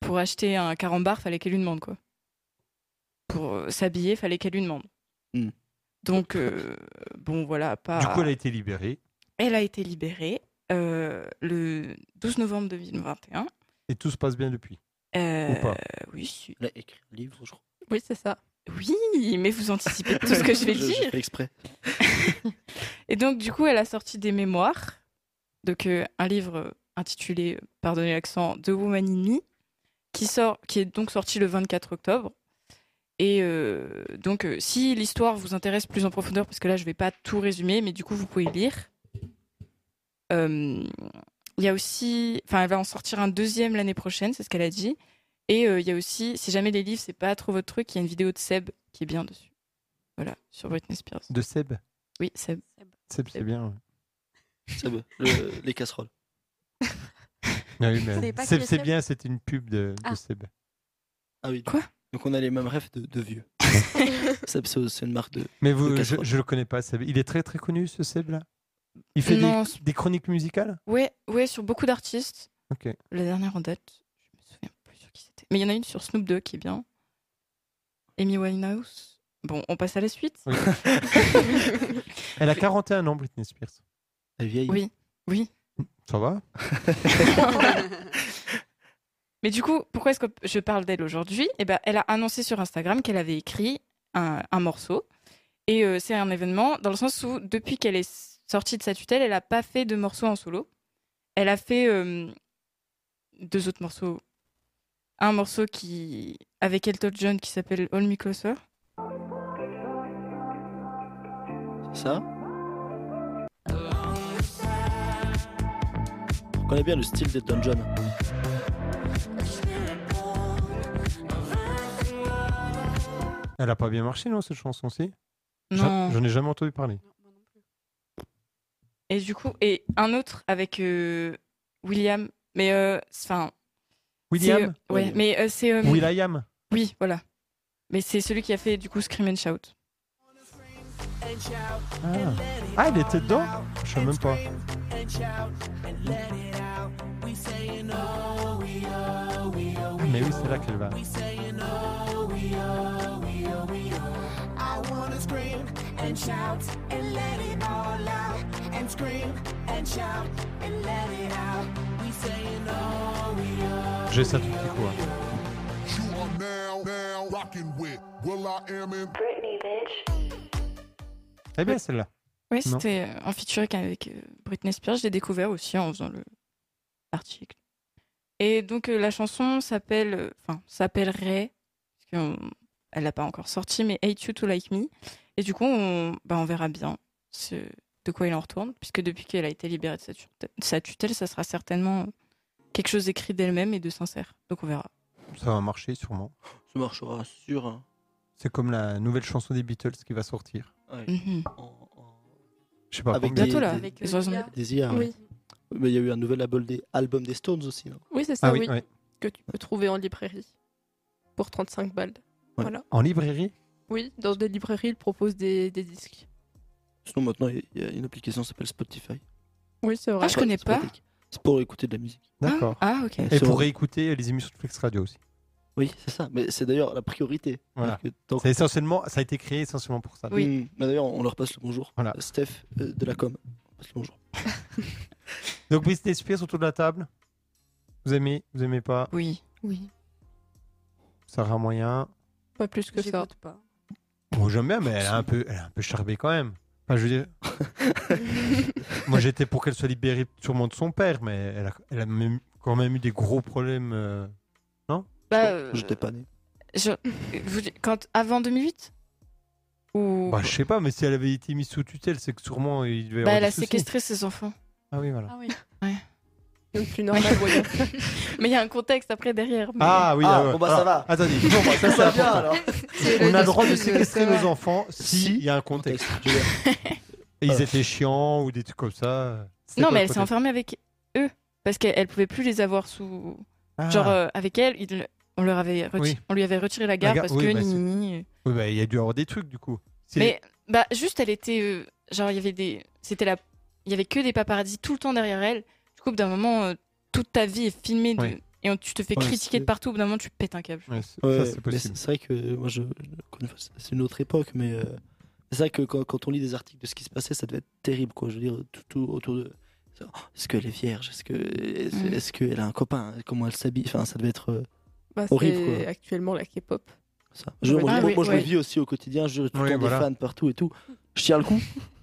S7: pour acheter un carambar, fallait qu'elle lui demande quoi. Pour euh, s'habiller, fallait qu'elle lui demande.
S3: Hmm.
S7: Donc euh, bon voilà,
S4: bah.
S7: pas
S1: Du coup, elle a été libérée.
S7: elle a été libérée euh, le 12 novembre 2021.
S1: Et tout se passe bien depuis.
S7: Euh,
S1: Ou pas.
S7: Oui, si-
S3: Elle a écrit un livre, je crois.
S2: Oui, c'est ça.
S7: oui, mais vous anticipez tout ce que je vais
S3: Je
S7: dire.
S3: fais exprès.
S7: Et donc, du coup, elle a sorti des mémoires. Donc, euh, un livre euh, intitulé, euh, pardonnez l'accent, The Woman in Me, qui, sort, qui est donc sorti le 24 octobre. Et euh, donc, euh, si l'histoire vous intéresse plus en profondeur, parce que là, je ne vais pas tout résumer, mais du coup, vous pouvez lire. Euh, Il y a aussi. Enfin, elle va en sortir un deuxième l'année prochaine, c'est ce qu'elle a dit. Et euh, il y a aussi, si jamais les livres, c'est pas trop votre truc, il y a une vidéo de Seb qui est bien dessus. Voilà, sur Britney Spears.
S1: De Seb.
S7: Oui, Seb.
S1: Seb, Ah c'est bien. ouais.
S3: C'est bon, le- les casseroles.
S1: Ah oui,
S4: savais
S1: mais
S4: pas
S1: Seb,
S4: qu'il y a
S1: c'est
S4: Seb.
S1: bien, c'était une pub de, de
S4: Ah.
S1: Seb.
S3: Ah oui.
S7: Quoi
S3: Donc on a les mêmes rêves de, de vieux. Ça, c'est c'est une marque de.
S1: Mais vous,
S3: De
S1: je,
S3: casserole.
S1: je le connais pas, Seb. Il est très très connu, ce Seb-là. Il fait
S7: Non,
S1: des, des chroniques musicales
S7: Ouais, ouais, sur beaucoup d'artistes.
S1: Ok.
S7: La dernière en date, je me souviens plus sur qui c'était. Mais il y en a une sur Snoop Dogg qui est bien. Amy Winehouse. Bon, on passe à la suite.
S1: Oui. Elle a 41 ans, Britney Spears.
S3: La vieille.
S7: Oui, oui.
S1: Ça va
S7: Mais du coup, pourquoi est-ce que je parle d'elle aujourd'hui Eh ben, elle a annoncé sur Instagram qu'elle avait écrit un, un morceau. Et euh, c'est un événement dans le sens où, depuis qu'elle est sortie de sa tutelle, elle n'a pas fait de morceaux en solo. Elle a fait euh, deux autres morceaux. Un morceau qui avec Elton John qui s'appelle All Me Closer.
S3: Ça. On connaît bien le style d'Elton John.
S1: Elle a pas bien marché, non, cette chanson-ci
S7: Non.
S1: J'en j'en ai jamais entendu parler.
S7: Et du coup, et un autre avec euh, William. Mais euh, enfin, c'est, euh,
S1: William
S7: ouais, mais euh, c'est. euh,
S1: Will.i.am
S7: Oui, voilà. Mais c'est celui qui a fait du coup Scream and Shout.
S1: Ah. Ah, il était dedans Je sais même pas. Ah, mais oui, c'est là qu'elle va. J'ai ça tout petit coup. hein.
S8: You are now, now rocking with Will I Am and
S1: Eh bien, celle-là.
S7: Oui,
S1: Non.
S7: c'était euh, en featuring avec euh, Britney Spears. Je l'ai découvert aussi en faisant le- l'article. Et donc euh, la chanson s'appelle, euh, enfin s'appellerait, parce qu'on- elle l'a pas encore sortie, mais Hate You to Like Me. Et du coup, on, bah, on verra bien ce, de quoi il en retourne, puisque depuis qu'elle a été libérée de sa tutelle, sa tutelle, ça sera certainement quelque chose écrit d'elle-même et de sincère. Donc on verra.
S1: Ça va marcher sûrement.
S3: Ça marchera hein. sur un.
S1: C'est comme la nouvelle chanson des Beatles qui va sortir.
S7: Mhm.
S3: en- en-
S1: Je sais pas
S3: Avec
S1: combien.
S7: Bientôt là. euh,
S3: Avec,
S7: les oiseaux-
S3: Des IA. Ah ouais.
S2: Oui,
S3: Mais il y a eu un nouvel album des, album des Stones aussi. Non
S2: oui c'est ça,
S1: Ah
S2: oui.
S1: oui, ouais.
S2: Que tu peux trouver en librairie pour 35 balles.
S1: en librairie
S2: Oui, dans des librairies, ils proposent des, des disques.
S3: Sinon, maintenant, il y a une application qui s'appelle Spotify.
S2: Oui, c'est vrai.
S7: Ah, je connais pas.
S3: Spotify. C'est pour écouter de la musique.
S1: D'accord.
S7: Ah, ok.
S1: Et
S3: Sur-
S1: pour réécouter les émissions de Flex Radio aussi.
S3: Oui, c'est ça. Mais c'est d'ailleurs la priorité.
S1: Voilà.
S3: Parce que tant que-
S1: C'est essentiellement, ça a été créé essentiellement pour ça.
S7: Oui.
S3: Hmm, mais d'ailleurs, on leur passe le bonjour.
S1: Voilà.
S3: Steph euh, de la com. on passe le bonjour.
S1: Donc Britney Spears autour de la table. Vous aimez, vous aimez pas,
S7: Oui.
S5: Oui.
S1: ça aura moyen.
S2: Pas plus que ça.
S4: J'écoute pas.
S1: Bon, j'aime bien, mais elle est un peu, elle est un peu charbée quand même. Enfin, je veux dire. Moi, j'étais pour qu'elle soit libérée sûrement de son père, mais elle a, elle a même- quand même eu des gros problèmes. euh,
S7: Bah, euh,
S3: J'étais pas né.
S7: je- vous- quand, avant 2008 Ou...
S1: Bah, je sais pas, mais si elle avait été mise sous tutelle, c'est que sûrement il devait y
S7: Bah,
S1: avoir
S7: elle
S1: des
S7: a
S1: soucis.
S7: séquestré ses enfants.
S1: Ah oui, voilà.
S4: Ah oui.
S2: Donc plus normal, voyons.
S7: Mais il y a un contexte après derrière. mais-
S1: Ah oui,
S3: Ah,
S1: ouais.
S3: bon, bah, ça va.
S1: Attendez, bon, bah, ça, c'est
S3: Ça vient,
S1: important.
S3: alors.
S1: On a le droit de séquestrer nos enfants s'il
S3: Si.
S1: y a un contexte. Ah.
S3: Je veux dire,
S1: Et ils
S3: Voilà.
S1: étaient chiants ou des trucs comme ça. C'était
S7: Non,
S1: quoi
S7: mais
S1: le
S7: elle s'est
S1: contexte
S7: enfermée avec eux. Parce qu'elle elle pouvait plus les avoir sous.
S1: Ah.
S7: Genre, euh, avec elle, il- on, leur avait reti-
S1: Oui.
S7: on lui avait retiré la gare
S1: gare-
S7: parce
S1: oui,
S7: que.
S1: bah, c'est-
S7: ni- ni- ni.
S1: Oui, bah, il y a dû avoir des trucs du coup. C'est-
S7: Mais bah, juste, elle était. euh, genre il y avait des c'était la il y avait que des paparazzi tout le temps derrière elle du coup au bout d'un moment euh, toute ta vie est filmée de-
S1: Ouais.
S7: et on- tu te fais
S3: Ouais,
S7: critiquer de
S3: c'est-
S7: partout au bout d'un moment tu pètes un câble
S1: Ouais, c'est-
S3: Ouais,
S1: ça, c'est
S3: mais
S1: possible.
S3: C'est vrai que euh, moi, je, je- encore une fois, c'est- c'est une autre époque, mais euh, c'est vrai que quand, quand on lit des articles de ce qui se passait, ça devait être terrible, quoi. Je veux dire, tout, tout autour de. Oh, Est-ce qu'elle est vierge Est-ce que est-ce
S7: Mm.
S3: est-ce qu'elle a un copain Comment elle s'habille Enfin, ça devait être euh,
S2: Bah,
S3: Horrible,
S2: c'est
S3: quoi.
S2: actuellement la K-pop.
S3: ça. Je- moi,
S7: Ah
S3: je- moi,
S7: oui,
S3: moi, je
S7: ouais.
S3: le vis aussi au quotidien. Je tout le
S1: Oui,
S3: temps
S1: voilà.
S3: des fans partout et tout. Je tire le coup.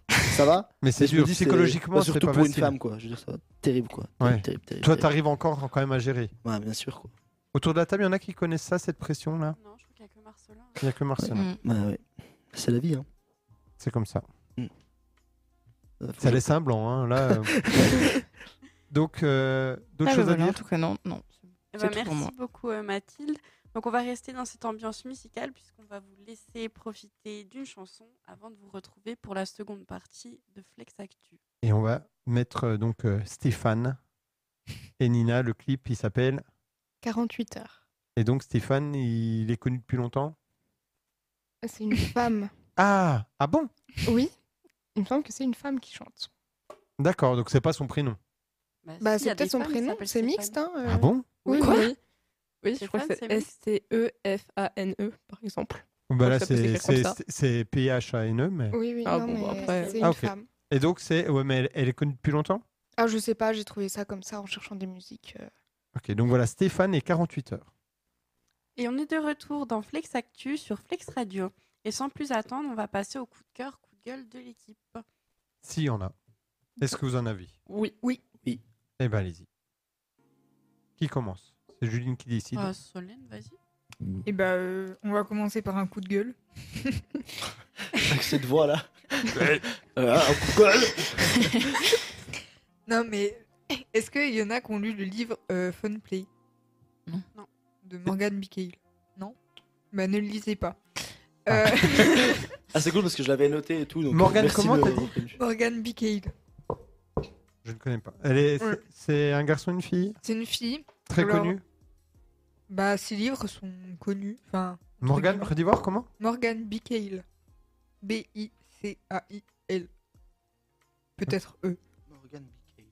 S3: ça va
S1: Mais c'est
S3: Mais je me
S1: dur,
S3: dis,
S1: psychologiquement,
S3: bah,
S1: c'est
S3: surtout
S1: pas
S3: pour
S1: facile.
S3: une femme, quoi. Je veux dire, ça va être terrible, quoi.
S1: Ouais.
S3: Terrible, terrible, terrible,
S1: Toi,
S3: terrible.
S1: t'arrives encore quand même à gérer.
S3: Ouais, bien sûr, quoi.
S1: Autour de la table, il y en a qui connaissent ça, cette pression-là.
S4: Non, je crois qu'il n'y a que Marcelin.
S1: Il n'y a que Marcel.
S7: Mm.
S3: Bah, ouais. C'est la vie, hein.
S1: C'est comme ça.
S3: Euh, faut
S1: Ça
S3: que-
S1: laisse un blanc, hein, là. euh. Donc, euh, d'autres
S7: Ah, bah
S1: choses
S7: voilà,
S1: à
S7: en
S1: dire
S7: tout cas non non
S4: Eh
S7: C'est
S4: ben,
S7: tout pour moi.
S4: merci beaucoup euh, Mathilde. Donc on va rester dans cette ambiance musicale puisqu'on va vous laisser profiter d'une chanson avant de vous retrouver pour la seconde partie de Flex Actu.
S1: Et on va mettre euh, donc euh, Stéphane et Nina. Le clip, il s'appelle.
S5: 48 heures.
S1: Et donc, Stéphane, il est connu depuis longtemps.
S5: C'est une femme.
S1: Ah Ah bon
S5: Oui, il me semble que c'est une femme qui chante.
S1: D'accord, donc c'est pas son prénom.
S5: Bah,
S4: si, il y
S5: c'est
S4: a des
S5: peut-être son
S4: femmes qui
S5: prénom,
S4: s'appellent
S5: c'est
S4: Stéphane.
S5: mixte. Hein, euh.
S1: Ah bon
S5: Oui,
S2: Quoi
S5: oui.
S2: Oui, je crois que
S4: Stéphane,
S2: c'est E
S4: c'est mixte.
S2: S-T-E-F-A-N-E, E, par exemple.
S1: Bah là,
S2: ça peut
S1: c'est
S2: s'écrire comme
S1: c'est-
S2: ça.
S1: c'est- c'est P-H-A-N-E. E, Mais...
S5: Oui, oui,
S2: Ah
S5: non,
S2: bon, bah,
S5: mais
S2: après-
S5: c'est une
S1: Ah, ok.
S5: femme.
S1: Et donc, c'est. Ouais, mais elle, elle est connue depuis longtemps
S5: Ah, je sais pas, j'ai trouvé ça comme ça en cherchant des musiques. euh.
S1: Ok, donc voilà, Stéphane et 48 heures.
S4: Et on est de retour dans Flex Actu sur Flex Radio. Et sans plus attendre, on va passer au coup de cœur, coup de gueule de l'équipe.
S1: Si, on a. Est-ce que vous en avez
S2: Oui.
S1: Eh ben, allez-y. Qui commence C'est Juline qui décide.
S4: Ah, Solène, vas-y.
S6: Et bah, euh, on va commencer par un coup de gueule.
S3: Avec cette voix là. Ah, pourquoi
S6: Non, mais est-ce qu'il y en a qui ont lu le livre euh, Fun Play
S7: Non.
S4: Non.
S6: De Morgan Michael Non Bah, ne le lisez pas. Euh,
S3: Ah, c'est cool parce que je l'avais noté et tout. Donc
S1: Morgane,
S3: merci
S1: comment
S3: de-
S1: t'as dit
S6: Morgan Michael.
S1: Je ne connais pas. Elle est- c'est-
S6: Ouais.
S1: C'est un garçon, une fille
S6: C'est une fille.
S1: Très
S6: Alors,
S1: connue.
S6: Bah, ses livres sont connus. Enfin,
S1: Morgane,
S6: guillemets.
S1: redis voir comment
S6: Morgan Bicail. B-I-C-A-I-L. Peut-être E.
S3: Morgane Bicail,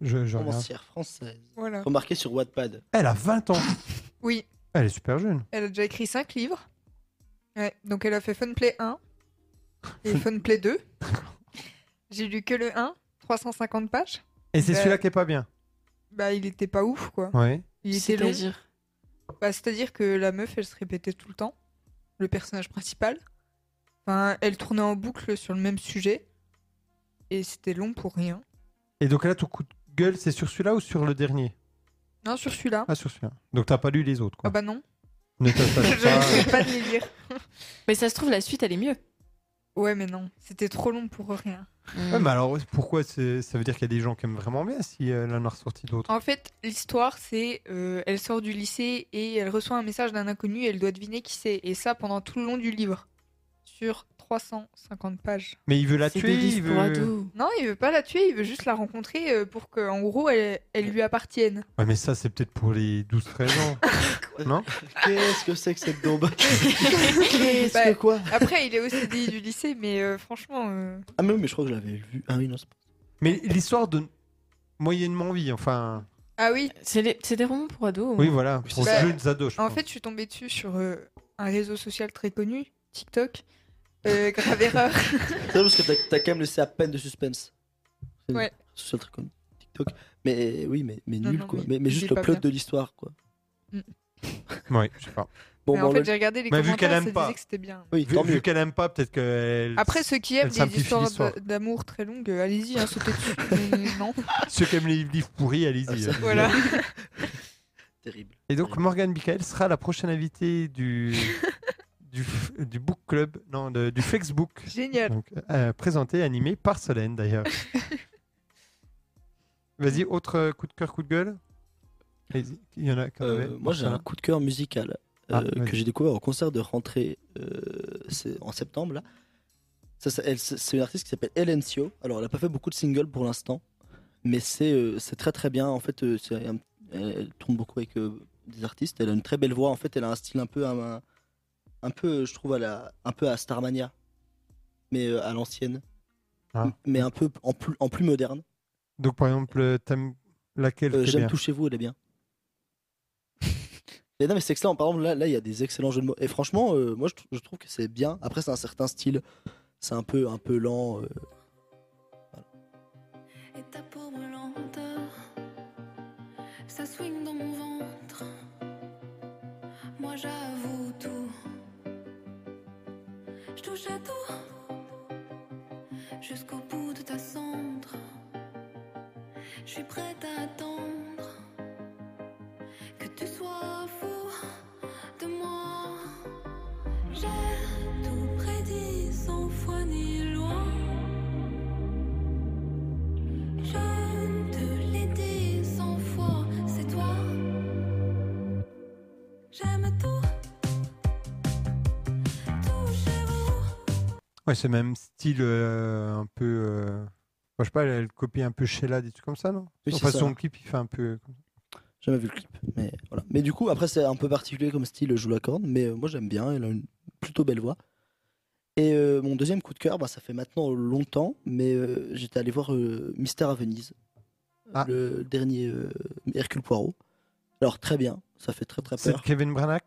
S1: je, je regarde.
S3: romancière française.
S6: Voilà.
S3: Remarquée sur Wattpad.
S1: Elle a 20 ans.
S6: Oui,
S1: Elle est super jeune.
S6: elle a déjà écrit 5 livres. Ouais, donc elle a fait Funplay 1 et Funplay 2. J'ai lu que le 1, 350 pages.
S1: Et c'est
S6: Bah-
S1: celui-là qui est pas bien.
S6: Bah, il était pas ouf, quoi.
S1: Ouais.
S6: Il était long.
S7: c'est-à-dire
S6: Bah, c'est-à-dire que la meuf, elle se répétait tout le temps, le personnage principal. Enfin, elle tournait en boucle sur le même sujet. Et c'était long pour rien.
S1: Et donc là, ton coup de gueule, c'est sur celui-là ou sur le dernier
S6: Non, sur celui-là.
S1: Ah, sur celui-là. Donc t'as pas lu les autres,
S6: Ah
S1: quoi.
S6: bah non.
S1: Ne t'attache
S6: Je
S1: pas.
S6: risque pas de les lire.
S7: mais ça se trouve la suite elle est mieux
S6: Ouais, mais non. C'était trop long pour rien.
S1: Ouais,
S7: bah,
S1: mais alors, pourquoi c'est- Ça veut dire qu'il y a des gens qui aiment vraiment bien si euh, elle en a ressorti d'autres.
S6: En fait, l'histoire, c'est euh, elle sort du lycée et elle reçoit un message d'un inconnu et elle doit deviner qui c'est. Et ça pendant tout le long du livre. Sur 350 pages.
S1: Mais il veut la
S7: C'est
S1: tuer,
S7: des livres
S1: il
S7: pour
S1: veut.
S7: ados.
S6: Non, il veut pas la tuer, il veut juste la rencontrer euh, pour que, en gros, elle, elle lui appartienne.
S1: Ouais, mais ça, c'est peut-être pour les 12-13 ans. Non
S3: Qu'est-ce que c'est que cette daube Qu'est-ce
S6: Bah,
S3: que quoi
S6: Après, il est aussi dit du lycée, mais euh, franchement. euh,
S3: Ah, mais, oui, mais je crois que je l'avais vu. Ah oui, non, c'est pas.
S1: Mais l'histoire de moyennement vie, enfin.
S6: Ah oui,
S7: c'est les- c'est des romans pour ados
S1: Oui, voilà.
S3: C'est
S1: Pour
S6: ça.
S1: jeunes ados, je
S6: En
S1: pense.
S6: fait, je suis tombée dessus sur euh, un réseau social très connu, TikTok. Euh, grave erreur.
S3: C'est vrai parce que t'as- t'as quand même laissé à peine de suspense. C'est-
S6: Ouais.
S3: C'est le seul truc comme TikTok. Mais oui, mais, mais
S6: Non,
S3: nul
S6: non,
S3: quoi.
S6: oui.
S3: Mais, mais
S6: Il est
S3: juste le
S6: pas
S3: plot
S6: bien.
S3: de l'histoire quoi.
S1: Ouais, je sais pas.
S3: Bon,
S6: Mais
S3: bah,
S6: en
S3: on
S6: fait,
S3: le-
S6: j'ai regardé les
S1: Mais vu qu'elle
S6: commentaires,
S1: aime
S6: ça
S1: pas.
S6: disait que c'était bien.
S3: oui,
S1: Vu,
S3: tant
S1: vu
S3: mieux.
S1: qu'elle aime pas, peut-être qu'elle.
S6: Après, ceux qui aiment
S1: Elle simplifie
S6: des histoires
S1: l'histoire.
S6: d'a- d'amour très longues, euh, allez-y, hein, sautez dessus. Mais non,
S1: Ceux qui aiment les livres pourris,
S3: Ah,
S1: allez-y.
S3: ça-
S6: voilà.
S3: Terrible.
S1: Et donc, Morgane Michael sera la prochaine invitée du, du, f- du book club, non, de- du Facebook.
S6: Génial.
S1: Donc, euh, présenté et animé par Solène, d'ailleurs. Vas-y, autre euh, coup de cœur, coup de gueule Vas-y, Il y en a quand
S3: Euh,
S1: même.
S3: moi, j'ai un coup de cœur musical euh,
S1: Ah, vas-y.
S3: que j'ai découvert au concert de rentrée euh, c'est en septembre. là. Ça, ça- elle- c'est c'est une artiste qui s'appelle Elencio. Alors, elle n'a pas fait beaucoup de singles pour l'instant, mais c'est euh, c'est très très bien. En fait, euh, c'est un- elle, elle tourne beaucoup avec euh, des artistes. Elle a une très belle voix. En fait, elle a un style un peu, un, un- un peu, euh, je trouve, à la, un peu à Starmania, mais euh, à l'ancienne.
S1: Ah.
S3: mais un peu en plus, en plus moderne.
S1: Donc, par exemple, euh, t'aimes laquelle
S3: Euh,
S1: t'es
S3: J'aime
S1: bien
S3: Touchez-vous, elle est bien. Mais non, mais c'est excellent. Par exemple, là, là, il y a des excellents jeux de mots. Et franchement, euh, moi, je, tr- je trouve que c'est bien. Après, c'est un certain style. C'est un peu, un peu lent. euh,
S9: et ta peau brûlante. Ça swing dans mon ventre. Moi j'avoue tout. Je touche à tout. Jusqu'au bout de ta cendre. Je suis prête à attendre. Que tu sois fou de moi. J'ai tout prédit sans foi ni loin. Je te l'ai dit cent fois, c'est toi. J'aime tout. Tout chez vous.
S1: Ouais, c'est même style euh, un peu. euh, moi, je sais pas, elle, elle copie un peu Sheila, des trucs comme ça, non
S3: Oui,
S1: Enfin,
S3: c'est ça.
S1: son clip, il fait un peu. comme ça.
S3: J'ai Jamais vu le clip, mais voilà. Mais du coup, après, c'est un peu particulier comme style, je vous l'accorde, mais euh, moi j'aime bien, elle a une plutôt belle voix. Et euh, mon deuxième coup de cœur, bah, ça fait maintenant longtemps, mais euh, j'étais allé voir euh, Mystère à Venise,
S1: Ah.
S3: le dernier euh, Hercule Poirot. Alors très bien, ça fait très très
S1: C'est de
S3: peur.
S1: Kevin Branagh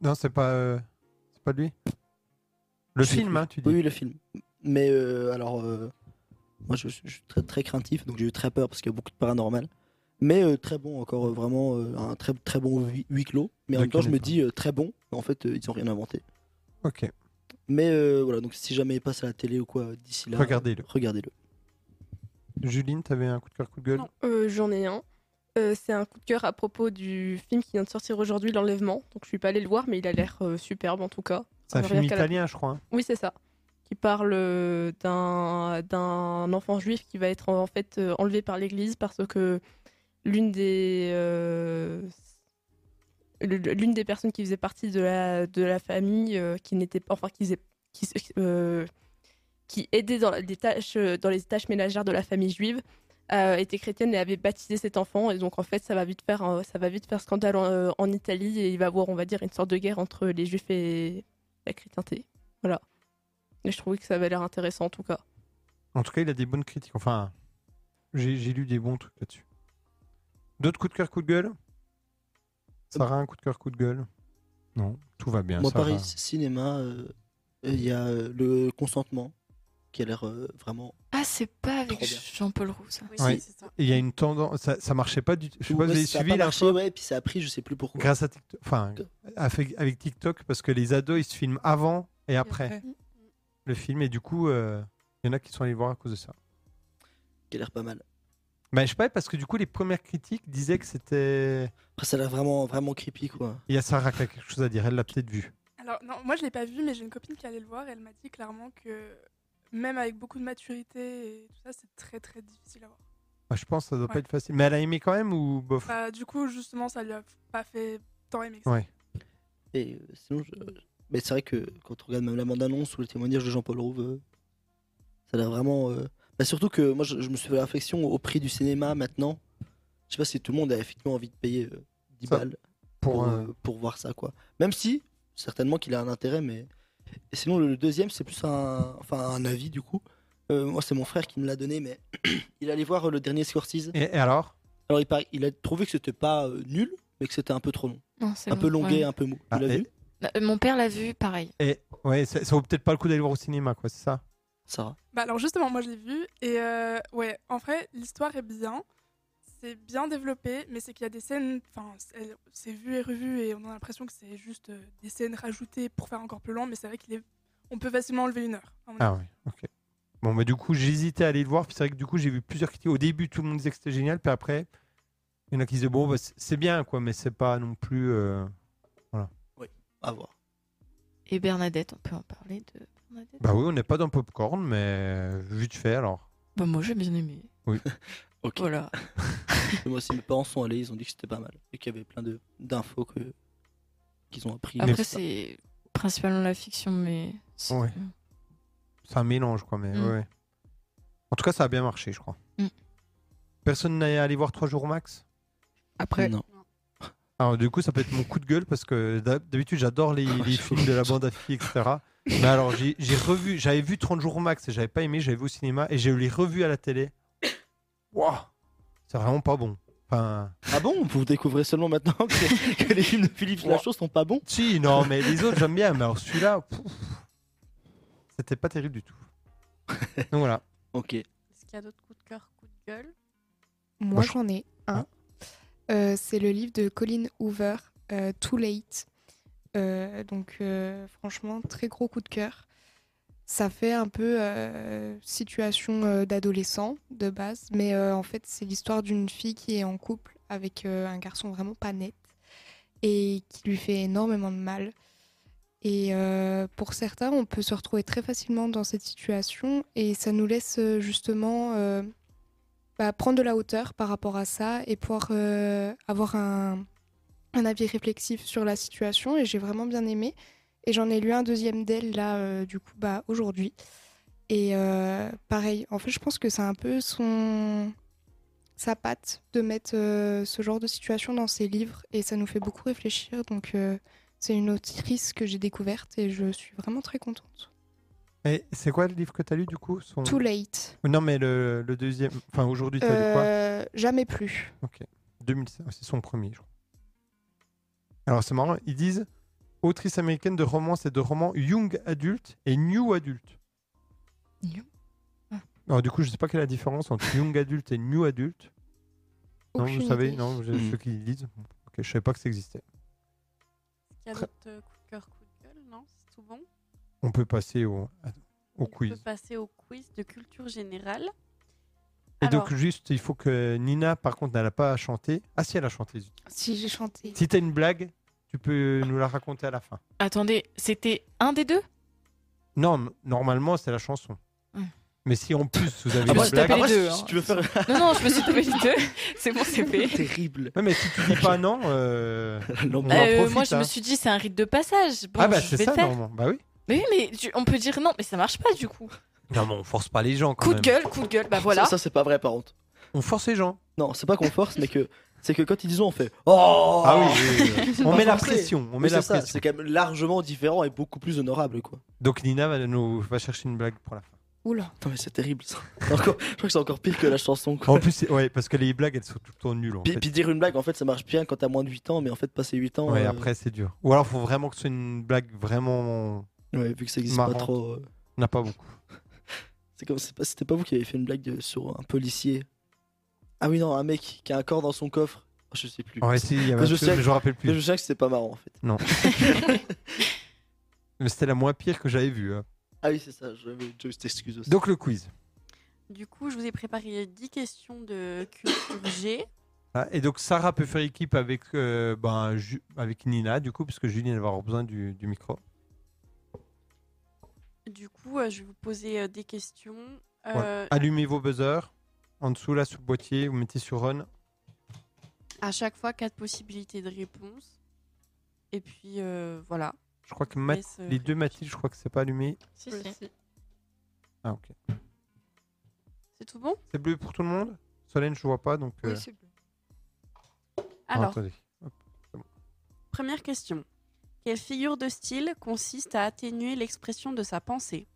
S1: Non, c'est pas. euh, c'est pas de lui Le
S3: Je sais
S1: film,
S3: plus.
S1: hein, tu dis
S3: Oui, oui, le film. Mais euh, alors, euh, moi je, je- je suis très, très craintif, donc j'ai eu très peur parce qu'il y a beaucoup de paranormal. Mais euh, très bon, encore euh, vraiment euh, un très, très bon hui- huis clos. Mais en
S1: Je
S3: même temps, je
S1: connais
S3: me
S1: pas.
S3: dis euh, très bon, mais en fait, euh, ils ont rien inventé.
S1: Ok,
S3: Mais euh, voilà, donc si jamais il passe à la télé ou quoi euh, d'ici là,
S1: regardez-le.
S3: regardez-le.
S1: Juline, t'avais un coup de cœur, coup de gueule
S4: Non.
S2: Euh, J'en ai un. Euh, c'est un coup de cœur à propos du film qui vient de sortir aujourd'hui, L'Enlèvement. Donc je suis pas allée le voir, mais il a l'air euh, superbe en tout cas.
S1: C'est un
S2: Rien
S1: film
S2: qu'à la-
S1: italien, je crois. hein.
S2: Oui, c'est ça. Qui parle euh, d'un d'un enfant juif qui va être en fait euh, enlevé par l'Église parce que l'une des euh, le- le- l'une des personnes qui faisait partie de la de la famille euh, qui n'était pas enfin qui faisait- qui, se- euh, qui aidait dans la- des tâches euh, dans les tâches ménagères de la famille juive euh, était chrétienne et avait baptisé cet enfant et donc en fait ça va vite faire un- ça va vite faire scandale en, euh, en Italie et il va y avoir on va dire une sorte de guerre entre les juifs et la chrétienté. Et je trouvais que ça avait l'air intéressant en tout cas.
S1: En tout cas, il a des bonnes critiques. Enfin, j'ai j'ai lu des bons trucs là-dessus. D'autres coups de cœur, coup de gueule Sarah, un coup de cœur, coup de gueule Non, tout va bien.
S3: Moi,
S1: Sarah.
S3: Paris Cinéma, euh, euh, il y a euh, le consentement qui a l'air euh, vraiment.
S7: Ah, c'est pas
S3: Trop
S7: avec
S3: bien.
S7: Jean-Paul Roux, ça.
S4: Oui,
S1: Ouais.
S4: c'est ça.
S1: Et Il y a une tendance. Ça, ça marchait pas du tout. Je sais pas,
S3: Ouais,
S1: vous avez
S3: ça a
S1: suivi
S3: pas
S1: la
S3: marché, ouais, et puis ça a pris, je sais plus pourquoi.
S1: Grâce à TikTok. Enfin, avec, avec TikTok, parce que les ados, ils se filment avant et après
S6: Après.
S1: le film. Et du coup, euh, il y en a qui sont allés voir à cause de ça.
S3: qui a l'air pas mal.
S1: Mais je sais pas, parce que du coup, les premières critiques disaient que c'était.
S3: Après, ça a l'air vraiment, vraiment creepy, quoi.
S1: Il y a Sarah qui a quelque chose à dire, elle l'a peut-être vu.
S10: Alors, non, moi je l'ai pas vu, mais j'ai une copine qui allait le voir et elle m'a dit clairement que même avec beaucoup de maturité et tout ça, c'est très très difficile à voir.
S1: Bah, je pense que ça doit pas
S10: Ouais.
S1: être facile. Mais elle a aimé quand même ou bof
S10: Bah, du coup, justement, ça lui a pas fait tant aimer que ça.
S1: Ouais.
S3: Et euh, sinon, je- mais c'est vrai que quand on regarde même la bande-annonce ou le témoignage de Jean-Paul Rouve, euh, ça a l'air vraiment. euh, bah, surtout que moi, je, je me suis fait la réflexion au prix du cinéma maintenant. Je sais pas si tout le monde a effectivement envie de payer euh, 10
S1: Ça,
S3: balles
S1: Pour,
S3: pour,
S1: euh,
S3: euh, pour voir ça, quoi. Même si, certainement qu'il a un intérêt, mais. Et sinon, le deuxième, c'est plus un, enfin, un avis, du coup. Euh, moi, c'est mon frère qui me l'a donné, mais il allait voir euh, le dernier Scorsese.
S1: Et, et alors
S3: Alors, il, par- il a trouvé que c'était pas euh, nul, mais que c'était un peu trop long.
S7: Non, c'est
S3: Un peu
S7: long,
S3: longuet,
S7: ouais.
S3: un peu mou. Tu
S1: Ah,
S3: l'as
S1: et-
S3: vu
S7: Bah, euh, Mon père l'a vu, pareil.
S1: et, Ouais, ça, ça vaut peut-être pas le coup d'aller le voir au cinéma, quoi, c'est ça
S3: Sarah
S10: Bah, alors, justement, moi je l'ai vu et euh, ouais, en vrai, l'histoire est bien. C'est bien développé, mais c'est qu'il y a des scènes. Enfin, c'est- c'est vu et revu et on a l'impression que c'est juste euh, des scènes rajoutées pour faire encore plus long, mais c'est vrai qu'il est. On peut facilement enlever une heure. à mon
S1: Ah oui, ok. Bon, mais du coup, j'hésitais à aller le voir. Puis c'est vrai que du coup, j'ai vu plusieurs critiques. Au début, tout le monde disait que c'était génial. Puis après, il y en a qui disaient, bon, bah, c'est- c'est bien, quoi, mais c'est pas non plus. euh,
S3: À voir.
S7: Et Bernadette, on peut en parler de Bernadette
S1: Bah oui, on n'est pas dans Popcorn, mais vite fait alors.
S7: Bah, moi, j'ai bien aimé.
S3: Ok.
S7: Voilà.
S3: Et moi aussi, mes parents sont allés, ils ont dit que c'était pas mal. Et qu'il y avait plein de- d'infos que- qu'ils ont appris.
S7: Après,
S3: Mais-
S7: c'est principalement la fiction, mais. c'est-
S1: Ouais. C'est un mélange, quoi, mais
S7: Mm.
S1: ouais. En tout cas, ça a bien marché, je crois.
S7: Mm.
S1: Personne n'est allé voir trois jours au max
S6: Après,
S3: Non.
S1: Alors, du coup, ça peut être mon coup de gueule parce que d'hab- d'habitude, j'adore les, les films de la bande à filles, etc. Mais alors, j'ai j'ai revu, j'avais vu 30 jours au max et j'avais pas aimé, j'avais vu au cinéma et je l'ai revu à la télé. Wouah C'est vraiment pas bon. Enfin.
S3: Ah bon Vous découvrez seulement maintenant que, que les films de Philippe Lachaud sont pas bons
S1: Si, non, mais les autres, j'aime bien, mais alors celui-là, pouf, c'était pas terrible du tout. Donc voilà.
S3: Ok. Ah,
S4: Est-ce qu'il y a d'autres coups de cœur, coups de gueule
S5: Moi, j'en ai un. Euh, c'est le livre de Colin Hoover, euh, Too Late. Euh, donc, euh, franchement, très gros coup de cœur. Ça fait un peu euh, situation euh, d'adolescent de base, mais euh, en fait, c'est l'histoire d'une fille qui est en couple avec euh, un garçon vraiment pas net et qui lui fait énormément de mal. Et euh, pour certains, on peut se retrouver très facilement dans cette situation et ça nous laisse euh, justement euh, bah, prendre de la hauteur par rapport à ça et pouvoir euh, avoir un, un avis réflexif sur la situation. Et j'ai vraiment bien aimé. Et j'en ai lu un deuxième d'elle, là, euh, du coup, bah, aujourd'hui. Et euh, pareil, en fait, je pense que c'est un peu son... sa patte de mettre euh, ce genre de situation dans ses livres. Et ça nous fait beaucoup réfléchir. Donc, euh, c'est une autrice que j'ai découverte et je suis vraiment très contente.
S1: Et c'est quoi le livre que t'as lu du coup son-
S5: Too late.
S1: Non, mais le, le deuxième. Enfin, aujourd'hui, t'as lu quoi
S5: Euh, jamais plus.
S1: Ok. 2005, c'est son premier, je crois. Alors, c'est marrant, ils disent autrice américaine de romance et de romans young adulte et new adulte.
S7: New Ah.
S1: Alors, du coup, je sais pas quelle est la différence entre young adulte et new adulte. Non, vous
S5: Aucune
S1: savez,
S5: idée.
S1: non, vous-
S3: Hmm.
S1: ceux qui lisent. Ok, je savais pas que ça existait.
S4: Est-ce qu'il y a d'autres euh, coups de cœur, coups de gueule Non, c'est tout bon.
S1: On peut passer au, au
S4: On peut
S1: quiz.
S4: passer au quiz de culture générale.
S1: Et
S4: Alors,
S1: donc, juste, il faut que Nina, par contre, n'elle a pas chanté. Ah, si, elle a chanté. zut.
S5: Si, j'ai chanté.
S1: Si t'as une blague, tu peux nous la raconter à la fin.
S7: Attendez, c'était un des deux
S1: Non, m- normalement, c'est la chanson.
S7: Hmm.
S1: Mais si en plus vous avez
S7: Ah,
S1: une
S7: moi,
S1: blague.
S7: je tapais les
S3: Hum. si-
S7: deux,
S3: si
S7: hein.
S3: tu veux faire
S7: Non, non, je me suis tapé les deux. C'est bon, c'est fait.
S3: terrible.
S1: Ouais, mais si tu dis pas non, euh, on
S3: L'embrouille.
S1: en
S7: Euh,
S1: profite.
S7: moi, je
S1: hein.
S7: me suis dit, c'est un rite de passage. Bon,
S1: ah bah
S7: je
S1: c'est
S7: vais
S1: ça,
S7: le faire.
S1: normalement. Bah oui.
S7: Mais oui, mais tu- on peut dire non, mais ça marche pas du coup.
S1: Non, mais on force pas les gens quand
S7: Coup
S1: même.
S7: de gueule, coup de
S1: Eh,
S7: gueule, bah voilà.
S3: Ça, ça, c'est pas vrai par contre.
S1: On force les gens.
S3: Non, c'est pas qu'on force, mais que c'est que quand ils disent on fait oh.
S1: Ah oui, oui, oui.
S3: C'est
S1: on
S3: pas
S1: met la
S3: forcé.
S1: pression. On met
S3: Mais
S1: la
S3: c'est ça,
S1: pression.
S3: c'est quand même largement différent et beaucoup plus honorable quoi.
S1: Donc Nina va nous va chercher une blague pour la fin.
S5: Oula.
S3: Non mais c'est terrible ça. Encore- je crois que c'est encore pire que la chanson quoi.
S1: En plus, c'est- ouais, parce que les blagues elles sont tout le temps nulles. Oh, En
S3: Puis,
S1: fait.
S3: puis dire une blague en fait ça marche bien quand t'as moins de 8 ans mais en fait passer 8 ans
S1: Ouais,
S3: euh,
S1: après c'est dur. Ou alors faut vraiment que ce soit une blague vraiment.
S3: ouais, vu que ça existe
S1: Marrante.
S3: pas trop. euh,
S1: On n'a pas beaucoup.
S3: C'est comme c'est pas- c'était pas vous qui avez fait une blague de- sur un policier. Ah oui non un mec qui a un corps dans son coffre. Oh, je sais plus.
S1: Ouais, si, il y avait
S3: Mais
S1: un
S3: je
S1: truc,
S3: sais-
S1: mais je me rappelle
S3: Mais
S1: plus.
S3: je sais que c'était pas marrant en fait.
S1: Mais c'était la moins pire que j'avais vue. hein.
S3: Ah oui c'est ça. Je juste excuse aussi.
S1: Donc le quiz.
S4: du coup, je vous ai préparé 10 questions de culture G.
S1: Ah, et donc Sarah peut faire équipe avec, euh, ben, Ju- avec Nina, du coup, parce que Julie, elle va avoir besoin du, du
S4: Euh,
S1: micro.
S4: Du coup, euh, je vais vous poser euh, des questions. Euh,
S1: Voilà. Allumez vos buzzers. En dessous, là, sur le boîtier, vous mettez sur Run.
S4: À chaque fois, quatre possibilités de réponse. Et puis, euh, voilà.
S1: Je crois que Math-
S4: Laisse, euh,
S1: les deux Mathilde, je crois que c'est pas allumé.
S7: Si, si.
S1: Ah, ok.
S4: C'est tout bon
S1: C'est bleu pour tout le monde Solène, je vois pas, donc... euh,
S6: Oui, c'est bon.
S1: ah,
S4: Alors,
S1: attendez.
S4: première question. Quelle figure de style consiste à atténuer l'expression de sa pensée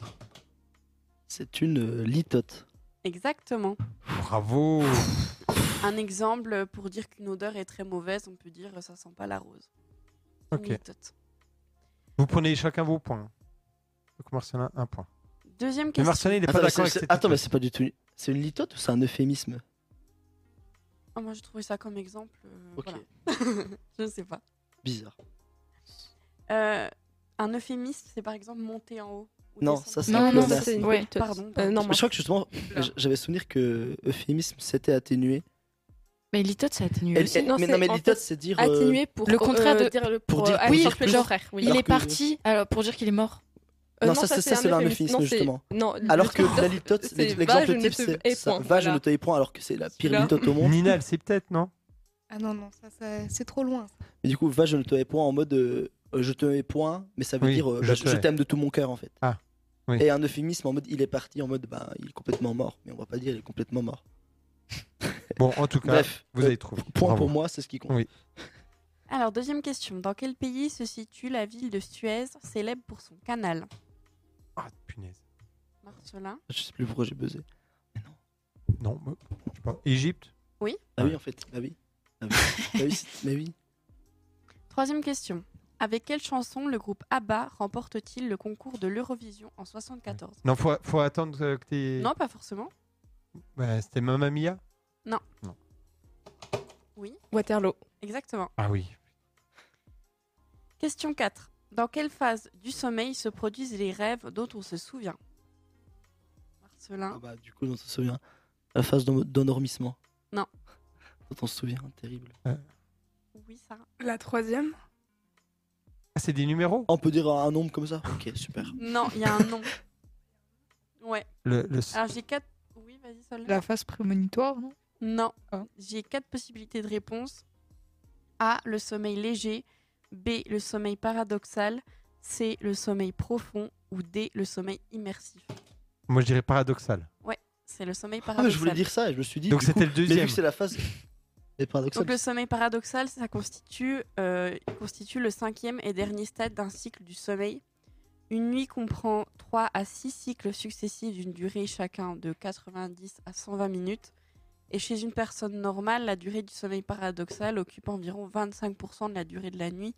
S3: C'est une euh, litote.
S4: Exactement.
S1: Bravo
S4: Un exemple pour dire qu'une odeur est très mauvaise, on peut dire euh, ça sent pas la rose. Une
S1: Ok.
S4: litote.
S1: Vous prenez chacun vos points. Donc Marcelin, un point.
S4: Deuxième
S1: Mais
S4: question.
S1: Marcelin, il est pas
S3: Attends,
S1: d'accord avec
S3: c'est- c'est-
S1: cette
S3: attends, mais
S1: équipe.
S3: c'est pas du tout. C'est une litote ou c'est un euphémisme
S4: Ah, moi, j'ai trouvé ça comme exemple. euh,
S3: Ok.
S4: voilà. Je ne sais pas.
S3: Bizarre.
S4: Euh, un euphémisme, c'est par exemple monter en haut. ou
S3: Non,
S4: descendre.
S3: ça, c'est un
S2: Non, non, ça
S3: pléonasme.
S2: c'est une
S7: Ouais.
S2: politesse.
S4: Pardon.
S2: Euh, non,
S3: Mais je crois que justement, j- j'avais souvenir que euphémisme c'était atténué.
S7: Mais l'itote, ça atténue
S3: Elle-
S7: aussi.
S3: elle-
S2: non,
S3: mais
S2: c'est-
S3: non, mais
S2: en
S3: litote c'est dire. euh,
S2: Atténuer pour
S7: Le contraire de-
S2: dire le
S3: pour
S2: pour,
S3: dire
S2: euh,
S3: plus,
S2: alors que
S3: plus.
S2: le frère, oui.
S7: Il
S3: Alors
S7: est
S3: que-
S7: parti alors pour dire qu'il est mort.
S2: Euh,
S3: Non, ça, c'est- ça, c'est là un
S2: euphémisme.
S3: euphémisme,
S2: Non, c'est-
S3: justement.
S2: Non, le
S3: Alors que
S2: truc
S3: la
S2: de-
S3: litote,
S2: c'est va, je
S3: l'exemple
S2: ne
S3: type
S2: te-
S3: c'est
S2: et
S3: ça,
S2: point,
S3: va, je
S2: voilà.
S3: ne te y point, alors que c'est la pire
S2: Celui-là.
S3: litote au monde.
S1: Nina, elle sait peut-être, non
S5: Ah non, non, ça, ça- c'est trop loin. ça.
S3: Mais du coup, va, je ne te y point en mode euh, euh, je te y point, mais ça veut
S1: Oui,
S3: dire euh,
S1: je
S3: bah,
S1: te
S3: je je
S1: hais.
S3: t'aime de tout mon cœur en fait.
S1: Ah, oui.
S3: Et un euphémisme en mode il est parti, en mode bah il est complètement mort. Mais on va pas dire il est complètement mort.
S1: Bon, en tout cas,
S3: Bref,
S1: vous
S3: euh,
S1: avez trouvé.
S3: Point
S1: Bravo.
S3: pour moi, c'est ce qui compte.
S1: Oui.
S4: Alors, deuxième question. Dans quel pays se situe la ville de Suez, célèbre pour son canal
S1: Ah, punaise.
S4: Marcelin
S3: Je sais plus pourquoi j'ai buzzé.
S1: Non, me- je sais pas. Égypte
S4: Oui.
S3: Ah oui, en fait. Ah oui. Ah oui. Ah oui, c'est- mais oui.
S4: Troisième question. Avec quelle chanson le groupe ABBA remporte-t-il le concours de l'Eurovision en 74
S1: Non, faut, faut attendre euh, que t'es.
S4: Non, pas forcément.
S1: Bah, C'était Mamma Mia
S4: Non.
S1: Non.
S4: Oui,
S2: Waterloo.
S4: exactement.
S1: Ah oui.
S4: Question 4. Dans quelle phase du sommeil se produisent les rêves dont on se souvient Marcelin.
S3: Ah bah, du coup, on se souvient. La phase d'en- d'endormissement.
S4: Non.
S3: Dont on se souvient, terrible.
S4: Oui, Sarah.
S10: La troisième
S1: Ah, c'est des numéros
S3: Ah, on peut dire un nombre comme ça Ok, super.
S4: Non, il y a un nom. Ouais.
S1: le, le-
S7: Ah.
S4: Alors j'ai quatre. Oui, vas-y, Sol.
S6: La phase prémonitoire, non
S4: Non.
S3: Oh.
S6: Ah.
S4: J'ai quatre possibilités de réponse. A, le sommeil léger. B, le sommeil paradoxal. C, le sommeil profond. Ou D, le sommeil immersif.
S1: Moi, je dirais paradoxal.
S4: C'est le sommeil
S3: Ah, mais
S4: paradoxal.
S3: je voulais dire ça et je me suis dit.
S1: Donc,
S3: du coup-
S1: c'était le
S3: Mais vu
S1: deuxième.
S3: que c'est la phase. C'est paradoxal.
S4: Donc le sommeil paradoxal, ça constitue, euh, il constitue le cinquième et dernier stade d'un cycle du sommeil. Une nuit comprend 3 à 6 cycles successifs d'une durée chacun de 90 à 120 minutes. Et chez une personne normale, la durée du sommeil paradoxal occupe environ 25% de la durée de la nuit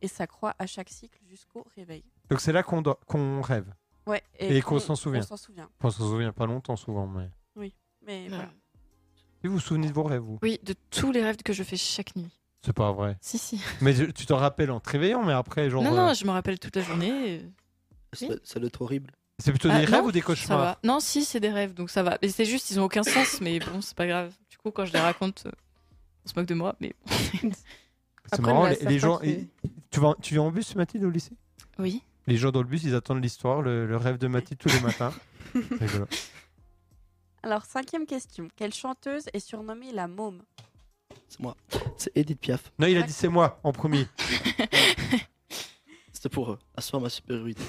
S4: et s'accroît à chaque cycle jusqu'au réveil.
S1: Donc, c'est là qu'on do- qu'on rêve.
S4: Ouais,
S1: Et qu'on s'en souvient.
S4: On s'en souvient.
S1: On s'en souvient pas longtemps, souvent. Mais...
S4: Mais
S7: Non.
S4: voilà.
S1: Si vous vous souvenez de vos rêves, vous
S7: Oui, de tous les rêves que je fais chaque nuit.
S1: C'est pas vrai.
S7: Si, si.
S1: Mais je- tu t'en rappelles en te réveillant, mais après, genre.
S7: non,
S1: euh,
S7: non, je me rappelle toute la journée. euh,
S3: Ça, ça doit être horrible.
S1: C'est plutôt
S7: Ah,
S1: des
S7: non,
S1: rêves ou des
S7: Ça
S1: cauchemars
S7: va. Non, si, c'est des rêves, donc ça va. Mais c'est juste, ils ont aucun sens, mais bon, c'est pas grave. Du coup, quand je les raconte, euh, on se moque de moi, mais bon.
S1: C'est
S2: Après,
S1: marrant,
S2: il y en
S1: les,
S2: a
S1: les gens.
S2: certains qui-
S1: ils- Tu, vas, tu viens en bus, Mathilde, au lycée
S7: Oui.
S1: Les gens dans le bus, ils attendent l'histoire, le, le rêve de Mathilde tous les matins. C'est rigolo.
S4: Alors, cinquième question. Quelle chanteuse est surnommée la môme
S3: C'est moi. C'est Edith Piaf.
S1: Non, il a dit c'est moi en premier.
S3: C'était pour euh, asseoir ma supériorité.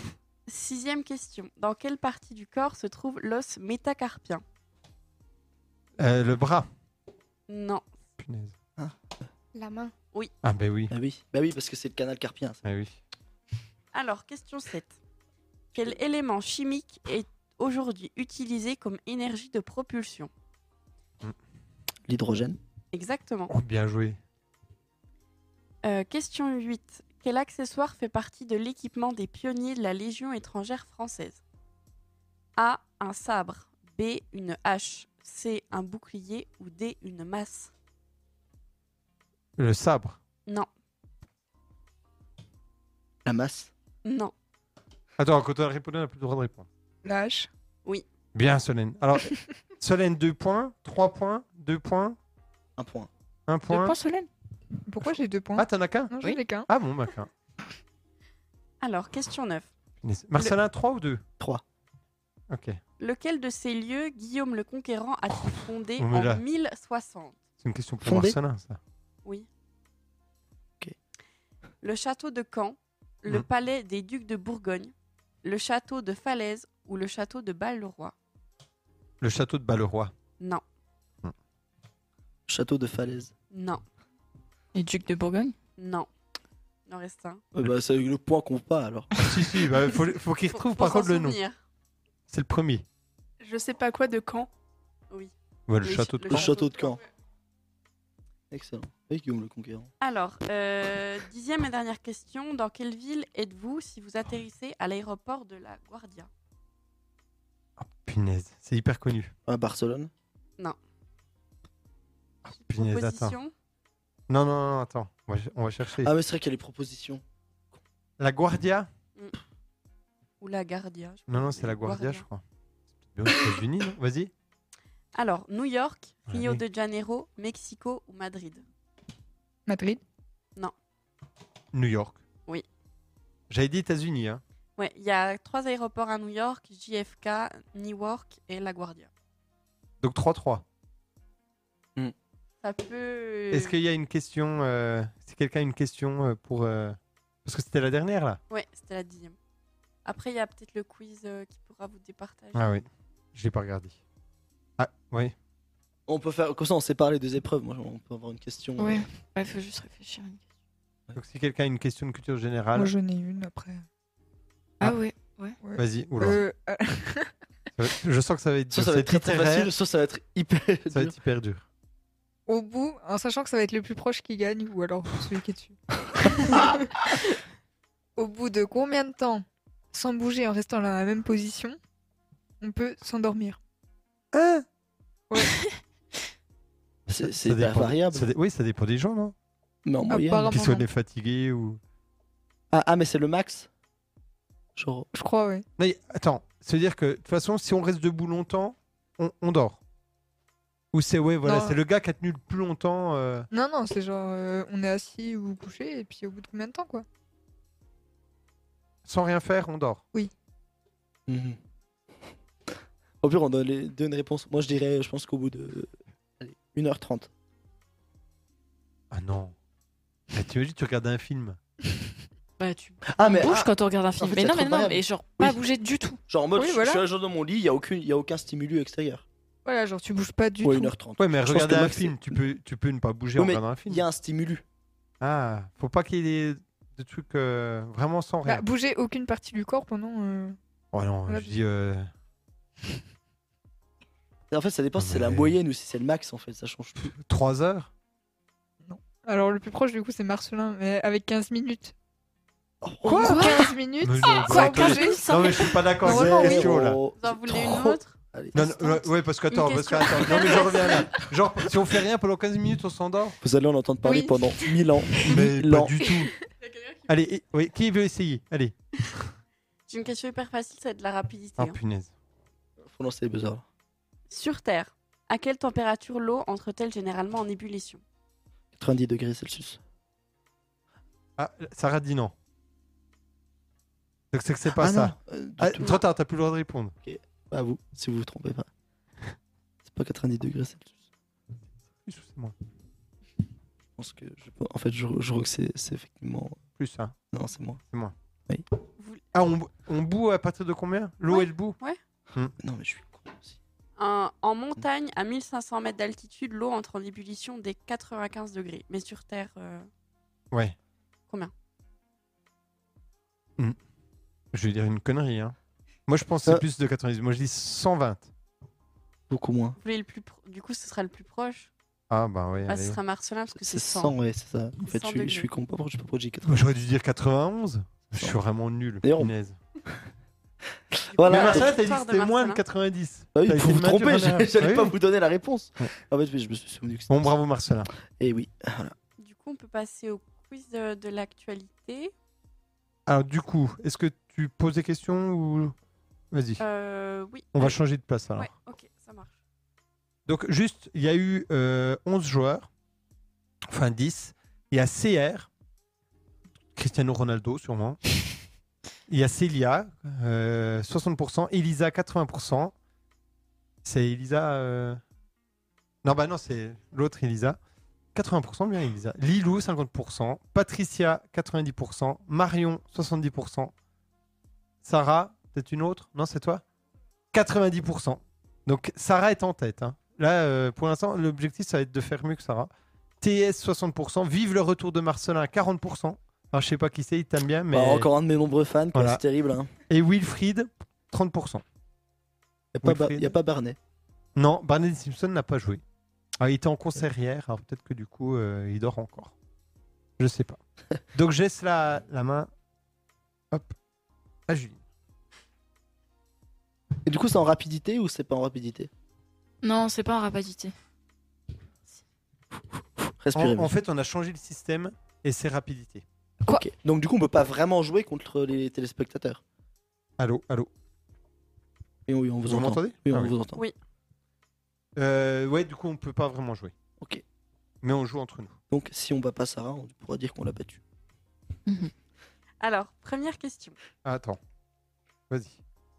S4: Sixième question. Dans quelle partie du corps se trouve l'os métacarpien
S1: Euh, le bras.
S4: Non.
S1: Punaise.
S5: La main.
S1: Ah, ben oui.
S3: Bah oui. Bah oui, parce que c'est le canal carpien. ça.
S1: Ah, oui.
S4: Alors, question 7. Quel élément chimique est aujourd'hui utilisé comme énergie de propulsion
S3: L'hydrogène.
S4: Exactement.
S1: Oh, bien joué.
S4: Euh, question 8. Quel accessoire fait partie de l'équipement des pionniers de la Légion étrangère française A. Un sabre. B. Une hache. C. Un bouclier. Ou D. Une masse
S1: Le sabre.
S4: Non.
S3: La masse.
S4: Non.
S1: Attends, quand on a répondu, on n'a plus le droit de répondre.
S6: La hache.
S1: Bien, Solène. Alors, Solène, 2 points, 3 points, 2 points,
S3: Un point.
S1: 1 point.
S7: Solène
S6: Pourquoi j'ai deux points
S1: Ah, t'en as qu'un
S6: Non, j'en ai qu'un.
S1: Ah, bon, bah, qu'un.
S4: Alors, question 9.
S1: Punaise. Marcelin, 3 ou 2
S3: Trois.
S1: Ok.
S4: Lequel de ces lieux Guillaume le Conquérant a-t-il fondé
S1: on est Oh, là.
S4: en 1060
S1: C'est une question pour
S3: Fondé.
S1: Marcelin, ça.
S4: Oui.
S3: Ok.
S4: Le château de Caen, le
S1: Mhm.
S4: palais des ducs de Bourgogne, le château de Falaise ou le château de Balleroy
S1: Le château de Balleroy.
S4: Non,
S3: Château de falaise.
S4: non,
S7: Et duc de Bourgogne
S4: non. Il en reste un.
S3: Euh, bah, c'est le point qu'on pas alors.
S1: si, si, bah, faut, faut qu'il retrouve par contre le nom. C'est le premier.
S10: Je sais pas quoi de quand.
S4: Oui.
S1: Ouais, le
S4: Oui,
S1: château de
S4: le
S3: Le
S1: Caen.
S3: château de Caen. Excellent. Oui, Guillaume le Conquérant.
S4: Alors, euh, dixième et dernière question. Dans quelle ville êtes-vous si vous atterrissez à l'aéroport de la Guardia
S1: Oh, Punaise, c'est hyper connu.
S3: À Ah, Barcelone.
S1: Punaise, attends.
S4: Position
S1: Non, non, non, attends. On va, on va chercher.
S3: Ah, mais c'est vrai qu'il y a les propositions.
S1: La Guardia
S4: ou la Guardia je
S1: Non, non,
S4: pense.
S1: c'est la Guardia, je crois. C'est bien aux États-Unis, non Vas-y.
S4: Alors, New York, Rio
S1: Ouais.
S4: de Janeiro, Mexico ou Madrid
S6: Madrid.
S1: New York.
S4: Oui.
S1: J'avais dit États-Unis, hein.
S4: Ouais, il y a trois aéroports à New York, JFK, Newark et La Guardia.
S1: Donc 3-3.
S4: Ça
S6: Euh.
S4: peut...
S1: Est-ce qu'il y a une question euh, Si quelqu'un a une question euh, pour. euh, Parce que c'était la dernière, là.
S4: Ouais, c'était la dixième. Après, il y a peut-être le quiz euh, qui pourra vous départager.
S1: Ah oui. Je l'ai pas regardé. Ah, oui.
S3: On peut faire comme ça, on sépare les deux épreuves. Moi, on peut avoir une question.
S7: Ouais. Ouais, faut juste réfléchir. à une question.
S1: Donc si quelqu'un a une question de culture générale,
S6: Moi, j'en ai une après.
S7: Ah ouais, ouais.
S6: Ouais.
S1: vas-y. oula.
S6: Euh, euh,
S1: Je sens que ça va être
S3: Soit
S1: dur.
S3: ça va être très, très
S1: littéraire,
S3: facile, soit ça va être hyper.
S1: ça va
S3: dur.
S1: être hyper dur.
S6: au bout, en sachant que ça va être le plus proche qui gagne, ou alors celui qui est dessus. au bout de combien de temps, sans bouger, en restant dans la même position, on peut s'endormir
S3: C'est c'est
S1: Ça
S3: hyper
S1: dépend-
S3: variable.
S1: ça dé- Oui, ça dépend des gens, non
S3: Mais en moyenne.
S6: Apparemment.
S1: Qu'ils soient des fatigués ou.
S3: Ah, ah, mais c'est le max Genre.
S6: Je crois, ouais.
S1: Non, y- Attends, ça veut dire que de toute façon, si on reste debout longtemps, on, on dort. Ou c'est ouais, voilà,
S6: Non.
S1: c'est le gars qui a tenu le plus longtemps. euh,
S6: Non, non, c'est genre euh, on est assis ou couché, et puis au bout de combien de temps, quoi
S1: sans rien faire, on dort.
S3: Mhm. Au pire, on donne, les- donne une réponse. Moi, je dirais, je pense qu'au bout de. allez, 1h30.
S1: Ah non. Mais T'imagines, tu regardes un film.
S7: Bah, tu
S3: Ah, mais.
S7: bouges
S3: ah,
S7: quand on regarde un film.
S3: fait,
S7: mais
S3: c'est
S7: non,
S3: trop
S7: mais non,
S3: variable.
S7: mais genre pas
S3: Oui.
S7: bouger du tout.
S3: genre en mode,
S6: Oui,
S3: je-
S6: voilà.
S3: je suis allongé dans mon lit, il n'y a, aucune- y a aucun stimulus extérieur.
S6: Voilà, genre tu bouges pas du
S3: Ouais,
S6: tout.
S3: 1h30.
S1: Ouais, mais
S3: Je pense
S1: regarder
S3: que
S1: un
S3: Max,
S1: film, tu peux, tu peux ne pas bouger
S3: Oui,
S1: en
S3: mais
S1: regardant un
S3: Il
S1: film.
S3: y a un stimulus.
S1: Ah, faut pas qu'il y ait de trucs euh, vraiment sans rien.
S6: Bah, bouger aucune partie du corps pendant. euh,
S1: Oh non,
S6: voilà.
S1: je dis. euh,
S3: En fait, ça dépend si c'est la
S1: Ouais.
S3: moyenne ou si c'est le max, en fait. Ça change tout.
S1: Trois heures
S6: Alors le plus proche du coup c'est Marcelin, mais avec 15 minutes.
S7: Quoi
S6: 15 minutes
S1: Mais non,
S6: sans
S1: attendez.
S6: bouger.
S1: Non, mais je suis pas d'accord avec
S6: Normalement,
S1: la
S6: oui.
S1: question là.
S3: Oh,
S4: Vous en
S3: c'est
S4: voulez une
S3: trop-
S4: autre
S3: Allez.
S1: Non, non, ouais, ouais, parce que attends,
S4: Une
S1: parce que
S4: question.
S1: attends. Non, mais je reviens là. Genre, si on fait rien pendant 15 minutes, on s'endort
S3: Vous allez en entendre parler
S6: Oui.
S3: pendant 1000 ans.
S1: Mais
S3: Non.
S1: pas du tout. Allez, et- oui, qui veut essayer Allez.
S4: J'ai une question hyper facile, c'est de la rapidité.
S1: Ah
S4: hein.
S1: punaise.
S3: Faut lancer les buzzers.
S4: Sur Terre, à quelle température l'eau entre-t-elle généralement en ébullition
S3: 90 degrés Celsius.
S1: Ah, Sarah dit non. Donc c'est que c'est pas
S3: ah,
S1: ça.
S3: Non, euh, du
S1: Ah,
S3: tout.
S1: trop tard, t'as plus le droit de répondre.
S3: Pas vous, si vous vous trompez pas. C'est pas 90 degrés Celsius.
S1: Plus ou c'est moins
S3: Je pense que. je- En fait, je, je crois que c'est c'est effectivement.
S1: Plus, hein.
S3: Non, c'est moi.
S1: Ah, on, on bout à partir de combien L'eau,
S4: Ouais.
S1: elle bout
S3: Non, mais je suis con aussi.
S4: Un- En montagne, à 1500 mètres d'altitude, l'eau entre en ébullition dès 95 degrés. Mais sur Terre, euh,
S1: Ouais.
S4: Combien
S1: Hmm. Je vais dire une connerie, hein. Moi, je pense que
S3: Ah.
S1: c'est plus de 90. Moi, je dis 120.
S3: Beaucoup moins.
S4: vous voulez le plus pro- du coup, ce sera le plus proche.
S1: Ah, bah ouais.
S4: Ah,
S1: allez.
S4: ce sera Marcelin parce que c'est
S3: C'est 100.
S4: 100.
S3: ouais, c'est ça. En fait,
S4: 100
S3: je, suis- je
S4: degrés.
S3: suis con. Pas pourquoi je sais pas pourquoi j'ai 80.
S1: Moi, J'aurais dû dire 91. Je suis
S3: Bon.
S1: vraiment nul.
S3: D'ailleurs, on-
S1: punaise. Mais
S3: Voilà.
S4: Marcel-
S1: Marcella, t'as dit que
S4: victoire de
S1: c'était moins de
S4: Marcella.
S1: 90.
S3: Ah oui,
S1: T'as
S3: vous
S1: essayé
S3: vous
S1: de m'induire en
S3: trompez,
S1: erreur.
S3: j'allais
S1: Ah
S3: pas
S1: oui.
S3: vous donner la réponse.
S1: Ouais.
S3: En fait, je me suis souvenu que c'était.
S1: Bon, bravo, Marcelin.
S3: Et oui.
S4: Du coup, on peut passer au quiz de, de l'actualité.
S1: Alors, du coup, est-ce que tu poses des questions ou. Vas-y.
S4: Euh, oui.
S1: On va changer de place alors.
S4: Ouais, ok, ça marche.
S1: Donc, juste, il y a eu euh, 11 joueurs, enfin 10. Il y a CR, Cristiano Ronaldo sûrement. Il y a Célia, euh, 60%, Elisa, 80%. C'est Elisa. euh, Non, bah non, c'est l'autre Elisa. 80% bien, Elisa. Lilou, 50%. Patricia, 90%. Marion, 70%. Sarah, peut-être une autre Non, c'est toi 90%. Donc Sarah est en tête. hein. Là, euh, pour l'instant, l'objectif, ça va être de faire mieux que Sarah. TS 60%, vive le retour de Marcelin à 40%. Alors, je sais pas qui c'est, il t'aime bien, mais.
S3: Bah, encore un de mes nombreux fans, quoi,
S1: Voilà.
S3: c'est terrible. Hein.
S1: Et Wilfried, 30%.
S3: Il n'y a, pas Bar-
S1: Wilfried.
S3: y a pas Barnet.
S1: Non, Barney Simpson n'a pas joué. Alors, il était en concert hier, alors peut-être que du coup, euh, il dort encore. Je sais pas. Donc, je laisse la, la main hop, à Julie.
S3: Et du coup, c'est en rapidité ou c'est pas en rapidité
S7: Non, c'est pas en rapidité.
S3: Respirez.
S1: En, en fait, on a changé le système et c'est rapidité.
S7: quoi
S3: Ok. Donc, du coup, on peut pas vraiment jouer contre les téléspectateurs.
S1: Allô, allô.
S3: Et oui, on vous, entend.
S1: m'entendez
S3: Oui, on
S1: Ah oui.
S3: vous entend.
S4: Oui.
S1: Euh, Ouais, du coup, on peut pas vraiment jouer.
S3: Ok.
S1: Mais on joue entre nous.
S3: Donc, si on bat pas Sarah, on pourra dire qu'on l'a battue.
S4: Alors, première question.
S1: Ah, Attends. Vas-y.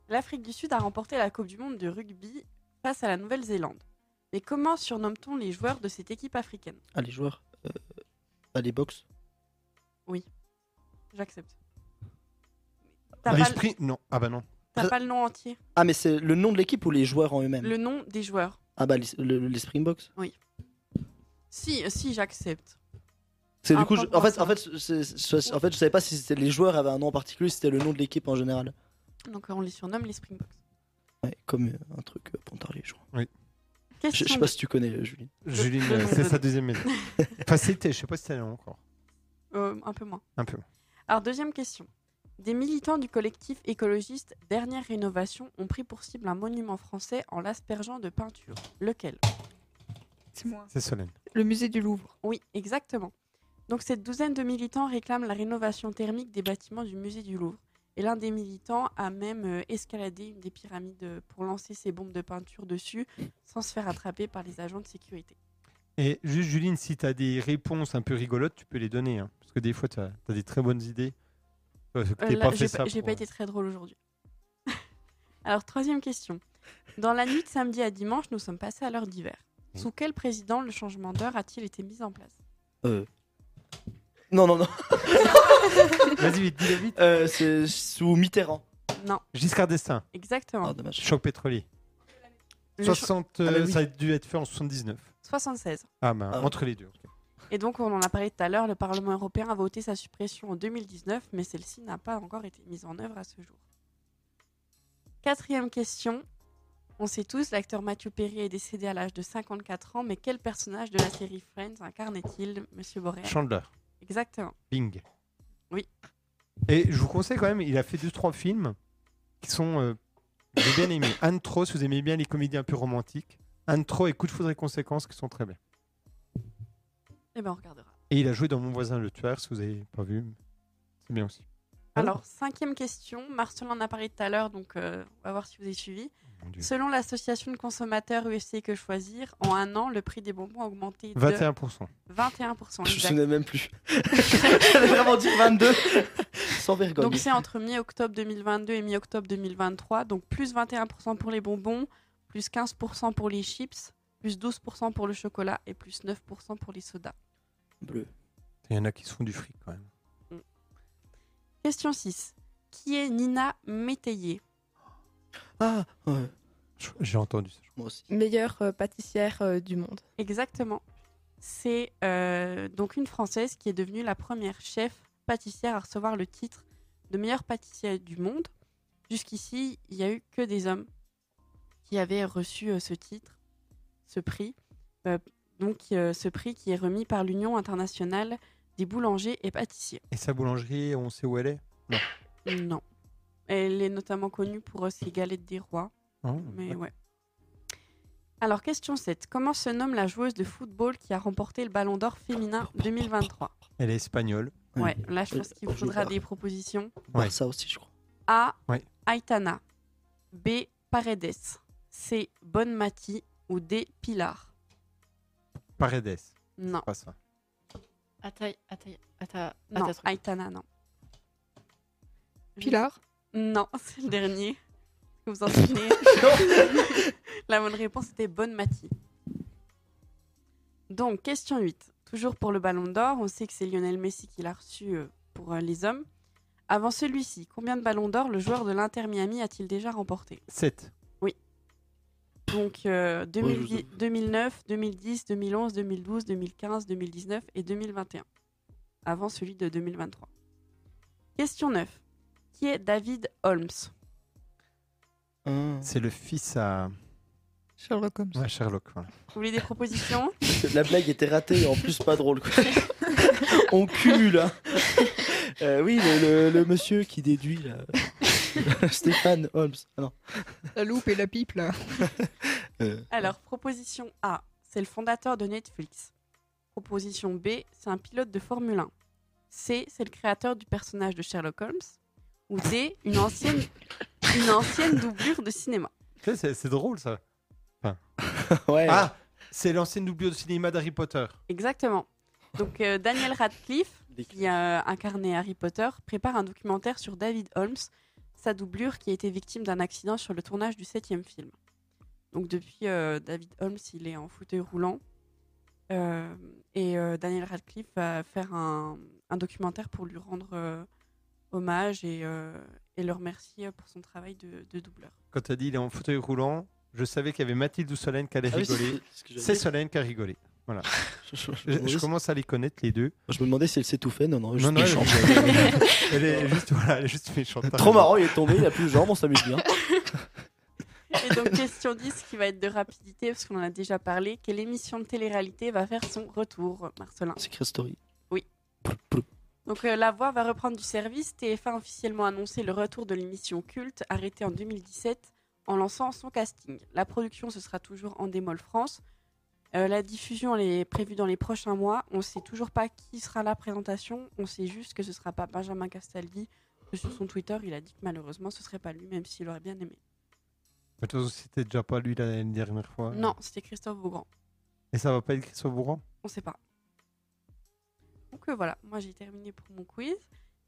S4: L'Afrique du Sud a remporté la Coupe du Monde de rugby face à la Nouvelle-Zélande. Mais comment surnomme-t-on les joueurs de cette équipe africaine
S3: Ah, les joueurs euh, Ah, les box
S4: J'accepte. T'as
S1: Les
S4: pas, le-
S1: sprints Non. Ah bah non.
S4: t'as pas le nom entier,
S3: Ah, mais c'est le nom de l'équipe ou les joueurs en eux-mêmes
S4: le nom des joueurs.
S3: Ah, bah, les, le- les Springboks
S4: Si, si, euh, j'accepte.
S3: C'est
S10: Ah,
S3: du coup, je-
S10: pas
S3: en, fait,
S4: hein.
S3: en, fait, c'est- c'est- en fait, je savais pas si c'était- les joueurs avaient un nom en particulier, c'était le nom de l'équipe en général.
S4: Donc euh, on les surnomme les Springboks.
S3: Ouais, comme euh, un truc euh, Pontarlier, je crois.
S1: Oui.
S4: Ah,
S3: Je, je sais pas si tu connais, euh, Julie.
S1: Juline, euh, c'est sa deuxième maison. Enfin, c'était, je sais pas si c'est là encore.
S4: Euh, un peu moins.
S1: Un peu.
S4: Alors, deuxième question. Des militants du collectif écologiste Dernière Rénovation ont pris pour cible un monument français en l'aspergeant de peinture. Lequel
S6: C'est moi.
S1: C'est Solène.
S6: Le musée du Louvre.
S4: Oui, exactement. Donc, cette douzaine de militants réclament la rénovation thermique des bâtiments du musée du Louvre. Et l'un des militants a même euh, escaladé une des pyramides euh, pour lancer ses bombes de peinture dessus sans se faire attraper par les agents de sécurité.
S1: Et juste, Juline, si tu as des réponses un peu rigolotes, tu peux les donner. hein. parce que des fois, tu as, des très bonnes idées. Euh, que
S4: Euh,
S1: t'aies
S4: là,
S1: pas fait
S4: j'ai
S1: ça
S4: pas- J'ai
S1: pour-
S4: pas été très drôle aujourd'hui. Alors, troisième question. Dans la nuit de samedi à dimanche, nous sommes passés à l'heure d'hiver.
S1: Mmh.
S4: Sous quel président le changement d'heure a-t-il été mis en place
S3: Euh. Non, non, non.
S1: hein. Vas-y, vite, dis-le vite.
S3: Euh, c'est sous Mitterrand.
S4: Non,
S1: Giscard d'Estaing,
S4: exactement.
S3: Ah, dommage.
S1: choc pétrolier.
S4: Le cho-
S1: 60,
S3: Ah bah oui.
S1: euh, Ça a dû être fait en 79.
S4: 76.
S1: Ah, bah,
S3: Ah.
S1: entre les deux. ok.
S4: Et donc, on en a parlé tout à l'heure, le Parlement européen a voté sa suppression en 2019, mais celle-ci n'a pas encore été mise en œuvre à ce jour. Quatrième question. On sait tous, l'acteur Mathieu Perry est décédé à l'âge de 54 ans, mais quel personnage de la série Friends incarnait-il, Monsieur Boré
S1: Chandler,
S4: Exactement.
S1: Bing.
S4: Oui.
S1: Et je vous conseille quand même, il a fait deux, trois films qui sont. euh, j'ai bien aimé. Anne Tro, si vous aimez bien les comédies un peu romantiques. Anne Tro et Coup de foudre et conséquences qui sont très bien.
S4: Eh ben, on regardera.
S1: Et il a joué dans Mon voisin le tueur, si vous avez pas vu. C'est bien aussi.
S3: Ah
S1: Voilà.
S4: Alors, cinquième question. Marcelin en a parlé tout à l'heure, donc euh, on va voir si vous avez suivi.
S1: Mon Dieu.
S4: Selon l'association de consommateurs UFC Que Choisir, en un an, le prix des bonbons a augmenté de
S1: 21%.
S4: 21%.
S3: Je me
S4: exact.
S3: souvenais même plus. J'allais vraiment dire 22. Sans vergogne.
S4: Donc, c'est entre mi-octobre 2022 et mi-octobre 2023. Donc, plus 21% pour les bonbons, plus 15% pour les chips, plus 12% pour le chocolat et plus 9% pour les sodas.
S3: Bleu.
S1: Il y en a qui se font du fric quand même.
S4: Question 6. Qui est Nina Métayer
S3: Ah, ouais.
S1: Je- J'ai entendu ça.
S3: Moi aussi.
S2: Meilleure euh, pâtissière euh, du monde.
S4: Exactement. C'est euh, donc une Française qui est devenue la première chef pâtissière à recevoir le titre de meilleure pâtissière du monde. Jusqu'ici, il n'y a eu que des hommes qui avaient reçu euh, ce titre, ce prix. Euh, donc euh, ce prix qui est remis par l'Union internationale des boulangers et pâtissiers.
S1: Et sa boulangerie, on sait où elle est
S4: Non. Elle est notamment connue pour euh, ses galettes des rois.
S1: Non
S4: Mais ouais. Alors, question 7. Comment se nomme la joueuse de football qui a remporté le Ballon d'Or féminin 2023
S1: Elle est espagnole.
S3: Ouais.
S4: Ouais, là, je pense qu'il vous
S3: Je vais
S4: faudra
S3: voir.
S4: des propositions.
S1: Ouais.
S3: Ça aussi, je crois.
S4: A.
S1: Ouais.
S4: Aitana. B. Paredes. C. Bonne Mati. Ou D. Pilar.
S1: Paredes,
S4: Non.
S1: pas ça.
S7: Attends, attends, attends.
S4: Non, Aitana, non.
S6: Pilar.
S4: Non, c'est le dernier. Vous vous en souvenez La bonne réponse était bonne Mati. Donc, question 8. Toujours pour le Ballon d'Or, on sait que c'est Lionel Messi qui l'a reçu euh, pour euh, les hommes. Avant celui-ci, combien de Ballons d'Or le joueur de l'Inter Miami a-t-il déjà remporté
S1: 7.
S4: Donc, euh, 2000
S3: Ouais, je vous
S4: 2009, 2010, 2011, 2012, 2015, 2019 et 2021. Avant celui de 2023. Question 9. Qui est David Holmes
S3: Hum,
S1: C'est le fils à
S6: Sherlock Holmes.
S1: ouais, Sherlock. voilà.
S4: Vous voulez des propositions
S3: La blague était ratée et en plus pas drôle. Quoi. On cumule. Hein. Euh, oui, le, le- le monsieur qui déduit là. Stéphane Holmes. Ah non.
S6: La loupe et la pipe, là.
S3: Euh,
S4: Alors, proposition A, c'est le fondateur de Netflix. Proposition B, c'est un pilote de Formule 1. C, c'est le créateur du personnage de Sherlock Holmes. Ou D, une ancienne, une ancienne doublure de cinéma.
S1: Tu sais, C'est c'est drôle ça.
S3: ouais.
S1: Ah, c'est l'ancienne doublure de cinéma d'Harry Potter.
S4: Exactement. Donc, euh, Daniel Radcliffe,
S3: Des-
S4: qui a incarné Harry Potter, prépare un documentaire sur David Holmes, sa doublure qui a été victime d'un accident sur le tournage du septième film. Donc depuis, euh, David Holmes, il est en fauteuil roulant. Euh, et euh, Daniel Radcliffe va faire un, un documentaire pour lui rendre euh, hommage et, euh, et le remercier pour son travail de, de doubleur.
S1: Quand t'as dit il est en fauteuil roulant, je savais qu'il y avait Mathilde ou Solène qui allait
S3: Ah oui,
S1: rigoler.
S3: ce que j'avais
S1: C'est
S3: dit.
S1: Solène qui a rigolé. Voilà.
S3: Je,
S1: Je- je commence à les connaître les deux.
S3: me demandais si elle s'étouffait. Non, non, juste
S1: Non, non,
S3: méchante.
S1: elle, elle est juste, voilà, elle est juste méchante. t'as
S3: Trop
S1: raison.
S3: marrant, il est tombé, il a plus de jambes, on s'amuse bien.
S4: Et donc, question 10 qui va être de rapidité, parce qu'on en a déjà parlé. Quelle émission de télé-réalité va faire son retour, Marcelin
S3: Secret Story.
S4: Donc, euh, La Voix va reprendre du service. TF1 a officiellement annoncé le retour de l'émission culte, arrêtée en 2017, en lançant son casting. La production, ce sera toujours en démol France. Euh, la diffusion, elle est prévue dans les prochains mois. On ne sait toujours pas qui sera la présentation. On sait juste que ce ne sera pas Benjamin Castaldi. que Sur son Twitter, il a dit que malheureusement, ce ne serait pas lui, même s'il aurait bien aimé.
S1: De toute façon, c'était déjà pas lui la la dernière fois.
S4: Non, c'était Christophe Beaugrand.
S1: Et ça va pas être Christophe Bourrand
S4: On sait pas. Donc euh, voilà, moi j'ai terminé pour mon quiz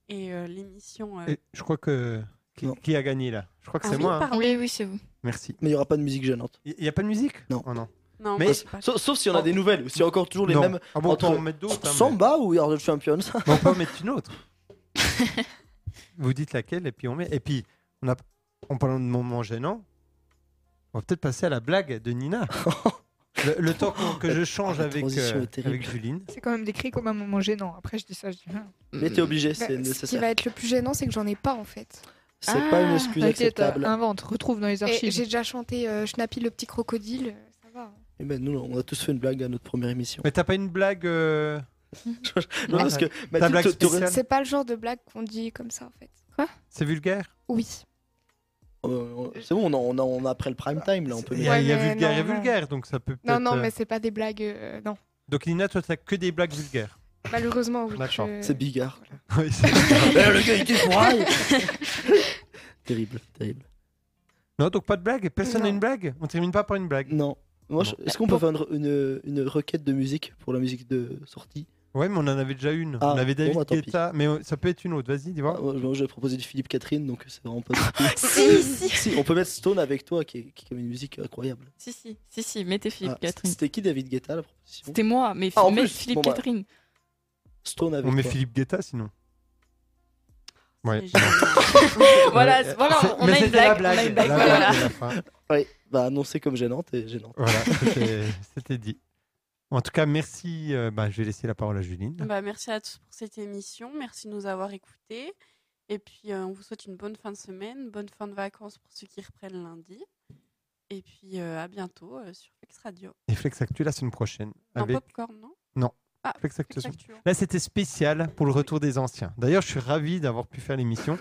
S4: et euh, l'émission. euh,
S1: Et Je crois que. Qui,
S3: Non.
S1: qui a gagné là Je crois que
S4: Ah
S1: c'est
S4: oui,
S1: moi. hein.
S4: pardon.
S7: Oui, oui, c'est vous.
S1: Merci.
S3: Mais il n'y aura pas de musique gênante.
S1: Il n'y a pas de musique
S3: Non.
S1: Oh non.
S4: Non,
S1: Mais-
S4: moi, j'ai pas-
S3: Sauf, sauf si on
S5: Oh.
S3: a des nouvelles, ou si encore toujours les
S1: Non.
S3: mêmes.
S1: Ah bon, on peut
S3: entre
S1: en mettre d'autres. hein, mais-
S3: Samba ou Yard of Champions
S1: Mais on peut en mettre une autre. Vous dites laquelle et puis on met. Et puis, on a... en parlant de moments gênants, on va peut-être passer à la blague de Nina. Le, le temps qu'on- que je change
S3: La
S1: avec,
S3: transition
S1: euh,
S3: est terrible.
S1: avec Juline.
S6: C'est quand même décrit comme un moment gênant. Après, je dis ça, je dis. ah.
S3: Mais t'es obligé,
S5: Bah,
S3: c'est
S5: ce qui
S3: nécessaire.
S5: va être le plus gênant, c'est que j'en ai pas en fait.
S3: C'est pas une
S7: Ah,
S3: excuse
S6: T'inquiète,
S3: acceptable.
S6: invente, retrouve dans les
S5: Et J'ai
S6: archives.
S5: déjà chanté euh, Schnappy le petit crocodile, euh, ça va.
S3: Eh ben, nous, on a tous fait une blague à notre première émission.
S1: Mais t'as pas une blague. euh,
S3: Non, parce que
S1: Ah, Ta blague
S3: Mathilde, t'aurais-
S1: spéciale.
S5: C'est pas le genre de blague qu'on dit comme ça en fait.
S1: C'est vulgaire
S5: Oui.
S3: Euh, on- C'est bon, on a, on, a, on a après le prime time, là, on peut
S1: Il y
S3: les-
S1: a,
S5: Ouais,
S1: il y a
S5: mais
S1: vulgaire
S5: non,
S1: et
S5: non.
S1: vulgaire, donc ça peut
S5: Non,
S1: peut-être,
S5: non,
S1: euh,
S5: mais c'est pas des blagues, euh, non.
S1: Donc Nina, toi, t'as que des blagues vulgaires.
S5: Malheureusement, oui.
S1: D'accord.
S5: je-
S3: C'est bigard.
S1: Oui, c'est-
S3: Eh, le gars, il était fourraille Terrible, terrible.
S1: non, donc pas de blague Personne n'a
S5: Non.
S1: une blague On termine pas par une blague
S3: Non. Moi, je- Est-ce qu'on peut faire une, une, une requête de musique pour la musique de sortie
S1: Ouais, mais on en avait déjà une.
S3: Ah,
S1: on avait
S3: bon,
S1: David
S3: bah, tant pis.
S1: Guetta, mais euh, ça peut être une autre. Vas-y, dis
S3: Ah,
S1: voir.
S3: moi, je- J'avais proposé du Philippe Catherine, donc c'est vraiment pas.
S7: si, si,
S3: si, on peut mettre Stone avec toi, qui est, qui est comme une musique incroyable.
S7: si, si, si, si, mettez Philippe
S3: Ah,
S7: Catherine.
S3: C'était qui David Guetta la proposition
S7: C'était moi, mais
S3: Ah, en
S7: mais
S3: plus,
S7: Philippe
S3: bon, bah.
S7: Catherine.
S3: Stone avec
S1: On met
S3: toi.
S1: Philippe Guetta sinon. Ouais.
S4: j'ai-
S7: Voilà,
S1: Ouais,
S7: voilà,
S1: Euh, c'est-
S7: on
S1: mais
S7: a une
S1: c'était la
S7: blague, on a une blague,
S1: la
S7: voilà.
S1: de la fin.
S3: Ouais, bah annoncée comme gênante et gênante.
S1: Voilà, c'était- c'était dit. En tout cas, merci. euh, bah, je vais laisser la parole à
S7: Mm.
S1: Juline.
S4: Bah, merci à tous pour cette émission. Merci de nous avoir écoutés. Et puis, euh, on vous souhaite une bonne fin de semaine, bonne fin de vacances pour ceux qui reprennent lundi. Et puis, euh, à bientôt euh, sur Flex Radio.
S1: Et Flex Actu la semaine prochaine.
S4: Un
S1: Avec
S4: popcorn, non
S1: Non.
S4: Ah,
S1: Flex Actu.
S4: Flex Actu.
S1: Là, c'était spécial pour le retour des anciens. D'ailleurs, je suis ravi d'avoir pu faire l'émission,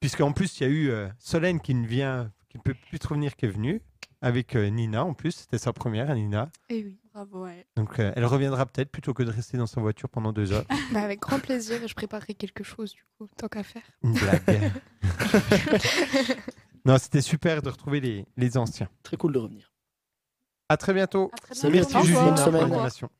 S1: puisqu'en plus, il y a eu euh, Solène qui ne vient, qui ne peut plus te revenir, qui est venue, avec euh, Nina en plus. C'était sa première, à Nina.
S6: Et oui.
S4: Bravo à elle.
S1: Donc, euh, elle reviendra peut-être plutôt que de rester dans sa voiture pendant deux heures.
S5: Bah, avec grand plaisir, et je préparerai quelque chose du coup, tant qu'à faire.
S1: Une blague. non, c'était super de retrouver les, les anciens.
S3: Très cool de revenir.
S1: À très bientôt.
S4: À très
S3: Salut,
S4: bientôt.
S1: Merci
S3: Au
S1: Julie
S3: revoir.
S1: pour
S3: Bonne semaine.
S1: l'animation.